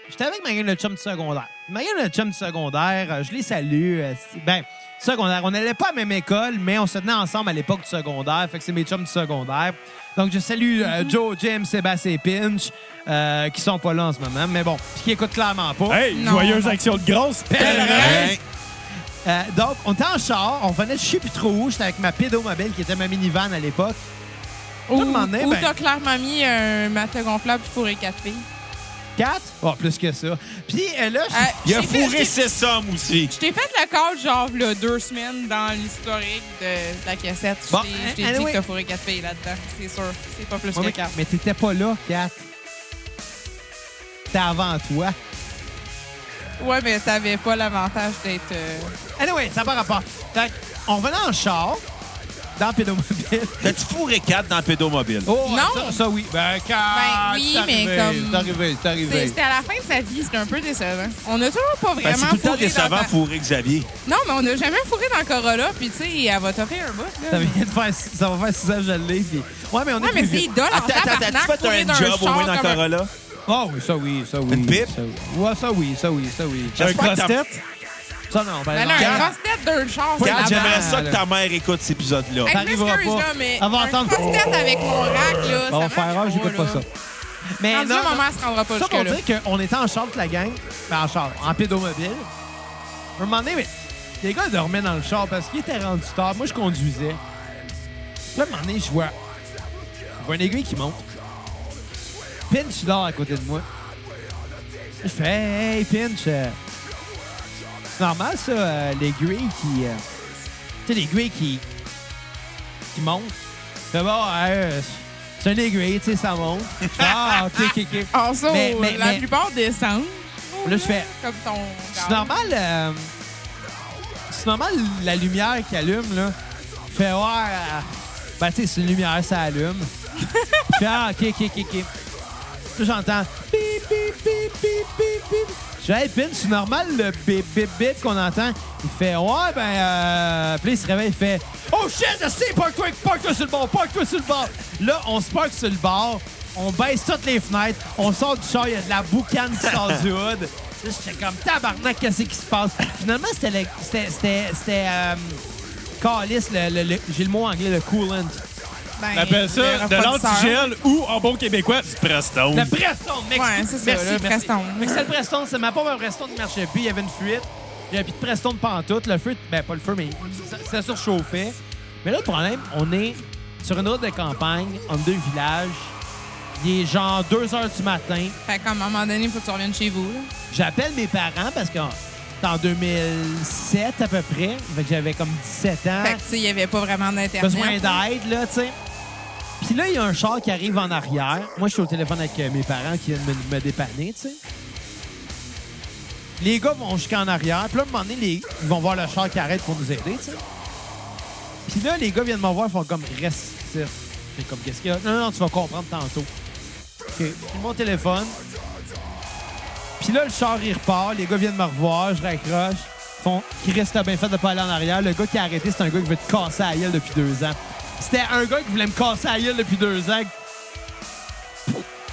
Speaker 3: J'étais avec ma gang de chum du secondaire. Ma gang de chum du secondaire, euh, je les salue. euh, si- ben, du secondaire, on n'allait pas à la même école, mais on se tenait ensemble à l'époque du secondaire. Fait que c'est mes chums du secondaire. Donc, je salue euh, Joe, Jim, Sébastien et Pinch, euh, qui sont pas là en ce moment, mais bon, puis qui écoutent clairement pas.
Speaker 4: Hey,
Speaker 5: Non.
Speaker 4: joyeuse action de grosse pèlerin!
Speaker 1: Hein?
Speaker 3: Euh, donc, on était en char, on venait de je sais plus trop où. J'étais avec ma pédomobile, qui était ma minivan à l'époque.
Speaker 5: Ou,
Speaker 3: Tout le monde est,
Speaker 5: ou
Speaker 3: ben-
Speaker 5: t'as clairement mis un matelas gonflable pour les quatre filles.
Speaker 3: 4. Oh, plus que ça. Puis euh, là, je-
Speaker 5: Euh,
Speaker 1: Il a
Speaker 5: j'ai fait-
Speaker 1: fourré
Speaker 5: j'ai-
Speaker 1: ses hommes aussi.
Speaker 5: Je t'ai fait la carte, genre, là, deux semaines dans l'historique de, de la cassette. Je
Speaker 3: Bon,
Speaker 5: t'ai- je t'ai dit
Speaker 3: anyway.
Speaker 5: que t'as fourré quatre filles là-dedans. C'est sûr. C'est pas plus
Speaker 3: Ouais,
Speaker 5: que
Speaker 3: mais,
Speaker 5: quatre.
Speaker 3: mais t'étais pas là, Kat. T'étais avant toi.
Speaker 5: Ouais, mais t'avais pas l'avantage d'être. euh,
Speaker 3: Anyway, ça n'a pas rapport. Fait que, on revenait en char, dans Pédomobile.
Speaker 1: T'as-tu fourré quatre dans le pédomobile?
Speaker 3: Oh,
Speaker 5: Non.
Speaker 3: Ça, ça, oui. Ben, Kat,
Speaker 5: Ben oui,
Speaker 3: c'est arrivé,
Speaker 5: mais comme-
Speaker 3: C'est arrivé, c'est
Speaker 5: C'est-
Speaker 3: arrivé.
Speaker 5: C'était à la fin de sa vie, c'était un peu décevant. On n'a toujours pas
Speaker 1: Ben,
Speaker 5: vraiment
Speaker 1: c'est tout le temps
Speaker 5: fourré dans
Speaker 1: décevant
Speaker 5: ta- Ah,
Speaker 1: fourré Xavier.
Speaker 5: Non, mais on n'a jamais fourré dans Corolla, puis tu sais, elle va t'offrir un bout. Là.
Speaker 3: Ça vient de faire, six- ça va faire 6 ans que je l'ai. Puis... Ouais, mais on est
Speaker 5: Ouais, mais
Speaker 3: plus
Speaker 5: c'est
Speaker 3: vite.
Speaker 5: idole en
Speaker 1: Attends, attends,
Speaker 5: tabarnak,
Speaker 1: t'as-tu
Speaker 5: fourré
Speaker 1: fait
Speaker 5: dans
Speaker 1: un job au
Speaker 5: char
Speaker 1: moins dans
Speaker 5: comme un-
Speaker 1: Corolla?
Speaker 3: Ah oui, ça oui, ça oui.
Speaker 1: Une pipe?
Speaker 3: ça oui. Ouais, ça oui, ça oui, ça oui.
Speaker 1: J'espère
Speaker 4: Un
Speaker 1: que t'as-
Speaker 4: cross-tête?
Speaker 3: Ça non, ben
Speaker 5: Ben
Speaker 3: non.
Speaker 5: là, un
Speaker 1: Quatre.
Speaker 5: casse-tête d'un char, c'est
Speaker 1: Kat,
Speaker 5: la
Speaker 1: j'aimerais
Speaker 5: base.
Speaker 1: ça que ta mère écoute cet épisode-là.
Speaker 5: Hey, je
Speaker 3: T'arriveras
Speaker 5: m'excuse,
Speaker 3: pas.
Speaker 5: là, mais
Speaker 3: Elle va
Speaker 5: un
Speaker 3: entendre-
Speaker 5: casse-tête avec mon rack, là,
Speaker 3: Bon, on
Speaker 5: ça
Speaker 3: va faire
Speaker 5: marche
Speaker 3: ah, j'écoute pas
Speaker 5: là.
Speaker 3: ça. Mais
Speaker 5: Rendu
Speaker 3: non,
Speaker 5: là, maman, elle se rendra pas
Speaker 3: ça qu'on
Speaker 5: jusque-là.
Speaker 3: dit qu'on était en char toute la gang, ben en char, en pédomobile. À un moment donné, mais les gars dormaient dans le char parce qu'ils étaient rendus tard. Moi, je conduisais. Là, à un moment donné, je vois, je vois un aiguille qui monte. Pinch dort à côté de moi. Je fais Hey, Pinch! euh, C'est normal, ça, euh, l'aiguille qui. euh, tu sais, l'aiguille qui. qui monte. Je fais bon, euh, c'est une aiguille, tu sais, ça monte. Je fais, Ah, ok, ok, ok.
Speaker 5: En ça,
Speaker 3: Mais-
Speaker 5: au-
Speaker 3: mais-
Speaker 5: la
Speaker 3: mais-
Speaker 5: plupart descendent.
Speaker 3: Là, je fais-
Speaker 5: Comme ton.
Speaker 3: C'est normal. euh, c'est normal la lumière qui allume, là. Fait ouais. euh, ben, tu sais, c'est une lumière, ça allume. Fait ah, ok, ok, ok, ok. Puis j'entends. Bip, bip, bip, bip, bip, bip. Je fais, hey, Pin, c'est normal le bip, bip, bip qu'on entend. Il fait ouais, ben. Euh... Puis là, il se réveille, il fait Oh shit, je sais, parque-toi, parque-toi sur le bord, parque-toi sur le bord. Là, on se parque sur le bord. On baisse toutes les fenêtres, on sort du char, il y a de la boucane qui sort du hood. Là, j'étais comme tabarnak, qu'est-ce qui se passe? Finalement, c'était. le- c'était- C'était. C'était. euh, calice, le- le- le- j'ai le mot anglais, le coolant.
Speaker 5: Ben,
Speaker 4: On appelle
Speaker 5: le
Speaker 4: ça de
Speaker 5: refroidisseur.
Speaker 4: l'antigel ou, en bon québécois, du Prestone.
Speaker 3: Le Preston, mec.
Speaker 5: Ouais, c'est ça,
Speaker 3: merci,
Speaker 5: le
Speaker 3: merci.
Speaker 5: Preston.
Speaker 3: Fait que c'est le Preston, c'est ma pompe à Preston qui marchait plus. Il y avait une fuite. Il n'y avait plus de Preston de pantoute. Le feu, ben pas le feu, mais ça, ça surchauffait. Mais là, le problème, on est sur une route de campagne, en deux villages. Il est genre 2 heures du matin.
Speaker 5: Fait qu'à un moment donné, il faut que tu reviennes chez vous. là.
Speaker 3: J'appelle mes parents parce que c'était en 2007 à peu près. Fait que j'avais comme 17 ans.
Speaker 5: Fait que, tu sais, il n'y avait pas vraiment d'Internet.
Speaker 3: Ah. besoin d'aide, là, tu sais. Puis là, il y a un char qui arrive en arrière. Moi, je suis au téléphone avec euh, mes parents qui viennent me, me dépanner, tu sais. Les gars vont jusqu'en arrière. Puis là, à un moment donné, les- ils vont voir le char qui arrête pour nous aider, tu sais. Puis là, les gars viennent me voir, ils font comme reste ici. J'ai comme qu'est-ce qu'il y a? Non, non, non, tu vas comprendre tantôt. OK. Puis mon téléphone. Puis là, le char, il repart. Les gars viennent me revoir. Je raccroche. Ils Font Chris, t'as bien fait de pas aller en arrière. Le gars qui a arrêté, c'est un gars qui veut te casser à gueule depuis deux ans. C'était un gars qui voulait me casser à gueule depuis deux ans.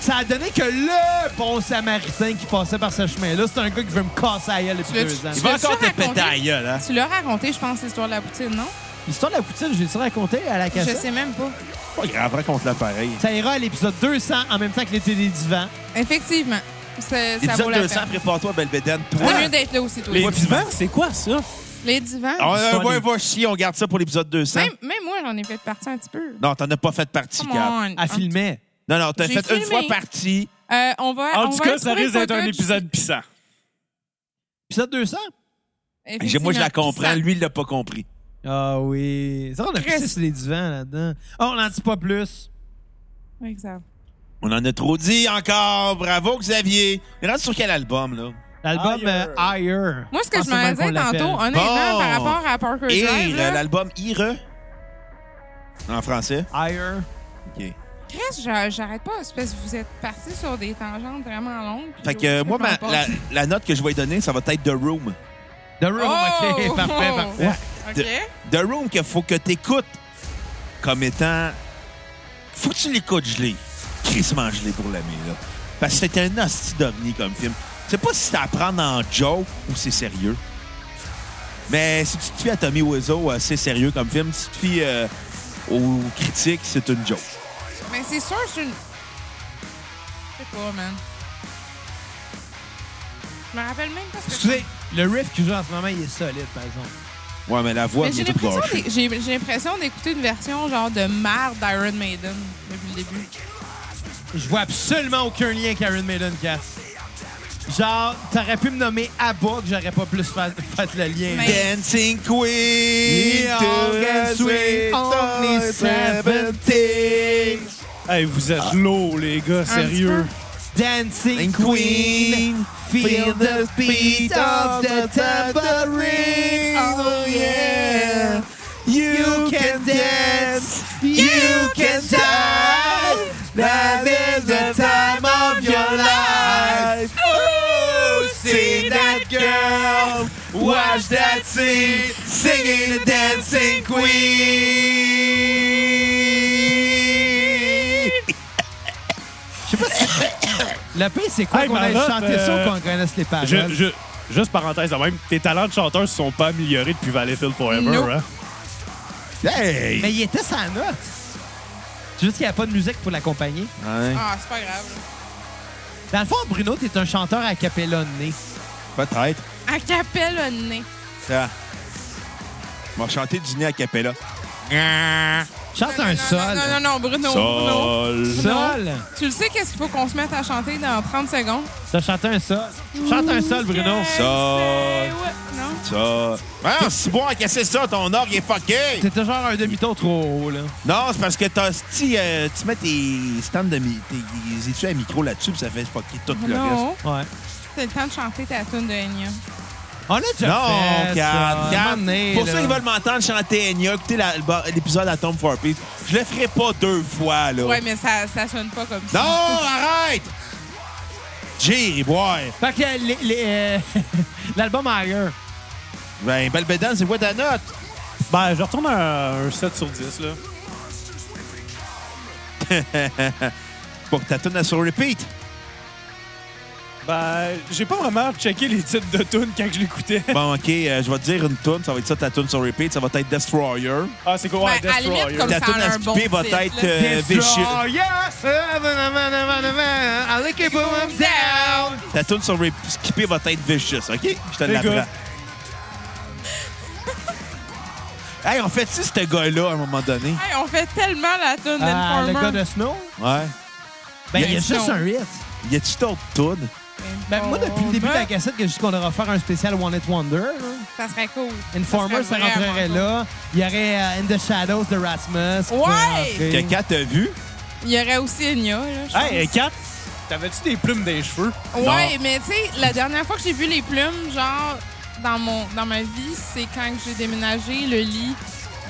Speaker 3: Ça a donné que le bon samaritain qui passait par ce chemin-là, c'est un gars qui veut me casser à gueule depuis
Speaker 5: Tu l'as-
Speaker 3: deux ans.
Speaker 1: Il
Speaker 5: tu
Speaker 1: va
Speaker 5: l'as-tu
Speaker 1: encore te
Speaker 5: raconté?
Speaker 1: péter à la gueule, hein?
Speaker 5: Tu l'as raconté, je pense, l'histoire de la poutine, non?
Speaker 3: L'histoire de la poutine, je l'ai-tu raconté à la
Speaker 5: Je
Speaker 3: cassette?
Speaker 5: sais même pas.
Speaker 1: C'est Pas grave, raconte-la pareil.
Speaker 3: Ça ira à l'épisode 200 en même temps que l'été des divans.
Speaker 5: Effectivement. Ça, ça vaut
Speaker 1: Épisode
Speaker 5: la
Speaker 1: 200,
Speaker 5: peine.
Speaker 1: prépare-toi, belle bédaine. Toi,
Speaker 5: C'est mieux d'être là aussi, toi.
Speaker 4: Les Ah divans, c'est quoi ça?
Speaker 5: Les divans.
Speaker 1: on
Speaker 3: Histoire
Speaker 1: va,
Speaker 3: des-
Speaker 1: va chier, on garde ça pour l'épisode
Speaker 4: hein?
Speaker 1: 200.
Speaker 5: Même, même moi, j'en ai fait partie un petit peu.
Speaker 1: Non, t'en as pas fait partie,
Speaker 5: Come
Speaker 1: Kat.
Speaker 5: on.
Speaker 3: À filmer.
Speaker 1: Non, non, t'as
Speaker 5: J'ai
Speaker 1: fait une
Speaker 5: filmé.
Speaker 1: fois partie.
Speaker 5: Euh, on va,
Speaker 4: En
Speaker 5: on
Speaker 4: tout
Speaker 5: va
Speaker 4: cas, ça
Speaker 5: trouver
Speaker 4: risque d'être
Speaker 5: le
Speaker 4: un
Speaker 5: footage.
Speaker 4: épisode pissant.
Speaker 3: Épisode 200?
Speaker 1: J'ai- Moi, je la
Speaker 5: Effectivement.
Speaker 1: comprends. Lui, il l'a pas compris.
Speaker 3: Ah oui. Ça, on a
Speaker 5: Chris.
Speaker 3: pissé sur les divans là-dedans. Ah, on n'en dit pas plus.
Speaker 5: Ça- Exact.
Speaker 1: On en a trop dit encore. Bravo, Xavier. Mais rendu sur quel album, là?
Speaker 3: L'album
Speaker 4: Higher.
Speaker 3: euh, Higher.
Speaker 5: Moi, ce que
Speaker 3: Ah,
Speaker 5: je
Speaker 3: c'est
Speaker 5: me
Speaker 3: même qu'on
Speaker 5: disais tantôt,
Speaker 3: l'appelle.
Speaker 5: honnêtement,
Speaker 1: Bon.
Speaker 5: par rapport à Parker Drive,
Speaker 1: Ire,
Speaker 5: là,
Speaker 1: l'album Ire. En français.
Speaker 3: Higher.
Speaker 1: OK.
Speaker 5: Chris, j'a- j'arrête pas. C'est parce que vous êtes parti sur des tangentes vraiment longues. puis
Speaker 1: Fait que
Speaker 5: j'ai
Speaker 1: euh, moi, ma-
Speaker 5: complètement
Speaker 1: la,
Speaker 5: pas-
Speaker 1: la note que je vais donner, ça va être The Room.
Speaker 3: The Room,
Speaker 5: Oh!
Speaker 3: OK. Parfait, parfait.
Speaker 5: OK.
Speaker 1: De- The Room qu'il faut que t'écoutes comme étant... Faut que tu l'écoutes gelé. Crissement gelé pour l'année, là. Parce que c'était un hostie d'ovni comme film. Je sais pas si c'est à prendre en joke ou c'est sérieux. Mais si tu te fies à Tommy Wiseau, euh, c'est sérieux comme film. Si tu te fies euh, aux critiques, c'est une joke.
Speaker 5: Mais c'est sûr, c'est une. Je sais pas, man. Je me rappelle même pas ce que
Speaker 3: Excusez, le riff qui joue en ce moment, il est solide, par exemple.
Speaker 1: Ouais, mais la voix,
Speaker 5: Mais j'ai
Speaker 1: elle est toute
Speaker 5: l'impression
Speaker 1: gâchée.
Speaker 5: d'é- j'ai- j'ai l'impression d'écouter une version genre de merde d'Iron Maiden depuis le début.
Speaker 3: Je vois absolument aucun lien avec Iron Maiden, Cass. Genre, t'aurais pu me nommer Abba que j'aurais pas plus fait, fait le lien.
Speaker 5: Mais-
Speaker 1: Dancing Queen,
Speaker 3: Into the sweet only seventeen.
Speaker 4: Hey, vous
Speaker 5: Ah.
Speaker 4: êtes lourds, les gars, sérieux.
Speaker 3: Dancing
Speaker 1: And Queen,
Speaker 3: Queen, feel the beat of the tambourine.
Speaker 1: tambourine.
Speaker 3: Oh yeah, you can dance, you can dance. That is the time of your life. Ooh, see that girl, watch that scene, singing the dancing queen. Je sais pas si. Le pire, c'est quoi
Speaker 4: Hey,
Speaker 3: qu'on ait
Speaker 4: Marotte,
Speaker 3: chanté ça
Speaker 4: euh,
Speaker 3: ou qu'on connaisse les paroles?
Speaker 4: Je- je- juste parenthèse, de même, tes talents de chanteur se sont pas améliorés depuis Valleyfield Forever,
Speaker 5: Nope.
Speaker 4: hein?
Speaker 1: Hey!
Speaker 3: Mais il était sans note. C'est juste qu'il n'y a pas de musique pour l'accompagner.
Speaker 1: Ouais,
Speaker 5: Ah, c'est pas grave.
Speaker 3: Dans le fond, Bruno, t'es un chanteur à capella de nez.
Speaker 1: peut-être.
Speaker 5: À capella le nez.
Speaker 1: Ça. On va chanter du nez à capella.
Speaker 3: Chante
Speaker 1: Ah,
Speaker 5: Non,
Speaker 3: un
Speaker 5: non,
Speaker 3: sol.
Speaker 5: Non, non, non, Bruno. Bruno.
Speaker 1: Sol.
Speaker 3: Sol.
Speaker 5: Tu le sais qu'est-ce qu'il faut qu'on se mette à chanter dans 30 secondes?
Speaker 3: T'as chanté un sol. Chante un sol, Bruno.
Speaker 5: Yes,
Speaker 1: Sol.
Speaker 5: ouais. Non?
Speaker 1: Ça. Ah, si bon à casser ça, ton orgue est fucké!
Speaker 3: T'étais genre un demi-ton trop haut, là.
Speaker 1: Non, c'est parce que t'as, si, euh, tu mets tes stands de mi- tes études à micro là-dessus, puis ça fait fucker tout le reste.
Speaker 5: Non.
Speaker 3: Ouais.
Speaker 5: C'est le temps de chanter ta tune de Enya.
Speaker 3: On l'a déjà
Speaker 1: Non,
Speaker 3: fait, ça.
Speaker 1: regarde,
Speaker 3: Un
Speaker 1: regarde.
Speaker 3: moment donné,
Speaker 1: Pour
Speaker 3: là.
Speaker 1: ceux qui veulent m'entendre chanter Enya, écoutez la- le- l'épisode à Tom for Peace. Je le ferai pas deux fois,
Speaker 3: Oh.
Speaker 1: là.
Speaker 5: Ouais, mais ça, ça sonne pas comme
Speaker 1: Non,
Speaker 5: ça.
Speaker 1: arrête! Jerry, ouais.
Speaker 3: Fait que les- les, euh, l'album ailleurs.
Speaker 1: Ben, Belbédane, c'est quoi ta note?
Speaker 4: Ben, je retourne à un 7 sur 10, là.
Speaker 1: Pour que ta tune à sur repeat.
Speaker 4: Ben, j'ai pas vraiment checké les titres de tunes quand je l'écoutais.
Speaker 1: Bon, OK, euh, je vais te dire une tune. Ça va être ça, ta tune sur repeat. Ça va être Destroyer.
Speaker 4: Ah, c'est quoi? Ouais,
Speaker 5: Ben, à la limite,
Speaker 4: Destroyer.
Speaker 5: comme-
Speaker 1: Ta
Speaker 5: Ça
Speaker 1: tune
Speaker 5: a
Speaker 1: à
Speaker 5: un bon
Speaker 1: skipper va
Speaker 5: titre,
Speaker 1: être
Speaker 5: là.
Speaker 4: Ben,
Speaker 1: euh, Vicious.
Speaker 3: Destroy us, uh, na, na, na, na, na, na, I like it, boom, I'm
Speaker 4: hein.
Speaker 3: down.
Speaker 1: Ta tune sur rep- skipper va être Vicious, OK? Je te
Speaker 4: Les
Speaker 1: l'apprends.
Speaker 4: gars.
Speaker 1: Hey, on fait-tu ce gars-là à un moment donné?
Speaker 5: Hey, on fait tellement la tune
Speaker 3: Ah, le gars
Speaker 5: d'Informer.
Speaker 3: de Snow?
Speaker 1: Ouais.
Speaker 3: Ben,
Speaker 1: Il y a
Speaker 3: il y a juste
Speaker 5: Snow.
Speaker 3: un hit.
Speaker 1: Y a-tu d'autres tunes?
Speaker 3: Ben, moi, depuis le début de la cassette, que je dis qu'on aurait offert un spécial One It Wonder. là.
Speaker 5: Ça serait cool.
Speaker 3: Informer, ça
Speaker 5: serait vraiment
Speaker 3: rentrerait là. Il y aurait euh, In the Shadows de Rasmus. euh, qui pourrait
Speaker 5: Ouais!
Speaker 3: rentrer.
Speaker 1: Que Kat a vu?
Speaker 5: Il y aurait aussi Enya, là. je
Speaker 4: Hey, euh,
Speaker 5: pense.
Speaker 4: Kat, t'avais-tu des plumes des cheveux?
Speaker 5: Ouais, mais tu sais, la dernière fois que j'ai vu les plumes, genre, dans, mon, dans ma vie, c'est quand que j'ai déménagé le lit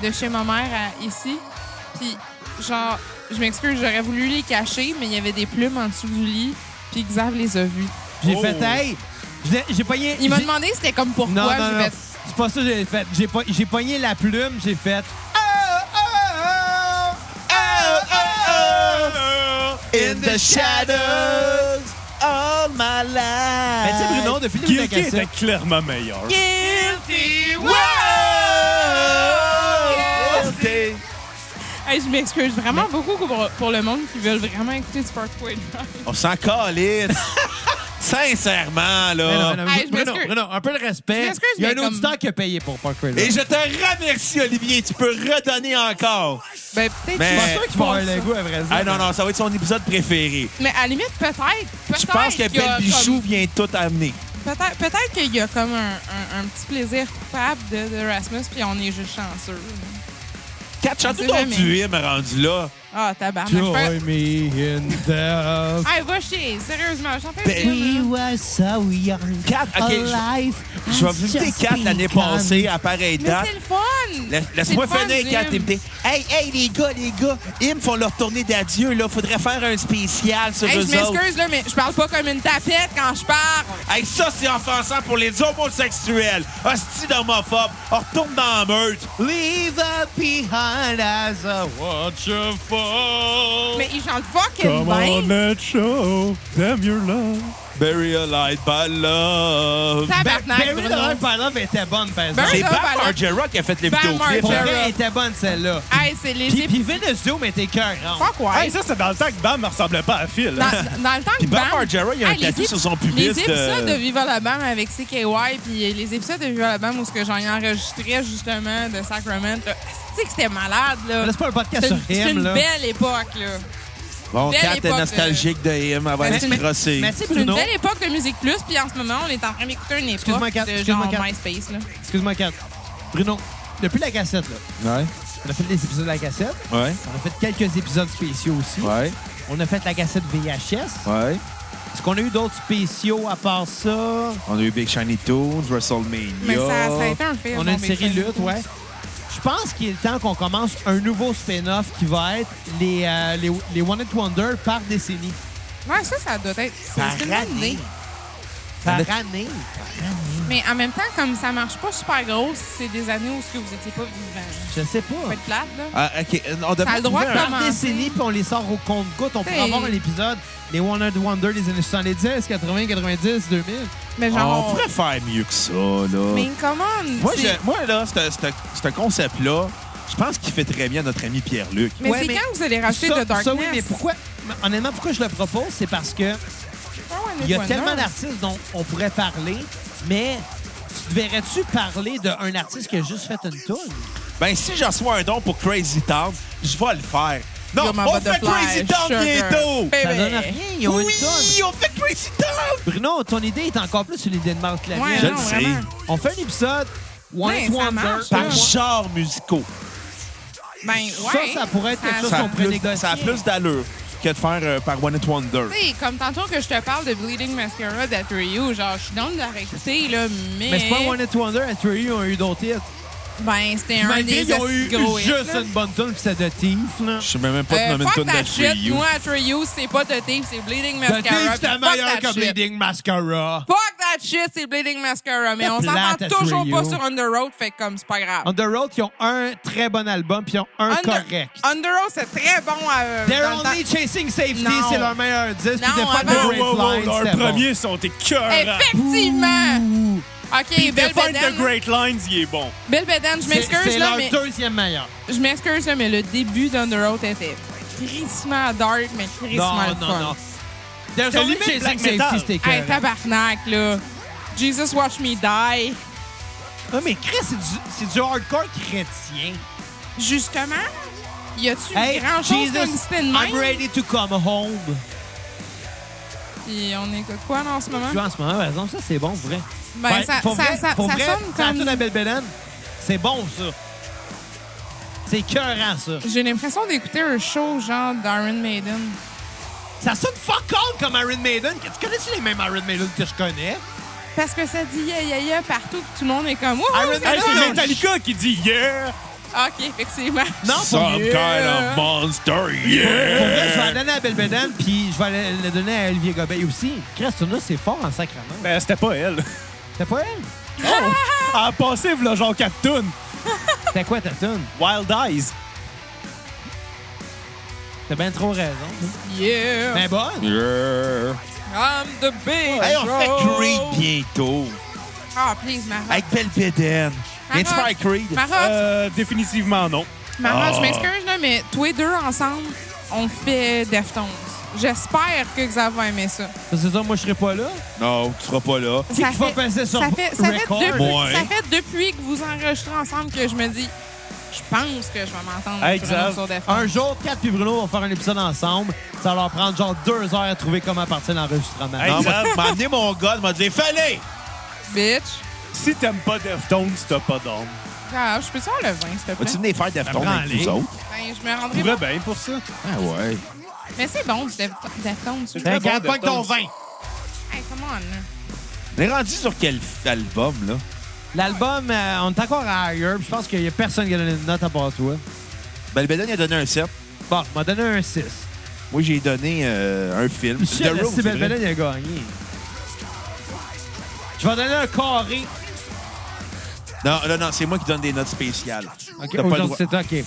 Speaker 5: de chez ma mère à ici. Puis, genre, je m'excuse, j'aurais voulu les cacher, mais il y avait des plumes en dessous du lit. Puis Xav les a vues.
Speaker 3: J'ai
Speaker 4: Oh.
Speaker 3: fait, hey, j'ai- j'ai pogné.
Speaker 5: Il m'a
Speaker 3: j'ai-
Speaker 5: demandé c'était comme pourquoi.
Speaker 3: Non,
Speaker 5: j'ai
Speaker 3: non, non.
Speaker 5: fait,
Speaker 3: C'est pas ça que j'ai fait. J'ai po- J'ai pogné la plume, j'ai fait. Ah, ah, ah, ah, ah, ah.
Speaker 1: In the shadows all my life.
Speaker 3: Mais tu sais, Bruno, depuis le début de la
Speaker 4: Guilty était
Speaker 3: cassette.
Speaker 4: clairement meilleur.
Speaker 5: Hey, je m'excuse vraiment beaucoup pour, pour le monde qui veulent vraiment écouter du Parkway Drive.
Speaker 1: On s'en calisse. Sincèrement,
Speaker 3: Mais
Speaker 1: là.
Speaker 3: Ah, non, mais non,
Speaker 5: Hey, je
Speaker 3: Bruno,
Speaker 5: m'excuse.
Speaker 3: Bruno, un peu de
Speaker 5: Je
Speaker 3: respect.
Speaker 5: m'excuse,
Speaker 3: Il y a un
Speaker 5: mais comme-
Speaker 3: auditeur qui a payé pour Park Ranger.
Speaker 1: Et je te remercie, Olivier. Tu peux redonner encore.
Speaker 5: Ben, peut-être
Speaker 1: Mais-
Speaker 3: Je
Speaker 5: que-
Speaker 3: suis pas sûr qu'il va avoir le goût, à vrai dire.
Speaker 1: Ah non, non, ça va être son épisode préféré.
Speaker 5: Mais à la limite, peut-être.
Speaker 1: Je
Speaker 5: peut-être
Speaker 1: pense que
Speaker 5: qu'il y a
Speaker 1: Belle Bichou
Speaker 5: comme-
Speaker 1: vient tout amener.
Speaker 5: Peut-être peut-être qu'il y a comme un, un- un petit plaisir coupable de, de Rasmus, puis on est juste chanceux.
Speaker 1: Quatre chante
Speaker 5: On sait
Speaker 1: ton
Speaker 5: jamais.
Speaker 1: tu es, me rendu là.
Speaker 5: Ah, tabarnak. Je fais-
Speaker 3: Join me in the...
Speaker 5: Hey, va chier. Sérieusement, j'en fais
Speaker 1: Ben-
Speaker 3: We
Speaker 5: une.
Speaker 3: were so young,
Speaker 1: Quatre, ok, je-
Speaker 3: alive,
Speaker 1: Je
Speaker 5: Ah,
Speaker 1: vais
Speaker 3: as
Speaker 1: visiter
Speaker 3: just
Speaker 1: 4 l'année
Speaker 3: begun.
Speaker 1: passée à pareille
Speaker 5: Mais
Speaker 1: date.
Speaker 5: c'est le fun.
Speaker 1: Laisse-
Speaker 5: C'est
Speaker 1: Laisse-moi
Speaker 5: le fun,
Speaker 1: finir, Kat.
Speaker 5: Jim.
Speaker 1: et me dire, Hey, hey, les gars, les gars, ils me font leur tournée d'adieu. là. Faudrait faire un spécial sur
Speaker 5: Hey, je
Speaker 1: eux autres.
Speaker 5: m'excuse, là, mais je parle pas comme une tapette quand je parle.
Speaker 1: Hey, ça, c'est offensant pour les homosexuels. Hostie d'homophobe. On retourne dans la meute.
Speaker 3: Leave us behind as a watch of
Speaker 1: Oh.
Speaker 3: fall.
Speaker 5: Mais ils chantent fucking
Speaker 4: Come
Speaker 5: bien.
Speaker 4: on, let's show them your love.
Speaker 1: Bury a light by love.
Speaker 5: Tabarnak,
Speaker 1: ben
Speaker 3: Barry the
Speaker 5: Bruno.
Speaker 3: Life by Love était bonne, par exemple.
Speaker 5: Barry-
Speaker 1: C'est
Speaker 5: ça,
Speaker 1: Bam
Speaker 5: Valère.
Speaker 1: Margera qui a fait les
Speaker 5: Bam
Speaker 1: vidéoclips. hein.
Speaker 3: Pour
Speaker 5: Margera.
Speaker 3: vrai, elle était bonne, celle-là.
Speaker 5: Hey, c'est les
Speaker 3: Puis,
Speaker 5: ép-
Speaker 3: puis Venus Doom était cœurante.
Speaker 5: Fuck ouais.
Speaker 4: Hey, ça, c'est dans le temps que Bam me ressemblait pas à Phil. hein.
Speaker 5: dans, dans le temps que
Speaker 1: Puis Bam
Speaker 5: Bam-
Speaker 1: Margera, il y a un
Speaker 5: Hey, les
Speaker 1: tatou
Speaker 5: ép-
Speaker 1: sur son pubis
Speaker 5: Les
Speaker 1: de-
Speaker 5: épisodes de Viva la Bam avec CKY, puis les épisodes de Viva la Bam où ce que j'en enregistrais justement de Sacrament, là, tu sais que c'était malade, là.
Speaker 3: Là, c'est pas un podcast
Speaker 5: C'est
Speaker 3: sur
Speaker 5: une, c'est
Speaker 3: him,
Speaker 5: une
Speaker 3: là.
Speaker 5: belle époque, là.
Speaker 1: Bon,
Speaker 5: Belle
Speaker 1: Kat est
Speaker 5: époque, euh,
Speaker 1: nostalgique de M avant de
Speaker 5: Mais-
Speaker 1: se
Speaker 5: mais-
Speaker 1: crosser.
Speaker 3: Merci,
Speaker 5: C'est une
Speaker 3: Bruno.
Speaker 5: belle époque de Musique Plus, puis en ce moment, on est en train d'écouter une époque
Speaker 3: Excuse-moi, Kat,
Speaker 5: de
Speaker 3: excuse-moi, Kat.
Speaker 5: genre MySpace. Là.
Speaker 3: Excuse-moi, Kat. Bruno, depuis la cassette, là,
Speaker 1: Ouais.
Speaker 3: on a fait des épisodes de la cassette.
Speaker 1: Ouais.
Speaker 3: On a fait quelques épisodes spéciaux aussi.
Speaker 1: Ouais.
Speaker 3: On a fait la cassette VHS.
Speaker 1: Ouais.
Speaker 3: Est-ce qu'on a eu d'autres spéciaux à part ça? Ah.
Speaker 1: On a eu Big Shiny Toons, WrestleMania.
Speaker 5: Mais ça, ça a été un film.
Speaker 3: On a une
Speaker 5: bon,
Speaker 3: série
Speaker 5: Big Fun.
Speaker 3: lutte, ouais. Je pense qu'il est temps qu'on commence un nouveau spin-off qui va être les, euh, les, les One Hit Wonder par décennie.
Speaker 5: Ouais, ça, ça doit être.
Speaker 3: Par
Speaker 5: C'est une bonne idée.
Speaker 3: Par
Speaker 1: Avec-
Speaker 3: année.
Speaker 5: Mais en même temps, comme ça marche pas super gros, c'est des années où ce que vous étiez pas vivant.
Speaker 3: Je sais
Speaker 5: Faut
Speaker 3: pas.
Speaker 5: être plate, là.
Speaker 1: Ah, OK. On devrait
Speaker 5: Ça a le droit
Speaker 1: trouver
Speaker 5: de
Speaker 1: un-
Speaker 5: commencer.
Speaker 3: Par décennie, puis on les sort au compte-goutte. On pourrait
Speaker 5: Hey.
Speaker 3: avoir un épisode des One Hit Wonder des années 70, 80, 90, 2000.
Speaker 5: Mais
Speaker 1: On
Speaker 3: Ah,
Speaker 5: genre.
Speaker 1: pourrait faire mieux que ça, là.
Speaker 5: Mais comment?
Speaker 1: Moi, je- moi, là, ce- ce ce concept-là, je pense qu'il fait très bien à notre ami Pierre-Luc.
Speaker 5: Mais
Speaker 3: Ouais,
Speaker 5: c'est
Speaker 3: mais-
Speaker 5: quand vous allez racheter
Speaker 3: ça,
Speaker 5: de Darkness?
Speaker 3: ça, oui, mais pourquoi... Honnêtement, pourquoi je le propose, c'est parce que
Speaker 5: Pourquoi One Hit
Speaker 3: Il y a
Speaker 5: Wonder?
Speaker 3: tellement d'artistes dont on pourrait parler, mais tu devrais-tu parler d'un artiste qui a juste fait une toune?
Speaker 1: Ben, si j'en reçois un don pour Crazy Town, je vais le faire. Non,
Speaker 5: You're my
Speaker 1: on fait
Speaker 5: butterfly,
Speaker 1: Crazy Town
Speaker 5: sugar,
Speaker 1: bientôt!
Speaker 5: baby.
Speaker 3: Ça donne rien, ils ont
Speaker 1: Oui,
Speaker 3: une toune.
Speaker 1: on fait Crazy Town!
Speaker 3: Bruno, ton idée est encore plus sur l'idée de Marc Clavier.
Speaker 5: Ouais,
Speaker 1: Je
Speaker 5: non,
Speaker 1: le sais.
Speaker 5: vraiment.
Speaker 3: On fait un épisode One
Speaker 5: Ouais,
Speaker 3: Hit
Speaker 5: ça
Speaker 3: Wonder.
Speaker 5: marche, hein?
Speaker 3: par
Speaker 5: là.
Speaker 1: Par
Speaker 3: mois.
Speaker 1: genres musicaux.
Speaker 5: Ben, ouais.
Speaker 3: ça pourrait être quelque chose
Speaker 1: Ça a
Speaker 3: qu'on pourrait
Speaker 1: plus,
Speaker 3: négocier.
Speaker 1: ça a plus d'allure que de faire euh, par One It Wonder.
Speaker 5: Tu sais, comme tantôt que je te parle de Bleeding Mascara d'After You, genre, je suis dans de la réécouter, là, mais.
Speaker 3: Mais c'est pas One Hit Wonder, and Trey ont eu d'autres hits.
Speaker 5: Ben, c'était un
Speaker 3: Malgré
Speaker 5: des
Speaker 3: ils ont eu
Speaker 5: hosties gros hits,
Speaker 3: juste
Speaker 5: là.
Speaker 3: une bonne toune, puis c'était de Thief, là.
Speaker 1: Je sais même pas
Speaker 5: Euh,
Speaker 1: te nommer une
Speaker 5: fuck
Speaker 1: tonne
Speaker 5: that
Speaker 1: de
Speaker 5: shit.
Speaker 1: You.
Speaker 5: Moi, After You, c'est pas de Thief, c'est Bleeding
Speaker 3: The
Speaker 5: Mascara.
Speaker 3: Thief,
Speaker 5: puis
Speaker 3: c'était
Speaker 5: fuck
Speaker 3: meilleur
Speaker 5: that
Speaker 3: que
Speaker 5: shit.
Speaker 3: Bleeding Mascara.
Speaker 5: Fuck that shit, c'est Bleeding Mascara. Mais
Speaker 3: C'est
Speaker 5: on s'entend
Speaker 3: plate, After
Speaker 5: toujours pas
Speaker 3: You.
Speaker 5: sur On the Road, fait que comme, c'est pas grave.
Speaker 3: On the Road, ils ont un très bon album, puis ils ont un
Speaker 5: Under-
Speaker 3: correct.
Speaker 5: On the Road, c'est très bon à. euh,
Speaker 3: They're
Speaker 5: dans le temps.
Speaker 3: Only Chasing Safety,
Speaker 5: Non.
Speaker 3: c'est leur meilleur disque.
Speaker 5: Non,
Speaker 3: puis Defend
Speaker 5: avant-
Speaker 3: the
Speaker 5: Wow,
Speaker 3: Great Line,
Speaker 4: leurs
Speaker 3: c'était bon.
Speaker 4: premiers sont écœurants.
Speaker 5: Effectivement!
Speaker 3: Ouh.
Speaker 5: OK, belle
Speaker 4: Defend
Speaker 5: bédaine.
Speaker 4: the Great Lines, il est bon.
Speaker 5: Belle bédaine, je
Speaker 3: C'est-
Speaker 5: m'excuse,
Speaker 3: C'est
Speaker 5: là,
Speaker 3: leur
Speaker 5: mais...
Speaker 3: deuxième meilleur.
Speaker 5: Je m'excuse, là, mais le début d'Under Oath était crissement dark, mais crissement
Speaker 3: Non,
Speaker 5: le
Speaker 3: non,
Speaker 5: fun.
Speaker 3: non. There's
Speaker 4: C'est
Speaker 3: only
Speaker 4: limite
Speaker 3: Chasing
Speaker 4: black
Speaker 3: Safety,
Speaker 4: metal.
Speaker 3: c'était
Speaker 5: Hey,
Speaker 3: que-
Speaker 5: tabarnak, là. Jesus Watch Me Die.
Speaker 3: Ah, mais Chris, c'est du- c'est du hardcore chrétien.
Speaker 5: Justement, y a-tu
Speaker 3: Hey,
Speaker 5: grand-chose
Speaker 3: Jesus,
Speaker 5: qu'on existait de
Speaker 3: I'm
Speaker 5: même?
Speaker 3: ready to come home.
Speaker 5: Puis on écoute quoi là, en ce moment?
Speaker 3: Tu vois, en ce moment, par exemple, ça, c'est bon, pour vrai.
Speaker 5: Ben, ça,
Speaker 3: pour
Speaker 5: ça,
Speaker 3: vrai,
Speaker 5: ça,
Speaker 3: pour
Speaker 5: ça
Speaker 3: vrai,
Speaker 5: sonne
Speaker 3: ça tourne
Speaker 5: comme...
Speaker 3: à Belle-Bélène, c'est bon, ça. C'est écœurant, ça.
Speaker 5: J'ai l'impression d'écouter un show genre d'Iron Maiden.
Speaker 3: Ça sonne fuck all comme Iron Maiden. Tu connais-tu les mêmes Iron Maiden que je connais?
Speaker 5: Parce que ça dit ya ya ya partout, puis tout le monde est comme... Wouhou,
Speaker 3: Iron
Speaker 5: c'est
Speaker 3: Maiden,
Speaker 4: Hey, c'est
Speaker 5: bon.
Speaker 3: non.
Speaker 4: Metallica qui dit Yeah!
Speaker 5: OK, effectivement.
Speaker 3: Non, pour
Speaker 1: Some
Speaker 3: mieux.
Speaker 1: kind of monster, yeah!
Speaker 3: Pour vrai, je vais la donner à Belbeden, puis je vais la- la donner à Olivier Gobeil aussi. Chris, ce là c'est fort en sacrement.
Speaker 4: Ben, c'était pas elle.
Speaker 3: C'était pas elle?
Speaker 4: En passive, là, genre 4 tunes.
Speaker 3: C'était quoi ta tune?
Speaker 4: Wild Eyes.
Speaker 3: T'as bien trop raison.
Speaker 5: Yeah,
Speaker 3: Mais bonne.
Speaker 1: Yeah.
Speaker 5: I'm the big
Speaker 1: Hey, on fait
Speaker 5: road.
Speaker 1: Creed bientôt.
Speaker 5: Ah, please, Mara.
Speaker 1: Avec Belle Bédaine. Viens-tu
Speaker 5: Maroc.
Speaker 1: faire Creed?
Speaker 5: Maroc,
Speaker 4: Euh, définitivement non.
Speaker 5: Maroc,
Speaker 1: Ah.
Speaker 5: je m'excuse, là, mais tous les deux ensemble, on fait Deftones. J'espère que Xav va aimer ça.
Speaker 3: C'est ça, moi, je serai pas là.
Speaker 1: Non, tu seras pas là.
Speaker 3: qui va passer sur
Speaker 5: ça, fait, ça, fait
Speaker 3: record?
Speaker 5: depuis,
Speaker 1: Moi.
Speaker 5: ça fait depuis que vous enregistrez ensemble que je me dis, je pense que je vais m'entendre
Speaker 4: Hey,
Speaker 5: sur un
Speaker 4: Xav,
Speaker 5: autre sur Deftones.
Speaker 3: Un jour, Kat et Bruno vont faire un épisode ensemble. Ça va leur prendre genre deux heures à trouver comment partir l'enregistrement.
Speaker 4: Hey,
Speaker 1: Non,
Speaker 4: Xav.
Speaker 1: m'a m'a amené mon gars, il m'a dit Fallait!
Speaker 5: Bitch.
Speaker 4: Si t'aimes pas Deftones, t'as pas d'âme.
Speaker 5: Xav, je peux te le vin, s'il te
Speaker 1: Vas-tu
Speaker 5: plaît?
Speaker 1: venir faire Deftones
Speaker 3: Apprends
Speaker 1: avec
Speaker 3: à
Speaker 1: nous
Speaker 3: lire.
Speaker 1: autres?
Speaker 5: Ben, je me rendrai
Speaker 4: Tu pourrais
Speaker 5: pas-
Speaker 4: bien pour ça.
Speaker 1: Ah ouais.
Speaker 5: Mais c'est bon, du Deft- Deftones. ça.
Speaker 3: Ben,
Speaker 4: très
Speaker 3: garde
Speaker 4: bon,
Speaker 3: pas avec ton
Speaker 4: Deftones.
Speaker 3: vin.
Speaker 5: Hey, come on, là.
Speaker 1: On est rendu sur quel f- album, là?
Speaker 3: L'album, euh, on est encore à Higher. puis Je pense qu'il y a personne qui a donné une note à part toi.
Speaker 1: Belle Bédaine, il a donné un 7.
Speaker 3: Bon, il m'a donné un 6.
Speaker 1: Moi, j'ai donné euh, un film.
Speaker 3: Michel,
Speaker 1: The Room,
Speaker 3: si
Speaker 1: c'est
Speaker 3: Belle
Speaker 1: vrai.
Speaker 3: Bélène, il a gagné. Je vais donner un carré.
Speaker 1: Non, non, non, c'est moi qui donne des notes spéciales.
Speaker 3: OK,
Speaker 1: T'as pas le
Speaker 3: aujourd'hui,
Speaker 1: droit.
Speaker 3: c'est OK.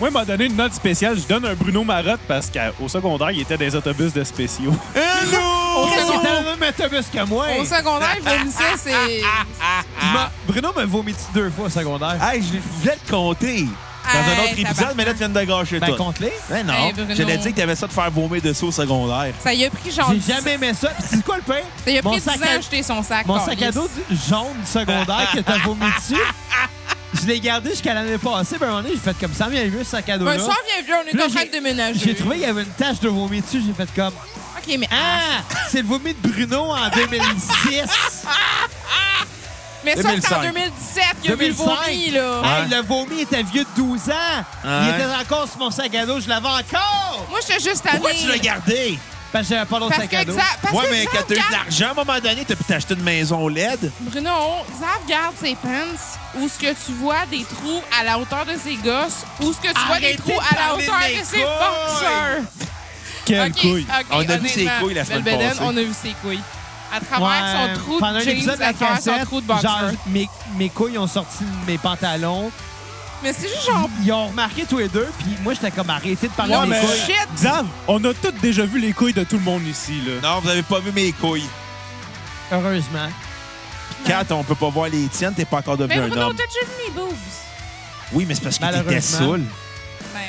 Speaker 4: Moi, il m'a donné une note spéciale. Je donne un Bruno Marotte parce qu'au secondaire, il était des autobus de spéciaux.
Speaker 1: Hello!
Speaker 3: Qu'est-ce
Speaker 5: secondaire-
Speaker 3: qui est dans le même autobus que moi?
Speaker 5: Au secondaire, vous me ça, c'est.
Speaker 3: Je me- Bruno m'a vomiti deux fois au secondaire.
Speaker 1: Hey, je voulais te compter dans
Speaker 5: Hey,
Speaker 1: un autre épisode,
Speaker 5: tabarnak.
Speaker 1: mais là, tu viens de gâcher
Speaker 3: Ben,
Speaker 1: tout.
Speaker 3: compte-les.
Speaker 1: Ben non,
Speaker 5: Hey, Bruno.
Speaker 1: j'allais dire que t'avais ça de faire vomir dessus au secondaire.
Speaker 5: Ça y a pris genre.
Speaker 3: J'ai jamais aimé ça. Puis c'est quoi le pain?
Speaker 5: Ça y a
Speaker 3: Mon
Speaker 5: pris 10 ans
Speaker 3: sac
Speaker 5: à
Speaker 3: à,
Speaker 5: acheter son sac.
Speaker 3: mon sac à
Speaker 5: câlisse.
Speaker 3: dos du- jaune du secondaire que t'as vomi dessus. Je l'ai gardé jusqu'à l'année passée. Ben, à un moment donné, j'ai fait comme ça, mais mieux ce sac à dos-là.
Speaker 5: Ben, ça vient vieux, on est
Speaker 3: Puis là,
Speaker 5: en train
Speaker 3: j'ai-
Speaker 5: de déménager.
Speaker 3: J'ai trouvé qu'il y avait une tache de vomi dessus. J'ai fait comme
Speaker 5: OK, mais.
Speaker 3: Ah, c'est le vomi de Bruno en 2006.
Speaker 5: Mais ça, c'est en
Speaker 1: 2005.
Speaker 5: 2017 qu'il y a eu le
Speaker 3: 2005.
Speaker 5: vomi, là.
Speaker 3: Hey, le vomi était vieux de 12 ans. Il
Speaker 1: Ouais.
Speaker 3: était encore sur mon sac à dos. Je l'avais encore.
Speaker 5: Moi, j'étais juste
Speaker 1: Pourquoi
Speaker 5: allée.
Speaker 1: tu l'as gardé?
Speaker 3: Parce que j'avais pas d'autre
Speaker 5: Parce
Speaker 3: sac
Speaker 5: que
Speaker 3: à dos.
Speaker 5: Xa- parce
Speaker 1: ouais,
Speaker 5: que
Speaker 1: mais
Speaker 5: Xav
Speaker 1: quand t'as eu de
Speaker 5: garde-
Speaker 1: l'argent, à un moment donné, t'as pu t'acheter une maison E LED.
Speaker 5: Bruno, Xav garde ses pants où ce que tu vois des trous à la hauteur de ses gosses ou ce que tu vois des
Speaker 1: Arrêtez
Speaker 5: trous
Speaker 1: de
Speaker 5: à la
Speaker 1: parler de
Speaker 5: hauteur
Speaker 1: mes
Speaker 5: de ses
Speaker 1: couilles.
Speaker 5: boxeurs.
Speaker 4: Quelle
Speaker 5: Ok,
Speaker 4: couille.
Speaker 5: ok,
Speaker 1: On a vu
Speaker 5: honnêtement,
Speaker 1: ses couilles la semaine
Speaker 5: Belle Bédaine,
Speaker 1: passée.
Speaker 5: on a vu ses couilles. À
Speaker 3: Ouais,
Speaker 5: travers son trou
Speaker 3: pendant
Speaker 5: de
Speaker 3: un
Speaker 5: jeans,
Speaker 3: épisode de
Speaker 5: à
Speaker 3: la
Speaker 5: travers son
Speaker 3: cassette,
Speaker 5: trou de
Speaker 3: genre,
Speaker 5: boxeur.
Speaker 3: mes, mes couilles ont sorti de mes pantalons.
Speaker 5: Mais c'est juste genre...
Speaker 3: Ils ont remarqué tous les deux, puis moi, j'étais comme arrêté de parler
Speaker 5: Ouais,
Speaker 3: de mes
Speaker 5: mais-
Speaker 3: couilles.
Speaker 5: Shit.
Speaker 4: Xav, on a tous déjà vu les couilles de tout le monde ici, là.
Speaker 1: Non, vous avez pas vu mes couilles.
Speaker 3: Heureusement.
Speaker 1: Quand on peut pas voir les tiennes, t'es pas encore devenu
Speaker 5: Mais
Speaker 1: un
Speaker 5: Bruno,
Speaker 1: homme.
Speaker 5: t'as déjà vu mes boobs?
Speaker 1: Oui, mais c'est parce que t'étais
Speaker 3: Malheureusement.
Speaker 1: saoul.
Speaker 5: Ben,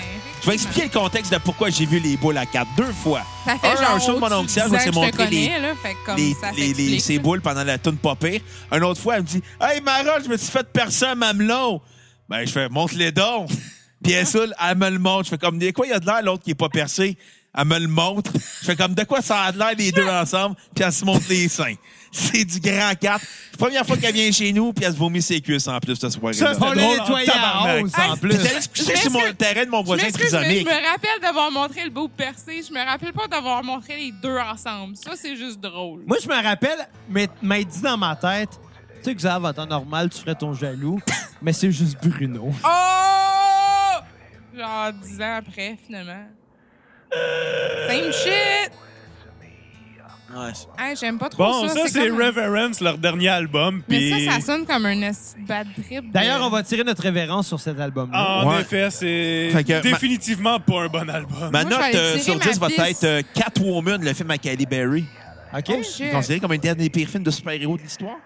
Speaker 1: Je vais expliquer le contexte de pourquoi j'ai vu les boules à quatre deux fois.
Speaker 5: Ça fait
Speaker 1: Un,
Speaker 5: genre
Speaker 1: un show de mon
Speaker 5: au-dessus
Speaker 1: oncle
Speaker 5: de
Speaker 1: Serge,
Speaker 5: 10
Speaker 1: on
Speaker 5: ans
Speaker 1: s'est
Speaker 5: que je te
Speaker 1: montré les-
Speaker 5: connais, là, fait que comme
Speaker 1: les,
Speaker 5: ça
Speaker 1: les- les-
Speaker 5: s'explique.
Speaker 1: ses boules pendant la toune pas pire. Une autre fois, elle me dit Hey Mara, je me suis fait percer un mamelon. Ben, je fais Montre-les donc. Puis elle saoule, elle me le montre. Je fais comme De quoi il y a de l'air, l'autre qui est pas percé Elle me le montre. Je fais comme De quoi ça a de l'air, les deux ensemble. Puis elle se montre les seins. C'est du grand 4. Première fois qu'elle vient chez nous, puis elle se vomit ses cuisses en plus de ce
Speaker 4: Ça,
Speaker 1: soir-là.
Speaker 4: c'était
Speaker 3: On l'a
Speaker 4: drôle en
Speaker 3: nettoyé à
Speaker 4: tabarnak.
Speaker 3: hausse,
Speaker 5: Ah,
Speaker 3: en
Speaker 1: Puis
Speaker 3: plus.
Speaker 1: t'es allé se coucher
Speaker 5: Je
Speaker 1: sur mon
Speaker 5: m'excuse.
Speaker 1: terrain de mon
Speaker 5: Je
Speaker 1: voisin
Speaker 5: m'excuse, mais je
Speaker 1: trisomique.
Speaker 5: me rappelle d'avoir montré le beau percé. Je me rappelle pas d'avoir montré les deux ensemble. Ça, c'est juste drôle.
Speaker 3: Moi, je me rappelle, mais m'a dit dans ma tête, tu sais que Xav, en temps normal, tu ferais ton jaloux, mais c'est juste Bruno.
Speaker 5: Oh! Genre dix ans après, finalement. Same shit!
Speaker 1: Ouais, c'est-
Speaker 5: Hey, J'aime pas trop
Speaker 4: Bon,
Speaker 5: Oh, ça.
Speaker 4: ça, c'est
Speaker 5: comme-
Speaker 4: Reverence, leur dernier album.
Speaker 5: Mais
Speaker 4: puis-
Speaker 5: ça, ça sonne comme un esti de bad trip. de-
Speaker 3: D'ailleurs, on va tirer notre révérence sur cet album-là.
Speaker 4: En
Speaker 1: Ouais.
Speaker 4: effet, c'est
Speaker 1: Fait que ma-
Speaker 4: définitivement pas un bon album.
Speaker 1: Ma
Speaker 5: Moi,
Speaker 1: note
Speaker 5: j'allais
Speaker 1: euh,
Speaker 5: tirer
Speaker 1: sur
Speaker 5: ma
Speaker 1: 10 va
Speaker 5: piste.
Speaker 1: être euh, Catwoman, le film à Cali Berry.
Speaker 3: OK?
Speaker 5: Oh, shit.
Speaker 1: Considéré comme un des pires films de super-héros de l'histoire.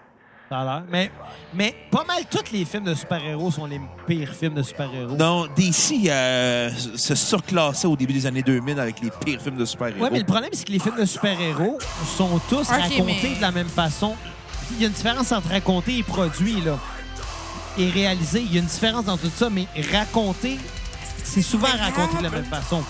Speaker 3: Ça a l'air. Mais, mais pas mal tous les films de super-héros sont les pires films de super-héros.
Speaker 1: Non, DC euh, se surclassait au début des années 2000 avec les pires films de super-héros.
Speaker 3: Ouais, mais le problème, c'est que les films de super-héros sont tous racontés
Speaker 5: mais-
Speaker 3: de la même façon. Il y a une différence entre raconter et produit, là. Et réaliser, il y a une différence dans tout ça, mais raconter, c'est souvent raconté de la même façon.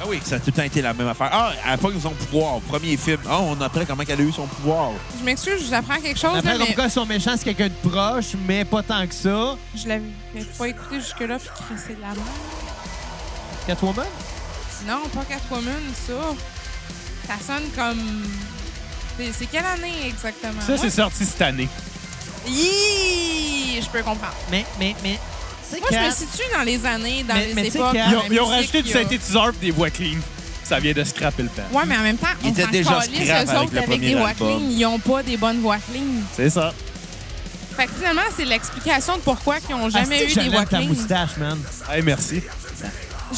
Speaker 1: Ah oui, ça a tout le temps été la même affaire. Ah, elle a pas eu son pouvoir, premier film. Ah, on apprend comment elle a eu son pouvoir.
Speaker 5: Je m'excuse, j'apprends quelque chose,
Speaker 3: Après,
Speaker 5: là,
Speaker 3: comme
Speaker 5: mais
Speaker 3: quoi, ils sont méchants, c'est quelqu'un de proche, mais pas tant que ça.
Speaker 5: je l'avais pas écouté jusque-là, puis Chris, c'est de la merde.
Speaker 3: Catwoman?
Speaker 5: Non, pas Catwoman, ça. Ça sonne comme. C'est- C'est quelle année exactement?
Speaker 4: Ça,
Speaker 5: Moi,
Speaker 4: c'est sorti cette année.
Speaker 5: Yee! Je peux comprendre.
Speaker 3: Mais, mais, mais, c'est
Speaker 5: Moi, je me situe dans les années, dans
Speaker 3: Mais-
Speaker 5: les
Speaker 3: mais tu sais
Speaker 5: époques.
Speaker 3: quand-
Speaker 5: dans
Speaker 4: Ils ont,
Speaker 5: la
Speaker 4: ils ont
Speaker 5: musique,
Speaker 4: rajouté du
Speaker 5: il y a-
Speaker 4: synthétiseur pis des voix clean. Ça vient de scraper le temps.
Speaker 5: Ouais, mais en même temps,
Speaker 1: Ils
Speaker 5: on
Speaker 1: étaient
Speaker 5: s'en
Speaker 1: déjà
Speaker 5: calisse,
Speaker 1: scrap
Speaker 5: eux
Speaker 1: avec
Speaker 5: autres,
Speaker 1: le
Speaker 5: avec,
Speaker 1: premier
Speaker 5: des voix
Speaker 1: album.
Speaker 5: clean. Ils n'ont pas des bonnes voix clean.
Speaker 4: C'est ça.
Speaker 5: Fait que finalement, c'est l'explication de pourquoi ils n'ont
Speaker 3: Asti
Speaker 5: jamais
Speaker 3: Ah, que
Speaker 5: eu des
Speaker 3: j'aime
Speaker 5: voix
Speaker 3: ta
Speaker 5: clean.
Speaker 3: moustache, man.
Speaker 4: Hey, merci.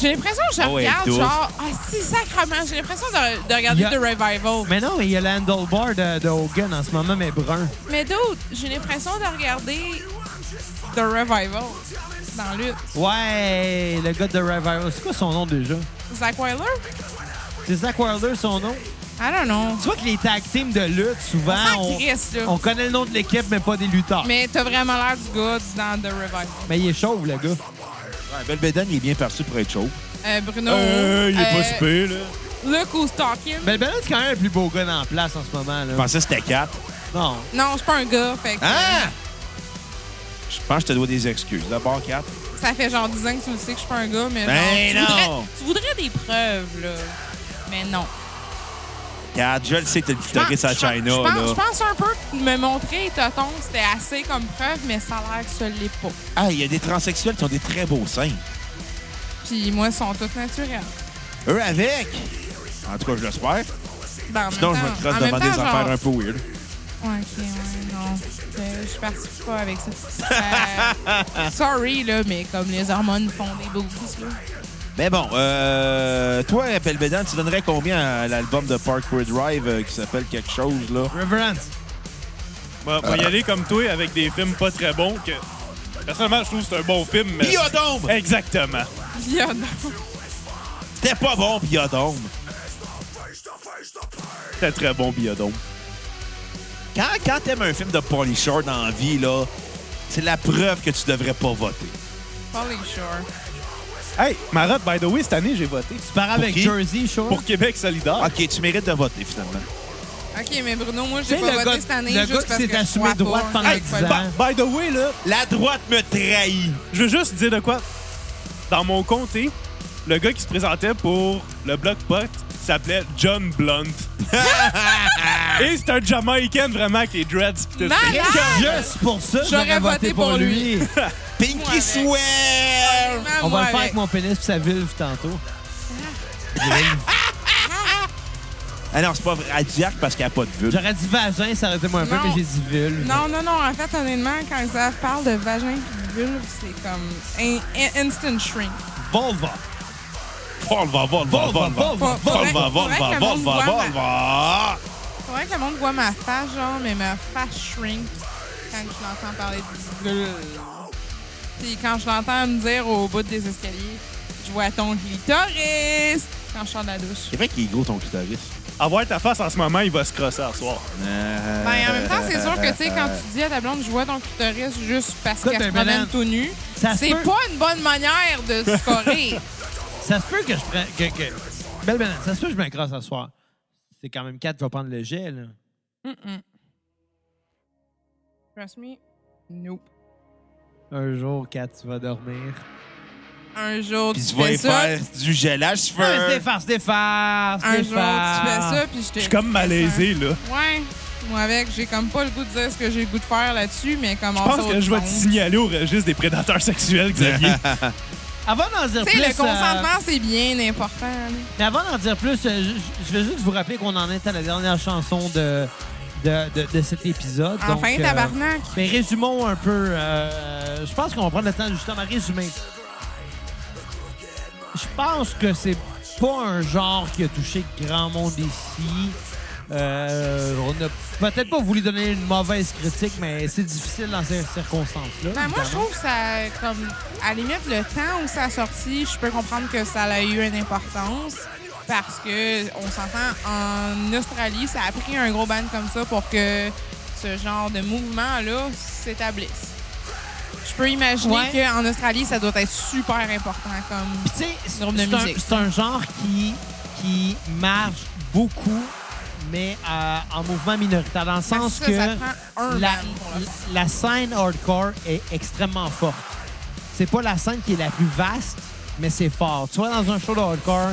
Speaker 5: J'ai l'impression que je
Speaker 1: Oh, elle
Speaker 5: regarde,
Speaker 1: tousse.
Speaker 5: genre, ah, si, sacrement, j'ai l'impression de, de regarder
Speaker 3: Il y a-
Speaker 5: The Revival.
Speaker 3: Mais non, mais il y a le handlebar de, de Hogan en ce moment, mais brun.
Speaker 5: Mais d'autres, j'ai l'impression de regarder The Revival dans Lutte.
Speaker 3: Ouais, le gars de Revival. C'est quoi son nom déjà?
Speaker 5: Zach Wyler?
Speaker 3: C'est Zach Wilder son nom?
Speaker 5: I don't know.
Speaker 3: Tu vois que les tag teams de lutte, souvent,
Speaker 5: On s'en
Speaker 3: Ah, on,
Speaker 5: crisse, là.
Speaker 3: on connaît le nom de l'équipe, mais pas des lutteurs. Mais,
Speaker 5: Mais t'as vraiment l'air du gars du- dans The Revival.
Speaker 3: il est chauve, le gars.
Speaker 1: Ouais, Ah, Belle Bédane, il est bien perçu pour être chaud.
Speaker 5: Euh, Bruno.
Speaker 4: Euh, il est
Speaker 5: euh,
Speaker 4: pas super, là.
Speaker 5: Look who's talking.
Speaker 1: Ben-
Speaker 3: Mais le Bellon, c'est quand même le plus beau gars dans la place en ce moment. Là.
Speaker 1: Je pensais que c'était 4.
Speaker 3: Non.
Speaker 5: Non, je suis pas un gars, fait que
Speaker 1: Ah! Je pense que je te dois des excuses. D'abord, 4.
Speaker 5: ça fait genre 10 ans que tu le sais que je suis pas un gars, mais
Speaker 1: Ben
Speaker 5: genre, tu,
Speaker 1: non!
Speaker 5: Voudrais, tu voudrais des preuves, là. Mais non. Ah,
Speaker 1: 4, je le sais que t'as le clitoris à
Speaker 5: Je pense-
Speaker 1: China,
Speaker 5: je pense,
Speaker 1: là.
Speaker 5: je pense un peu que me montrer Toton, c'était assez comme preuve, mais ça a l'air que ça l'est pas.
Speaker 1: Ah, il y a des transsexuels qui ont des très beaux seins.
Speaker 5: Puis moi, ils sont toutes naturelles.
Speaker 1: Eux avec. En tout cas, je l'espère.
Speaker 5: Ben, en
Speaker 1: Sinon, je
Speaker 5: même
Speaker 1: me
Speaker 5: temps-
Speaker 1: crosse
Speaker 5: en même
Speaker 1: devant des
Speaker 5: temps,
Speaker 1: affaires
Speaker 5: genre-
Speaker 1: un peu weird.
Speaker 5: Ouais, ok, ouais, non. Euh, je participe pas avec ça. Euh, sorry, là, mais comme les hormones font des beaux là.
Speaker 1: Mais Ben bon, euh, toi, Belle Bédane, tu donnerais combien à l'album de Parkwood Drive euh, qui s'appelle quelque chose, là?
Speaker 3: Reverence.
Speaker 4: Moi, moi, y aller comme toi avec des films pas très bons que. Personnellement, je trouve que c'est un bon film, mais.
Speaker 1: Biodome!
Speaker 4: Exactement.
Speaker 5: Viande.
Speaker 1: C'était pas bon, Biodome.
Speaker 4: C'était très bon, Biodome.
Speaker 1: Quand, quand t'aimes un film de Pauly Shore dans la vie, là, C'est la preuve que tu devrais pas voter.
Speaker 5: Pauly Shore.
Speaker 4: Hey, Marotte, by the way, cette année, j'ai voté.
Speaker 3: Tu pars avec
Speaker 1: qui?
Speaker 3: Jersey Shore.
Speaker 4: Pour Québec solidaire.
Speaker 1: OK, tu mérites de voter, finalement.
Speaker 5: OK, mais Bruno, moi,
Speaker 3: Tu
Speaker 5: j'ai
Speaker 3: sais,
Speaker 5: pas
Speaker 3: le
Speaker 5: voté
Speaker 3: gars-
Speaker 5: cette année
Speaker 3: le gars
Speaker 5: juste
Speaker 3: qui
Speaker 5: parce
Speaker 3: s'est
Speaker 5: que je
Speaker 3: assumé
Speaker 5: crois
Speaker 3: droite
Speaker 5: pas
Speaker 3: pendant
Speaker 5: avec
Speaker 3: 10
Speaker 5: Pauly.
Speaker 3: ans.
Speaker 4: By the way, là,
Speaker 1: La droite me trahit.
Speaker 4: je veux juste dire de quoi. Dans mon comté, le gars qui se présentait pour le bloc pot s'appelait John Blunt. Et c'est un Jamaïcain vraiment qui est dreads. pis tout.
Speaker 5: Malade!
Speaker 3: Juste pour ça,
Speaker 5: J'aurais
Speaker 3: j'aurais voté,
Speaker 5: voté
Speaker 3: pour
Speaker 5: pour
Speaker 3: lui.
Speaker 5: Moi
Speaker 1: Pinky
Speaker 5: avec.
Speaker 1: swear!
Speaker 5: Vraiment,
Speaker 3: On
Speaker 5: moi,
Speaker 3: va le faire
Speaker 5: avec.
Speaker 3: avec mon pénis pis sa vulve tantôt.
Speaker 1: Ah non, c'est pas vrai. Elle dit arc parce qu'elle a pas de vulve.
Speaker 3: J'aurais dit vagin, ça aurait été moins un peu,
Speaker 5: Non.
Speaker 3: mais j'ai dit vulve.
Speaker 5: Non, non, non. En fait, honnêtement, quand ça parle de vagin et de vulve, c'est comme in- in- instant shrink.
Speaker 3: Volva.
Speaker 1: Volva, volva,
Speaker 3: Volva, volva,
Speaker 1: Volva, volva,
Speaker 5: volva. Faudrait que le monde
Speaker 1: volva,
Speaker 5: voit ma-
Speaker 1: volva.
Speaker 5: Faudrait que le monde voit ma face, genre, mais ma face shrink quand je l'entends parler de vulve. Puis quand je l'entends me dire au bout des escaliers, je vois ton clitoris quand je sors de la douche.
Speaker 1: C'est vrai qu'il est gros, ton clitoris.
Speaker 4: Avoir ta face en ce moment, il va se crosser à soir.
Speaker 1: Euh,
Speaker 5: Ben, en même temps, c'est sûr que, tu sais, quand tu dis à ta blonde, je vois ton clitoris juste parce
Speaker 3: Écoute,
Speaker 5: qu'elle se
Speaker 3: un
Speaker 5: promène
Speaker 3: banane.
Speaker 5: tout nu,
Speaker 3: Ça se
Speaker 5: c'est
Speaker 3: peut.
Speaker 5: pas une bonne manière de scorer.
Speaker 3: Ça se peut que je prenne. Que, que- Belle banane. Ça se peut que je m'accroche ce soir. C'est quand même 4 qui va prendre le jet, là.
Speaker 5: Trust me, nope.
Speaker 3: Un jour, 4, tu vas dormir.
Speaker 5: Un jour,
Speaker 1: Puis
Speaker 5: tu
Speaker 1: tu vas
Speaker 5: fais
Speaker 1: y
Speaker 5: ça.
Speaker 1: faire du gelage
Speaker 3: Non, mais Ah, c'est
Speaker 1: cheveux.
Speaker 3: des farces, c'est des farces,
Speaker 5: Un
Speaker 3: des
Speaker 5: jour, tu fais ça,
Speaker 3: farces.
Speaker 5: puis je te...
Speaker 4: Je suis comme malaisé, là.
Speaker 5: Ouais. Moi, avec, j'ai comme pas le goût de dire ce que j'ai le goût de faire là-dessus, mais comme
Speaker 4: Je pense que je vais te signaler au registre des prédateurs sexuels, Xavier.
Speaker 3: Avant d'en dire
Speaker 5: Tu
Speaker 3: plus.
Speaker 5: sais,
Speaker 3: euh,
Speaker 5: le consentement, c'est bien important. là.
Speaker 3: Mais avant d'en dire plus, euh, je- je vais juste vous rappeler qu'on en est à la dernière chanson de, de, de- de cet épisode. Donc,
Speaker 5: Enfin,
Speaker 3: euh,
Speaker 5: tabarnak.
Speaker 3: mais résumons un peu. euh, je pense qu'on va prendre le temps de justement résumer. Je pense que c'est pas un genre qui a touché grand monde ici. Euh, on a peut-être pas voulu donner une mauvaise critique, mais c'est difficile dans ces circonstances-là.
Speaker 5: Ben, moi, je
Speaker 3: évidemment.
Speaker 5: trouve que ça, comme, à la limite, le temps où ça a sorti, je peux comprendre que ça a eu une importance. Parce que, on s'entend, en Australie, ça a pris un gros ban comme ça pour que ce genre de mouvement-là s'établisse. Je peux imaginer
Speaker 3: Ouais.
Speaker 5: qu'en Australie, ça doit être super important. Comme...
Speaker 3: Puis tu sais, c'est
Speaker 5: Groupe de
Speaker 3: c'est un,
Speaker 5: musique.
Speaker 3: c'est un genre qui, qui marche beaucoup, mais euh, en mouvement minoritaire, dans le sens
Speaker 5: ça,
Speaker 3: que
Speaker 5: Ben, ça prend un
Speaker 3: la,
Speaker 5: band pour le faire.
Speaker 3: la scène hardcore est extrêmement forte. C'est pas la scène qui est la plus vaste, mais c'est fort. Tu vois, dans un show de hardcore,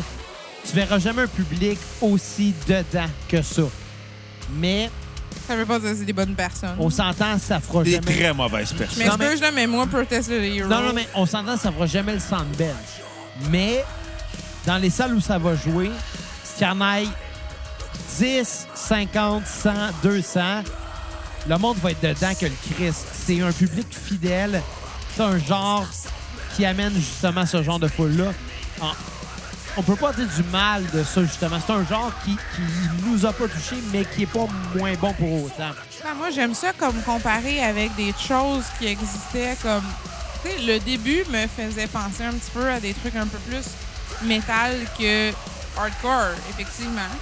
Speaker 3: tu verras jamais un public aussi dedans que ça. Mais
Speaker 5: Ça veut pas dire que c'est des bonnes personnes.
Speaker 3: on s'entend, ça fera
Speaker 1: Des
Speaker 3: jamais...
Speaker 1: très mauvaises
Speaker 5: Je
Speaker 1: personnes.
Speaker 3: Non, mais-
Speaker 5: m'excuse, là, mais moi, Protest the Hero.
Speaker 3: Non, non, mais on s'entend, ça fera jamais le Sandbell. Mais dans les salles où ça va jouer, qu'il y en aille 10, 50, 100, 200, le monde va être dedans que le Christ. C'est un public fidèle. C'est un genre qui amène justement ce genre de foule-là. En- On peut pas dire du mal de ça, justement. C'est un genre qui, qui nous a pas touchés, mais qui est pas moins bon pour autant.
Speaker 5: Ah, moi, j'aime ça comme comparer avec des choses qui existaient comme. Tu sais, le début me faisait penser un petit peu à des trucs un peu plus métal que hardcore, effectivement.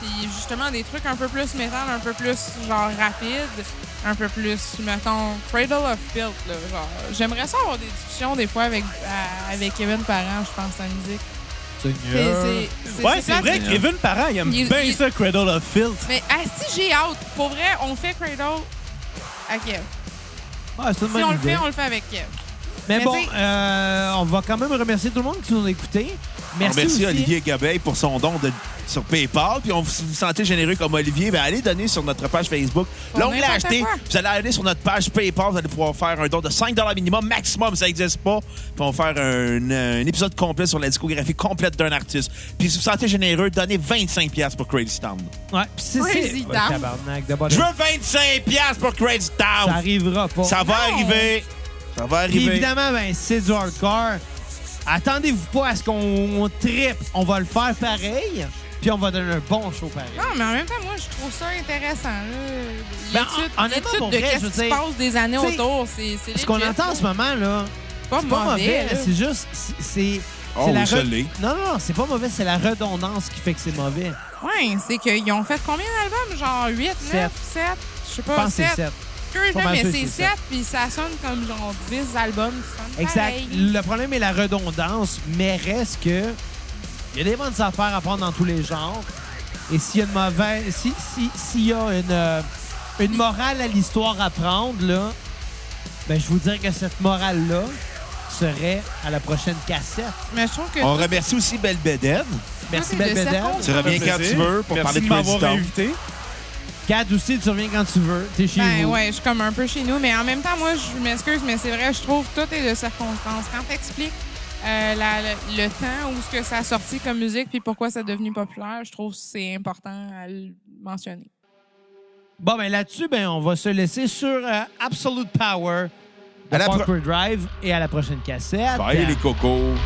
Speaker 5: Puis justement, des trucs un peu plus métal, un peu plus genre rapide, un peu plus, mettons, Cradle of Filth, là. Genre, j'aimerais ça avoir des discussions des fois avec, à- avec Kevin Parent, je pense, à la musique. Mais c'est-
Speaker 4: Ouais, c'est
Speaker 5: plate,
Speaker 4: vrai que Kevin Parent, il aime
Speaker 5: Il-
Speaker 4: bien
Speaker 5: il-
Speaker 4: ça, Cradle of Filth.
Speaker 5: Mais ah, si j'ai hâte, pour vrai, on fait Cradle à Kev.
Speaker 3: Ah, c'est une
Speaker 5: Si
Speaker 3: bonne
Speaker 5: on le
Speaker 3: idée.
Speaker 5: fait, on le fait avec Kev.
Speaker 3: Mais,
Speaker 5: Mais
Speaker 3: bon,
Speaker 5: tu sais-
Speaker 3: euh, on va quand même remercier tout le monde qui nous a écoutés. Merci,
Speaker 1: Ah, Merci
Speaker 3: aussi.
Speaker 1: Olivier Gabeil pour son don de- sur PayPal. Puis on, si vous vous sentez généreux comme Olivier, ben allez donner sur notre page Facebook.
Speaker 5: Pour
Speaker 1: Là, on l'a
Speaker 5: n'importe
Speaker 1: acheté.
Speaker 5: quoi.
Speaker 1: Vous allez aller sur notre page PayPal. Vous allez pouvoir faire un don de 5 minimum, maximum, ça n'existe pas. Puis on va faire un, un épisode complet sur la discographie complète d'un artiste. Puis si vous vous sentez généreux, donnez 25 pièces pour Crazy Town.
Speaker 3: Ouais, pis c'est- c'est
Speaker 5: Président.
Speaker 3: Ouais, tabarnak, de bonne-
Speaker 1: Je veux 25 pièces pour Crazy
Speaker 3: Ça
Speaker 1: Town.
Speaker 3: arrivera pas.
Speaker 1: Ça va
Speaker 5: Non.
Speaker 1: arriver. Ça va
Speaker 3: Puis
Speaker 1: arriver.
Speaker 3: évidemment, ben, c'est du hardcore. Attendez-vous pas à ce qu'on tripe. On va le faire pareil, puis on va donner un bon show pareil.
Speaker 5: Non, mais en même temps, moi, je trouve ça intéressant. là.
Speaker 3: Ben,
Speaker 5: L'étude-
Speaker 3: hon- honnêtement,
Speaker 5: l'étude
Speaker 3: pour
Speaker 5: de
Speaker 3: vrai,
Speaker 5: qu'est-ce
Speaker 3: je
Speaker 5: qui
Speaker 3: veux
Speaker 5: se
Speaker 3: dire,
Speaker 5: passe des années
Speaker 3: tu sais,
Speaker 5: autour, c'est c'est
Speaker 3: Ce qu'on
Speaker 5: legit,
Speaker 3: entend en ce
Speaker 5: là.
Speaker 3: moment, là,
Speaker 5: C'est pas
Speaker 3: c'est pas mauvais.
Speaker 5: là.
Speaker 3: C'est juste, c'est- c'est...
Speaker 1: Oh,
Speaker 3: c'est la
Speaker 1: oui, je l'ai.
Speaker 3: Non, non, non, c'est pas mauvais, c'est la redondance qui fait que c'est mauvais.
Speaker 5: Ouais, c'est qu'ils ont fait combien d'albums? Genre 8, 9, 7? Je sais
Speaker 3: Je
Speaker 5: pas,
Speaker 3: pense que c'est
Speaker 5: 7.
Speaker 3: sept.
Speaker 5: record,
Speaker 3: Pas
Speaker 5: là,
Speaker 3: mal
Speaker 5: mais
Speaker 3: sûr,
Speaker 5: c'est
Speaker 3: c'est
Speaker 5: 7, puis ça sonne comme genre 10 albums qui sonnent
Speaker 3: Exact.
Speaker 5: pareil.
Speaker 3: Le problème est la redondance, mais reste que il y a des bonnes affaires à prendre dans tous les genres. Et s'il y a une mauvaise, si si- s'il y a une euh, une morale à l'histoire à prendre là, ben je vous dirais que cette morale là serait à la prochaine cassette.
Speaker 5: Mais je trouve que
Speaker 1: On remercie aussi Belle Beden.
Speaker 3: Merci
Speaker 5: c'est
Speaker 3: Belle
Speaker 5: Ah, de cette
Speaker 3: Bédel.
Speaker 5: honte.
Speaker 1: Tu reviens
Speaker 4: Ça fait
Speaker 1: quand tu
Speaker 4: plaisir.
Speaker 1: veux pour
Speaker 4: Merci
Speaker 1: parler de
Speaker 4: de
Speaker 1: Crazy
Speaker 4: m'avoir
Speaker 1: Town.
Speaker 4: invité.
Speaker 3: Kat aussi, tu reviens quand tu veux. T'es chez
Speaker 5: Ben
Speaker 3: vous.
Speaker 5: ouais, je suis comme un peu chez nous, mais en même temps, moi, je m'excuse, mais c'est vrai, je trouve que tout est de circonstances. Quand t'expliques euh, la- le, le temps où ce que ça a sorti comme musique, puis pourquoi ça est devenu populaire, je trouve que c'est important à le mentionner.
Speaker 3: Bon, ben là-dessus, ben on va se laisser sur euh, Absolute Power de
Speaker 1: À la pro-
Speaker 3: Parkway Drive et à la prochaine cassette.
Speaker 1: Bye les cocos.